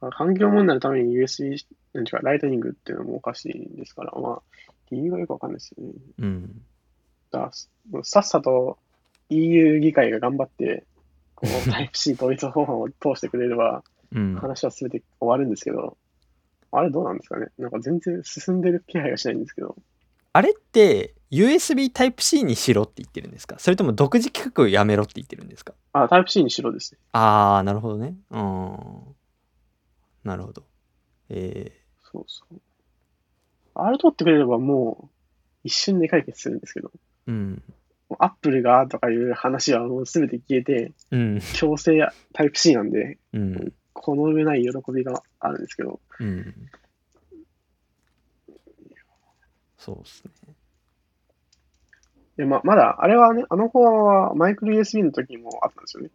Speaker 3: まあ環境問題のために USB、なんていうか、ライトニングっていうのもおかしいですから、まあ、理由がよくわかんないですよね。
Speaker 2: うん
Speaker 3: だからすもうさっさと EU 議会が頑張って、こう、Type-C 統一法案を通してくれれば、
Speaker 2: うん。
Speaker 3: 話は全て終わるんですけど、あれどうなんですかねなんか全然進んでる気配がしないんですけど、
Speaker 2: あれって USB Type-C にしろって言ってるんですかそれとも独自規格をやめろって言ってるんですか
Speaker 3: あ、タイプ C にしろですね。
Speaker 2: ああ、なるほどね。うーん。なるほど。え
Speaker 3: そうそう。あれ取ってくれればもう一瞬で解決するんですけど、
Speaker 2: ー、うん。
Speaker 3: アップルがとかいう話はもう全て消えて、
Speaker 2: うん。
Speaker 3: 強制タイプ C なんで、
Speaker 2: うん。
Speaker 3: この上ない喜びがあるんですけど、
Speaker 2: うん。そうですね。
Speaker 3: でままだ、あれはね、あの子はマイクロ USB の時もあったんですよね。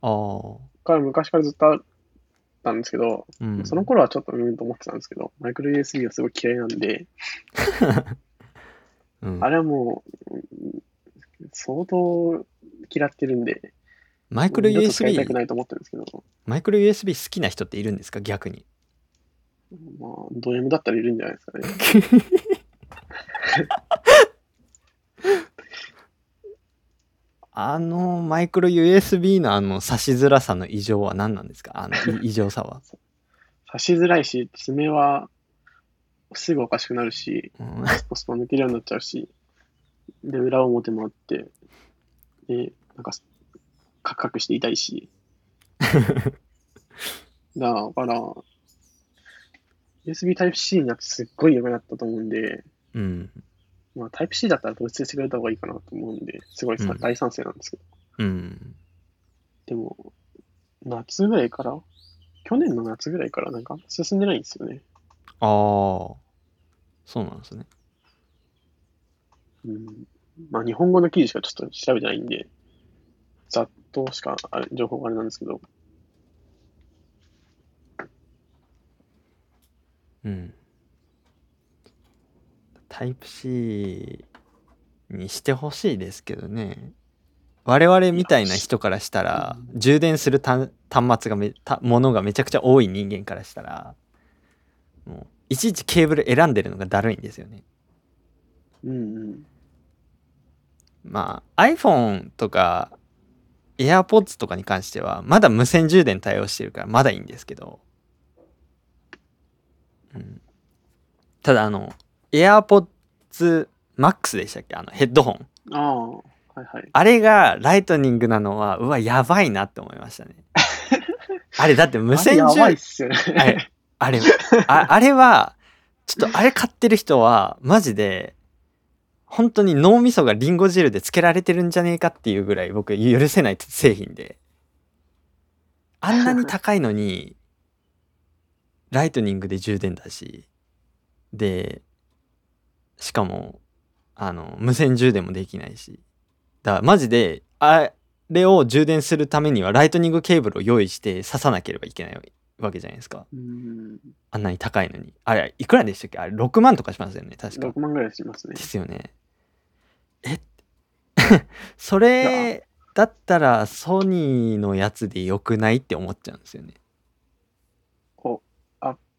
Speaker 2: ああ。
Speaker 3: から昔からずっとあったんですけど、
Speaker 2: うん。
Speaker 3: その頃はちょっとうーんと思ってたんですけど、マイクロ USB がすごい嫌いなんで、
Speaker 2: うん
Speaker 3: あれはもう、うん相当嫌ってるんで、
Speaker 2: マイクロ
Speaker 3: もう二度と使いたく
Speaker 2: USB、
Speaker 3: ないと思ってるんですけど、
Speaker 2: マイクロ USB 好きな人っているんですか逆に。
Speaker 3: まあ、ド M だったらいるんじゃないですかね。
Speaker 2: あのマイクロ USB のあの差しづらさの異常は何なんですかあのい (laughs) 異常さは。
Speaker 3: 差しづらいし、爪はすぐおかしくなるし、
Speaker 2: うん
Speaker 3: スポスポ抜けるようになっちゃうし、で、裏表もあって、で、なんか、カクカクして痛いし。だから、USB Type-C になってすっごい良くなったと思うんで、
Speaker 2: うん。
Speaker 3: まあ、Type-C だったら統一してくれた方がいいかなと思うんで、すごいさ
Speaker 2: うん
Speaker 3: 大賛成なんですけど、
Speaker 2: うん。
Speaker 3: でも、夏ぐらいから、去年の夏ぐらいからなんか進んでないんですよね。
Speaker 2: ああ。そうなんですね。
Speaker 3: うんまあ、日本語の記事しかちょっと調べてないんで、ざっとしかあれ情報があれなんですけど、
Speaker 2: うん。タイプ C にしてほしいですけどね。我々みたいな人からしたら、充電するた端末がめたものがめちゃくちゃ多い人間からしたら、もういちいちケーブル選んでるのがだるいんですよね。
Speaker 3: うんうん、
Speaker 2: まあ iPhone とか AirPods とかに関してはまだ無線充電対応してるからまだいいんですけど、うん、ただあの AirPods Max でしたっけあのヘッドホン
Speaker 3: ああ、はいはい。
Speaker 2: あれがライトニングなのはうわやばいなって思いました
Speaker 3: (laughs)
Speaker 2: ねあれだって無線
Speaker 3: あれや
Speaker 2: 充
Speaker 3: ばい
Speaker 2: 電
Speaker 3: っす
Speaker 2: (laughs)
Speaker 3: よね。
Speaker 2: あれ、あれ、ああれは、ちょっとあれ買ってる人は、マジで、本当に脳みそがリンゴ汁でつけられてるんじゃねえかっていうぐらい僕許せない製品で。あんなに高いのに、ライトニングで充電だし、で、しかも、あの、無線充電もできないし。だからマジで、あれを充電するためにはライトニングケーブルを用意して刺さなければいけないわけじゃないですか。
Speaker 3: うん、
Speaker 2: あんなに高いのに。あれ、いくらでしたっけあれ、6万とかしますよね、確か
Speaker 3: 6。万ぐらいしますね
Speaker 2: で。すよね。え (laughs) それだったらソニーのやつでよくないって思っちゃうんですよね。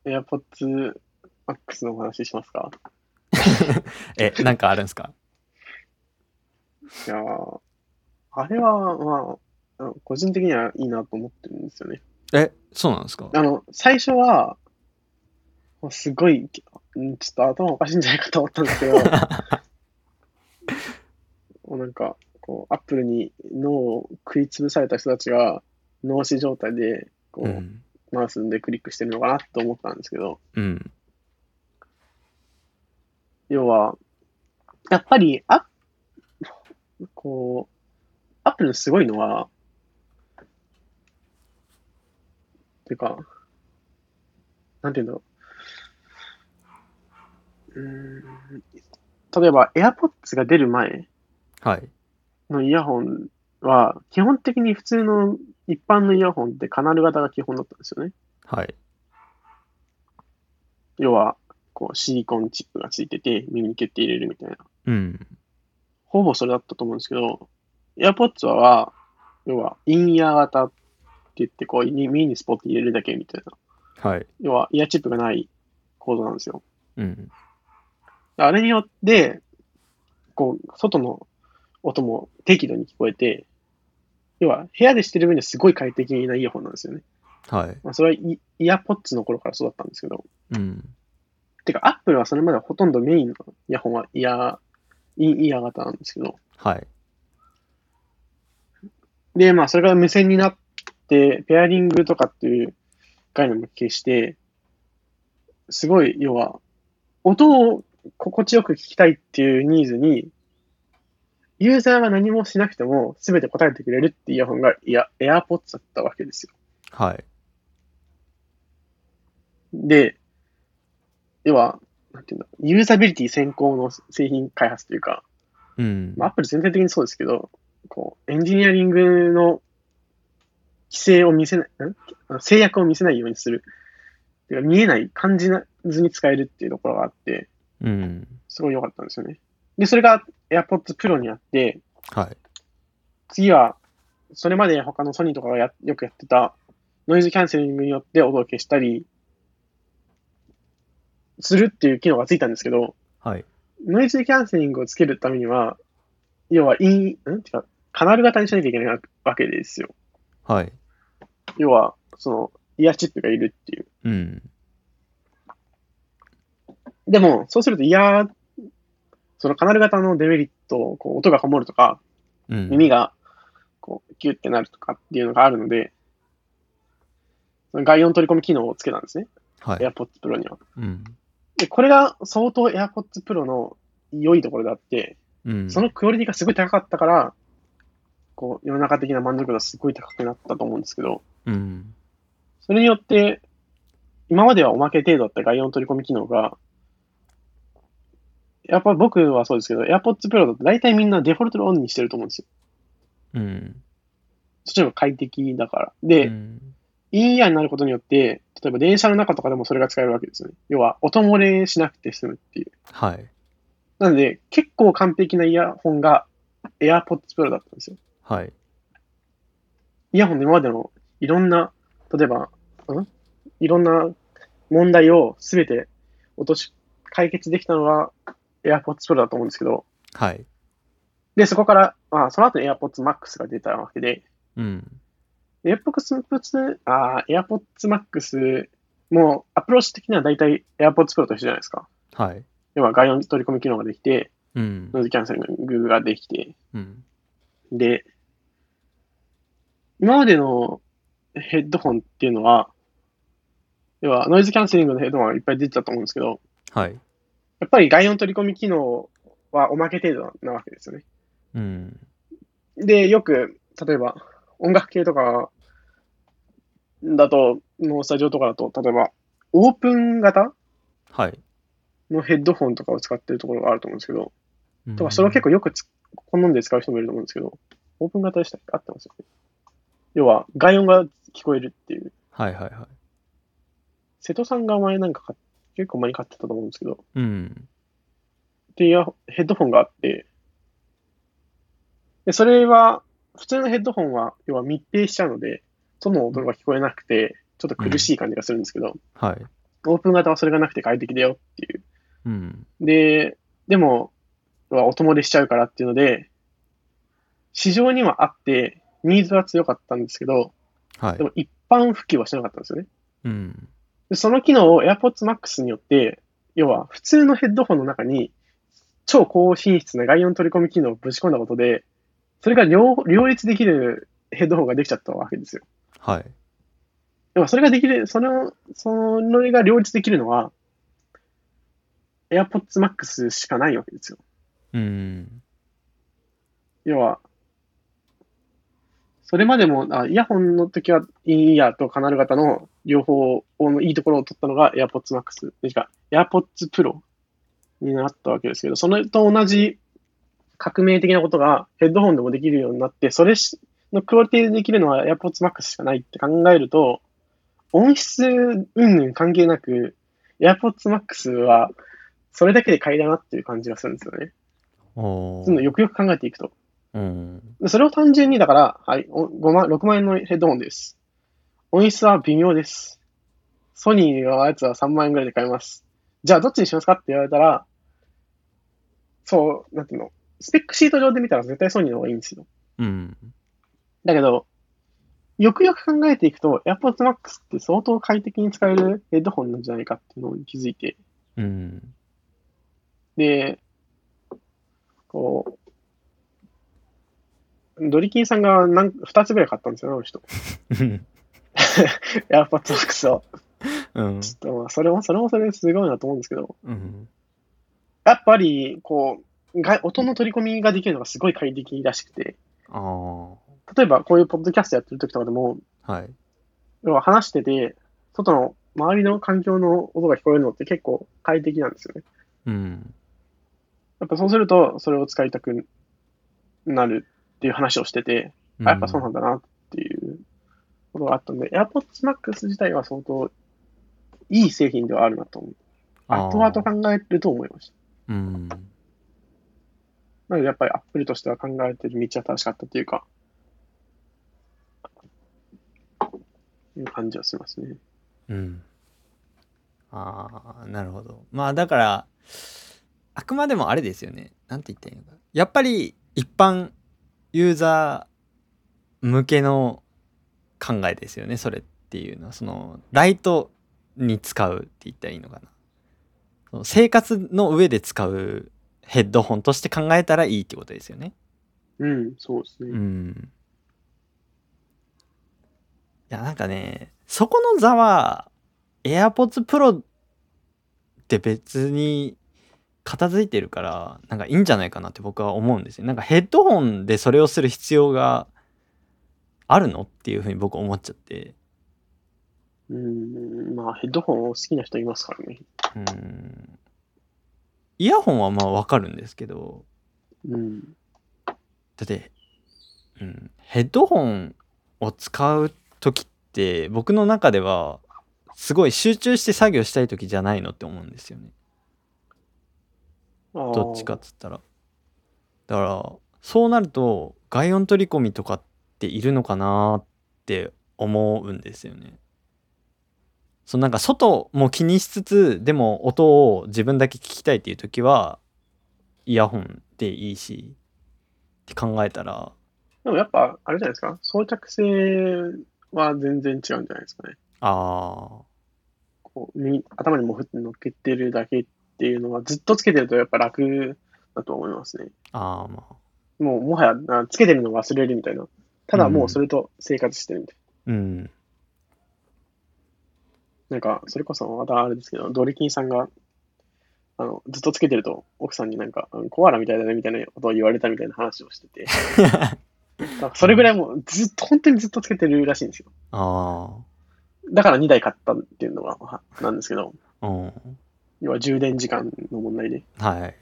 Speaker 3: AirPods Max のお話しますか (laughs)
Speaker 2: え、なんかあるんですか
Speaker 3: いやーあれは、まああの、個人的にはいいなと思ってるんですよね。
Speaker 2: え、そうなんですか
Speaker 3: あの、最初は、もうすごい、うんちょっと頭おかしいんじゃないかと思ったんですけど、もうなんか、こう、アップルに脳を食い潰された人たちが、脳死状態で、こ
Speaker 2: う
Speaker 3: う、
Speaker 2: ん。
Speaker 3: マウスでクリックしてるのかなと思ったんですけど、
Speaker 2: うん。
Speaker 3: 要は、やっぱり、あ、こう、アップルのすごいのは、てか、なんていうんだろう。うーん、例えば AirPods が出る前
Speaker 2: はい。
Speaker 3: のイヤホンは、基本的に普通の一般のイヤホンってカナル型が基本だったんですよね。
Speaker 2: はい。
Speaker 3: 要は、こう、シリコンチップがついてて、耳に決定入れるみたいな。
Speaker 2: うん。
Speaker 3: ほぼそれだったと思うんですけど、AirPods は、要は、インイヤー型って言って、こう、に耳にスポット入れるだけみたいな。
Speaker 2: はい。
Speaker 3: 要は、イヤーチップがない構造なんですよ。
Speaker 2: うん。
Speaker 3: あれによって、こう、外の音も適度に聞こえて、要は、部屋でしてる分にはすごい快適なイヤホンなんですよね。
Speaker 2: はい。
Speaker 3: まあ、それはイイヤポッツの頃からそうだったんですけど、
Speaker 2: うん。
Speaker 3: てか、アップルはそれまでほとんどメインのイヤホンはイヤ、インイヤー型なんですけど、
Speaker 2: はい。
Speaker 3: で、まあ、それが無線になって、ペアリングとかっていう概念も消して、すごい、要は、音を心地よく聞きたいっていうニーズに、ユーザーが何もしなくても全て答えてくれるっていうイヤホンが、いや、AirPods だったわけですよ。
Speaker 2: はい。
Speaker 3: で、要は、なんていうんだ、ユーザビリティ先行の製品開発というか、
Speaker 2: うん。
Speaker 3: まあ、アップル全体的にそうですけど、こう、エンジニアリングの規制を見せない、んあの制約を見せないようにする。てか見えない、感じなずに使えるっていうところがあって、
Speaker 2: うん。
Speaker 3: すごい良かったんですよね。で、それが AirPods Pro にあって、
Speaker 2: はい。
Speaker 3: 次は、それまで他のソニーとかがやよくやってたノイズキャンセリングによって音を消したりするっていう機能がついたんですけど、
Speaker 2: はい。
Speaker 3: ノイズキャンセリングをつけるためには、要は、イン、んてか、カナル型にしなきゃいけないわけですよ。
Speaker 2: はい。
Speaker 3: 要は、その、イヤーチップがいるっていう。
Speaker 2: うん。
Speaker 3: でも、そうすると、イヤー、そのカナル型のデメリット、こう音がこもるとか、
Speaker 2: うん。
Speaker 3: 耳が、こう、キュッてなるとかっていうのがあるので、その外音取り込み機能をつけたんですね。
Speaker 2: はい。
Speaker 3: AirPods Pro には。
Speaker 2: うん。
Speaker 3: で、これが相当 AirPods Pro の良いところであって、
Speaker 2: うん。
Speaker 3: そのクオリティがすごい高かったから、こう、世の中的な満足度がすごい高くなったと思うんですけど、
Speaker 2: うん。
Speaker 3: それによって、今まではおまけ程度だった外音取り込み機能が、やっぱ僕はそうですけど、AirPods Pro だと大体みんなデフォルトでオンにしてると思うんですよ。
Speaker 2: うん。
Speaker 3: そっちの方が快適だから。で、
Speaker 2: うん
Speaker 3: いいやになることによって、例えば電車の中とかでもそれが使えるわけですよね。要は、音漏れしなくて済むっていう。
Speaker 2: はい。
Speaker 3: なので、結構完璧なイヤホンが AirPods Pro だったんですよ。
Speaker 2: はい。
Speaker 3: イヤホンで今までのいろんな、例えば、んいろんな問題をすべて落とし、解決できたのが AirPods Pro だと思うんですけど、
Speaker 2: はい。
Speaker 3: で、そこから、まあ、その後に AirPods Max が出たわけで、
Speaker 2: うん。
Speaker 3: AirPods Max、あー AirPods Max もアプローチ的には大体 AirPods Pro と一緒じゃないですか。
Speaker 2: はい。
Speaker 3: 要は外音取り込み機能ができて、
Speaker 2: うん
Speaker 3: ノ。イズキャンセリングができて、
Speaker 2: うん。
Speaker 3: で、今までのヘッドホンっていうのは、要はノイズキャンセリングのヘッドホンはいっぱい出てたと思うんですけど、
Speaker 2: はい。
Speaker 3: やっぱり外音取り込み機能はおまけ程度なわけですよね。
Speaker 2: うん。
Speaker 3: で、よく、例えば音楽系とかだと、のスタジオとかだと、例えばオープン型
Speaker 2: はい。
Speaker 3: のヘッドホンとかを使ってるところがあると思うんですけど、
Speaker 2: うん
Speaker 3: とか、それを結構よくつ好んで使う人もいると思うんですけど、オープン型でしたっけ合ってますよね。要は、外音が聞こえるっていう。
Speaker 2: はいはいはい。
Speaker 3: 瀬戸さんが前なんか買っ結構前に買ってたと思うんですけど、
Speaker 2: うん。
Speaker 3: っていうヘッドホンがあって、で、それは、普通のヘッドホンは、要は密閉しちゃうので、外の音が聞こえなくて、ちょっと苦しい感じがするんですけど、
Speaker 2: はい。
Speaker 3: オープン型はそれがなくて快適だよっていう。
Speaker 2: うん。
Speaker 3: で、でも、は音漏れしちゃうからっていうので、市場にはあって、ニーズは強かったんですけど、
Speaker 2: はい
Speaker 3: で。も一般普及はしなかったんですよね。
Speaker 2: うん。
Speaker 3: でその機能を AirPods Max によって、要は普通のヘッドホンの中に超高品質な外音取り込み機能をぶち込んだことで、それが両両立できるヘッドホンができちゃったわけですよ。
Speaker 2: はい。
Speaker 3: でもそれができる、その、そのが両立できるのは AirPods Max しかないわけですよ。
Speaker 2: うん。
Speaker 3: 要は、それまでも、あイヤホンの時は、インイヤーとカナル型の両方のいいところを取ったのが AirPods Max、てか AirPods Pro になったわけですけど、それと同じ革命的なことがヘッドホンでもできるようになって、それしのクオリティでできるのは AirPods Max しかないって考えると、音質云々関係なく、AirPods Max はそれだけで買いだなっていう感じがするんですよね。
Speaker 2: お
Speaker 3: そういう
Speaker 2: ー。
Speaker 3: のよくよく考えていくと。
Speaker 2: うん。
Speaker 3: でそれを単純に、だから、はい、お5万、6万円のヘッドホンです。音質は微妙です。ソニーのやつは3万円ぐらいで買えます。じゃあ、どっちにしますかって言われたら、そう、なんていうの、スペックシート上で見たら絶対ソニーの方がいいんですよ。
Speaker 2: うん。
Speaker 3: だけど、よくよく考えていくと、AirPods Max って相当快適に使えるヘッドホンなんじゃないかっていうのに気づいて、
Speaker 2: うん。
Speaker 3: で、こう、ドリキンさんが何2つぐらい買ったんですよね、あの人。AirPods Max を。
Speaker 2: うん。
Speaker 3: ちょっとまあそれも、それもそれですごいなと思うんですけど、
Speaker 2: うん。
Speaker 3: やっぱり、こう、が音の取り込みができるのがすごい快適らしくて、
Speaker 2: ああ。
Speaker 3: 例えばこういうポッドキャストやってる時とかでも、
Speaker 2: はい。
Speaker 3: 要は話してて、外の周りの環境の音が聞こえるのって結構快適なんですよね。
Speaker 2: うん。
Speaker 3: やっぱそうすると、それを使いたくなるっていう話をしてて、あやっぱそうなんだなっていうことがあったんで、AirPods Max 自体は相当いい製品ではあるなと思う。
Speaker 2: あー
Speaker 3: 後々考えると思いました。
Speaker 2: うん。
Speaker 3: なのでやっぱり Apple としては考えてる道は正しかったというか、いう感じはしますね。
Speaker 2: うん。ああ、なるほど。まあだから、あくまでもあれですよね。なんて言ったらいいのか。やっぱり一般ユーザー向けの考えですよね。それっていうのは。その、ライトに使うって言ったらいいのかな。その生活の上で使うヘッドホンとして考えたらいいってことですよね。
Speaker 3: うん、そうです
Speaker 2: う
Speaker 3: ね。
Speaker 2: ん。いや、なんかね、そこの座は、AirPods Pro って別に片付いてるから、なんかいいんじゃないかなって僕は思うんですよ。なんかヘッドホンでそれをする必要があるのっていうふうに僕思っちゃって。
Speaker 3: うん、まあヘッドホンを好きな人いますからね。
Speaker 2: うん。イヤホンはまあわかるんですけど、
Speaker 3: うん。
Speaker 2: だって、うん、ヘッドホンを使う時って僕の中ではすごい集中して作業したい時じゃないのって思うんですよねど
Speaker 3: ど
Speaker 2: っちかっ。つったらだからそうなると外音取り込みとかっているのかなって思うんですよねそのなんか外も気にしつつでも音を自分だけ聞きたいっていう時はイヤホンでいいしって考えたら
Speaker 3: でもやっぱ、あれじゃないですか、装着性は全然違うんじゃないですかね。
Speaker 2: ああ
Speaker 3: こう耳頭にもふって乗っけてるだけっていうのは、ずっとつけてるとやっぱ楽だと思いますね。
Speaker 2: ああまあ
Speaker 3: もう、もはやあつけてるの忘れるみたいな。ただもうそれと生活してるみたい
Speaker 2: うん
Speaker 3: な。なんか、それこそまたあれですけど、ドリキンさんが、あの、ずっとつけてると、奥さんになんか、うんコアラみたいだねみたいなことを言われたみたいな話をしてて。なんかそれぐらいもう、ずっと、本当にずっとつけてるらしいんですよ。
Speaker 2: あ
Speaker 3: だから2台買ったっていうのが、はなんですけど、
Speaker 2: あうん
Speaker 3: 要は充電時間の問題で。
Speaker 2: はい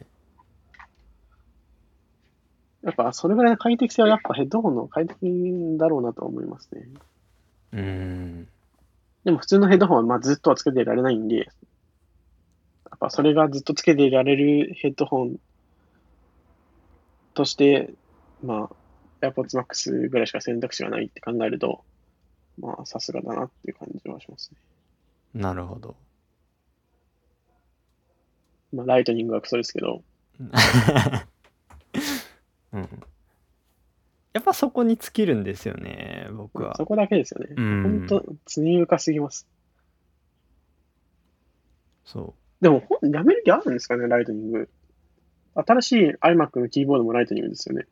Speaker 3: やっぱ、それぐらいの快適性はやっぱヘッドホンの方が快適だろうなと思いますね。
Speaker 2: うん
Speaker 3: でも普通のヘッドホンはまあずっとはつけてられないんで、やっぱそれがずっとつけてられるヘッドホンとして、まあ、AirPods Max ぐらいしか選択肢がないって考えると、まあ、さすがだなっていう感じはしますね。
Speaker 2: なるほど
Speaker 3: まあ、ライトニングはクソですけど、
Speaker 2: (laughs) うんやっぱそこに尽きるんですよね僕は
Speaker 3: そこだけですよね。
Speaker 2: うん
Speaker 3: 本当、罪深すぎます。
Speaker 2: そ
Speaker 3: でも、ほんやめる気あるんですかね、ライトニング。新しい iMac のキーボードもライトニングですよね。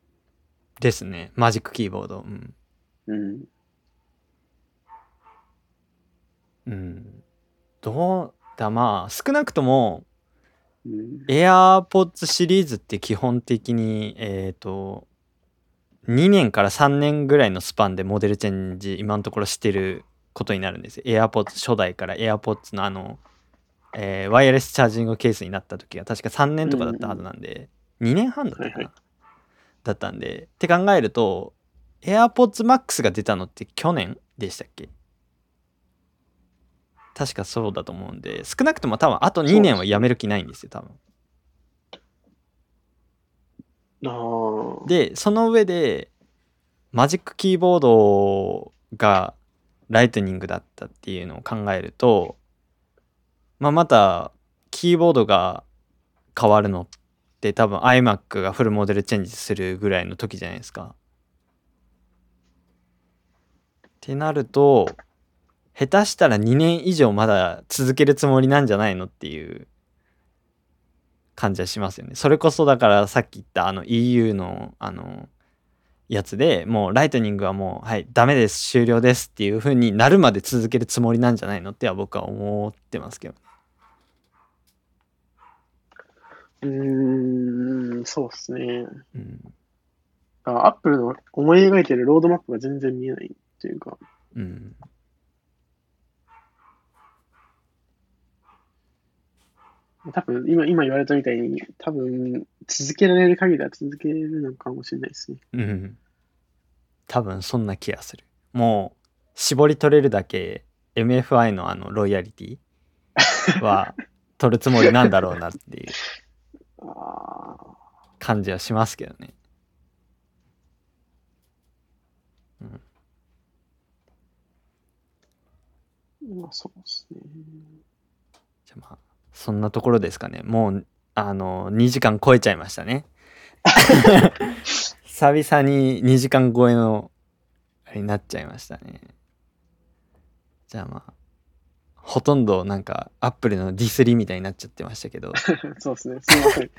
Speaker 2: うですねマジックキーボードうん
Speaker 3: うん。
Speaker 2: うんどうだまあ少なくとも
Speaker 3: うん。
Speaker 2: AirPods シリーズって基本的にえっ、と2年から3年ぐらいのスパンでモデルチェンジ今のところしてることになるんですよ AirPods 初代から AirPods のあの、えーワイヤレスチャージングケースになった時が確か3年とかだったはずなんで、2年半だったかな、
Speaker 3: はいは
Speaker 2: だったんでって考えると AirPods Max が出たのって去年でしたっけ確かそうだと思うんで少なくとも多分あと2年はやめる気ないんですよ多分
Speaker 3: ああ。
Speaker 2: でその上でマジックキーボードがライトニングだったっていうのを考えると、まあ、またキーボードが変わるのって多分 iMac がフルモデルチェンジするぐらいの時じゃないですか。っててなると、下手したら2年以上まだ続けるつもりなんじゃないのっていう感じはしますよね。それこそだからさっき言ったあの EU のあのやつでもうライトニングはもうはいダメです終了ですっていう風になるまで続けるつもりなんじゃないのっては僕は思ってますけど。
Speaker 3: うーん、そうですね。
Speaker 2: うん。
Speaker 3: あアップルの思い描いてるロードマップが全然見えないっていうか、
Speaker 2: うん。
Speaker 3: 多分今今言われたみたいに、多分続けられる限りは続けるのかもしれないですね。
Speaker 2: うん。多分そんな気がする。もう絞り取れるだけ MFI のあのロイヤリティは取るつもりなんだろうなっていう
Speaker 3: ああ、
Speaker 2: 感じはしますけどね。
Speaker 3: まあそうですね。 (laughs)
Speaker 2: じゃあまあそんなところですかね。もうあの2時間超えちゃいましたね。久々に2時間超えのあれになっちゃいましたね。じゃあまあほとんどなんかアップルのディスリみたいになっちゃってましたけど。
Speaker 3: そうですね。すみ
Speaker 2: (laughs)
Speaker 3: ません。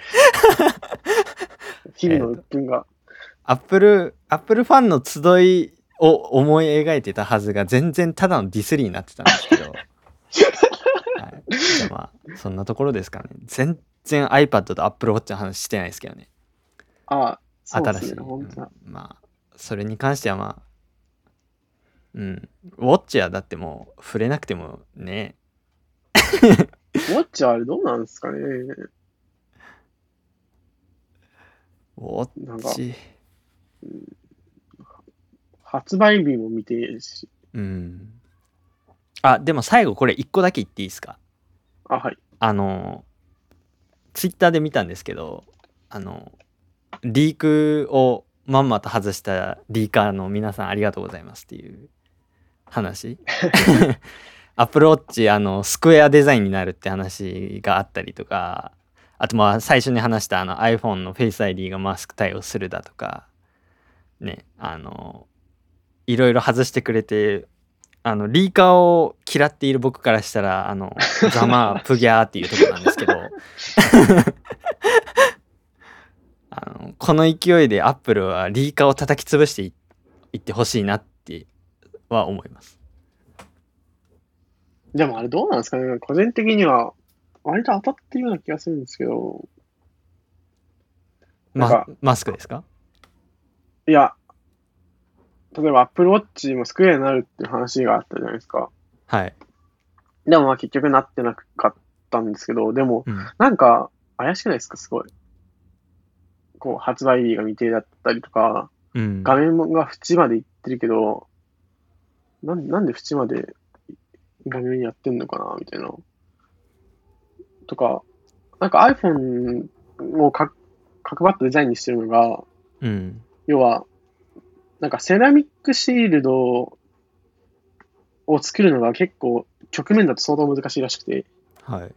Speaker 3: 日々の鬱憤が。
Speaker 2: アップル、アップルファンの集いを思い描いてたはずが、全然ただのディスリーになってたんですけど。はい、じゃあまあ、そんなところですかね。全然 iPad と Apple Watch の話してないですけどね。
Speaker 3: ああ、そうで
Speaker 2: 新し
Speaker 3: す
Speaker 2: い。
Speaker 3: ね。本当だ
Speaker 2: うんまあ、それに関してはまあ、うん。ウォッチはだってもう触れなくてもね、
Speaker 3: ウォッチはあれどうなんですかね。
Speaker 2: ウォ
Speaker 3: なんか
Speaker 2: ッ、チ、
Speaker 3: 発売日も見てえし。
Speaker 2: うん。あ、でも最後これ1個だけ言っていいですか
Speaker 3: あ、はい。
Speaker 2: あの、ツイッターで見たんですけど、あの、リークをまんまと外したリーカーの皆さんありがとうございますっていう話。アップルウォッチ、あの、スクエアデザインになるって話があったりとか、あとまあ最初に話したあの iPhone の Face ID がマスク対応するだとか、ね、あの、いろいろ外してくれて、あの、リーカーを嫌っている僕からしたら、あ
Speaker 3: (laughs)
Speaker 2: の、ざまあ、プギャーっていうところなんですけど、 (laughs) あの、この勢いでアップルはリーカーを叩き潰していいってほしいなっては思います。
Speaker 3: でもあれどうなんですかね。個人的には、割と当たってるような気がするんですけど、な
Speaker 2: ま
Speaker 3: んか、
Speaker 2: マスクですか
Speaker 3: いや、例えば Apple Watch もスクエアになるっていう話があったじゃないですか。
Speaker 2: はい。
Speaker 3: でもまあ結局なってなかったんですけど、でも
Speaker 2: うん
Speaker 3: なんか怪しくないですかすごい。こう発売日が未定だったりとか、
Speaker 2: うん。
Speaker 3: 画面が縁までいってるけど、なんなんで縁まで画面やってんのかなみたいな。とか、なんか iPhone をか角張ったデザインにしてるのが、
Speaker 2: うん。
Speaker 3: 要は、なんかセラミックシールドを作るのが結構局面だと相当難しいらしくて、
Speaker 2: はい。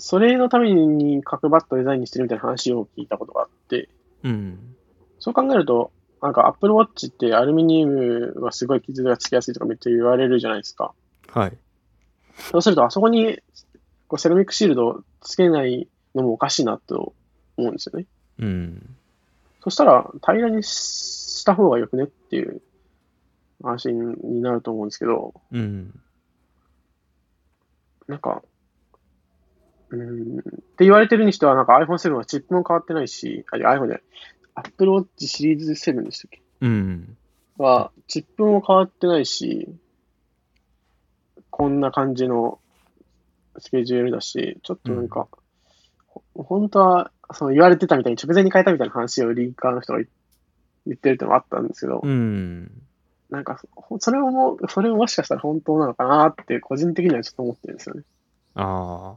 Speaker 3: それのために角張ったデザインにしてるみたいな話を聞いたことがあって、
Speaker 2: うん。
Speaker 3: そう考えると、なんか Apple Watch ってアルミニウムはすごい傷がつきやすいとかめっちゃ言われるじゃないですか。
Speaker 2: はい。
Speaker 3: そうすると、あそこにこうセラミックシールドをつけないのもおかしいなと思うんですよね。
Speaker 2: うん。
Speaker 3: そしたら平らにした方がよくねっていう話になると思うんですけど、
Speaker 2: うん。
Speaker 3: なんか、うーん、って言われてるにしては、なんか iPhone7 はチップも変わってないし、あ、いや iPhone じゃない、Apple Watch シリーズ7でしたっけ
Speaker 2: うん。
Speaker 3: は、チップも変わってないし、こんな感じのスケジュールだし、ちょっとなんか、ほ本当は、その言われてたみたいに直前に変えたみたいな話をリーカーの人が言言ってるってのもあったんですけど、
Speaker 2: うん。
Speaker 3: なんかそ、ほそれももう、それももしかしたら本当なのかなって、個人的にはちょっと思ってるんですよね。
Speaker 2: ああ。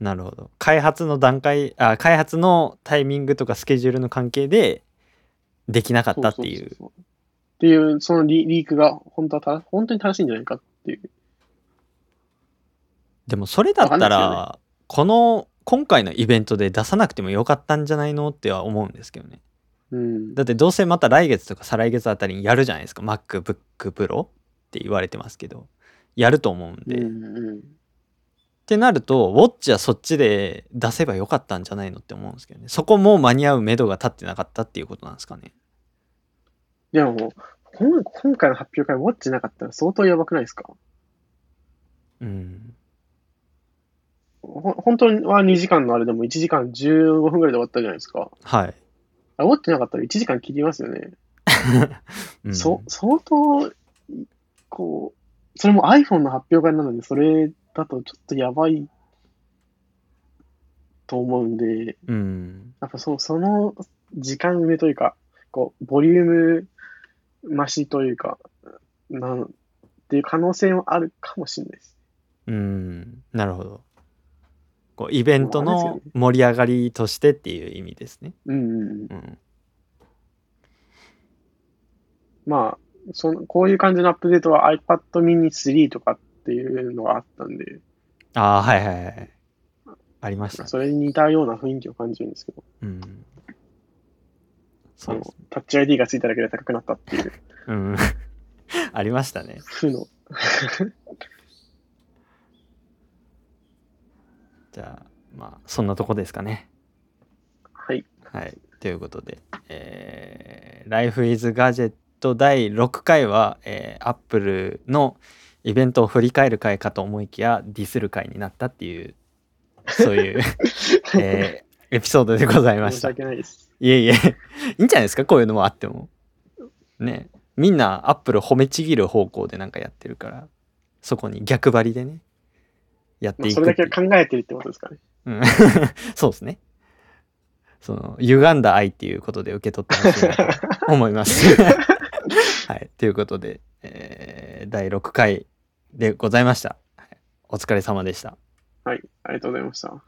Speaker 2: なるほど。開発の段階、あ、開発のタイミングとかスケジュールの関係でできなかったっていう。
Speaker 3: そそそそっていう、そのリリークが本当はた本当に正しいんじゃないかっていう。
Speaker 2: でもそれだった
Speaker 3: わかんないです
Speaker 2: ら、この今回のイベントで出さなくてもよかったんじゃないのっては思うんですけどね。
Speaker 3: うん。
Speaker 2: だってどうせまた来月とか再来月あたりにやるじゃないですか MacBook Pro って言われてますけどやると思うん
Speaker 3: う
Speaker 2: で、っ
Speaker 3: んうん。
Speaker 2: てなるとウォッチはそっちで出せばよかったんじゃないのって思うんですけどねそこも間に合う目処が立ってなかったっていうことなんですかね
Speaker 3: でも、こん今回の発表会、ウォッチなかったら相当やばくないですか
Speaker 2: うん
Speaker 3: ほ本当は2時間のあれでも1時間15分ぐらいで終わったじゃないですか。
Speaker 2: はい、
Speaker 3: あウォッチなかったら1時間切りますよね。
Speaker 2: うん
Speaker 3: そ相当、こう、それも iPhone の発表会なので、それだとちょっとやばいと思うんで、
Speaker 2: うん
Speaker 3: やっぱそその時間埋めというか、こう、ボリューム増しというか、なんっていう可能性もあるかもしれないです。
Speaker 2: うんなるほどこうイベント
Speaker 3: まああれ
Speaker 2: の
Speaker 3: です
Speaker 2: 盛り上がりとしてっていう意味ですね
Speaker 3: うんうんうん。
Speaker 2: うん
Speaker 3: まあ、そのこういう感じのアップデートは iPad mini 3とかっていうのがあったんで、
Speaker 2: ああはいはいはいありましたね
Speaker 3: それに似たような雰囲気を感じるんですけど、
Speaker 2: うんそ
Speaker 3: あ
Speaker 2: う
Speaker 3: の
Speaker 2: です
Speaker 3: タッチ ID がついただけで高くなったっていう
Speaker 2: うん (laughs) ありましたね。
Speaker 3: 負の。
Speaker 2: じゃあ、まあ、そんなとこですかね。
Speaker 3: はい。
Speaker 2: はい。ということで、えー Life is Gadget 第6回は、えー、Apple のイベントを振り返る回かと思いきや、ディスる回になったっていう、そう
Speaker 3: (laughs)
Speaker 2: いう、えーエピソードでございま
Speaker 3: 申
Speaker 2: し。
Speaker 3: した
Speaker 2: い
Speaker 3: 訳ないです。
Speaker 2: えいえ、いいんじゃないですか、こういうのもあっても。ね。みんな Apple 褒めちぎる方向でなんかやってるから、そこに逆張りでね、やっ
Speaker 3: ま
Speaker 2: て
Speaker 3: あ、
Speaker 2: い
Speaker 3: そ
Speaker 2: く
Speaker 3: れ
Speaker 2: っ
Speaker 3: だ
Speaker 2: てい
Speaker 3: け
Speaker 2: う
Speaker 3: 考えてるってことですかね。
Speaker 2: うん (laughs) そうですね。その、歪んだ愛っていうことで受け取ってほしいなと思います。はい。ということで、えー第6回でございました。はいお疲れ様でした。
Speaker 3: はい。ありがとうございました。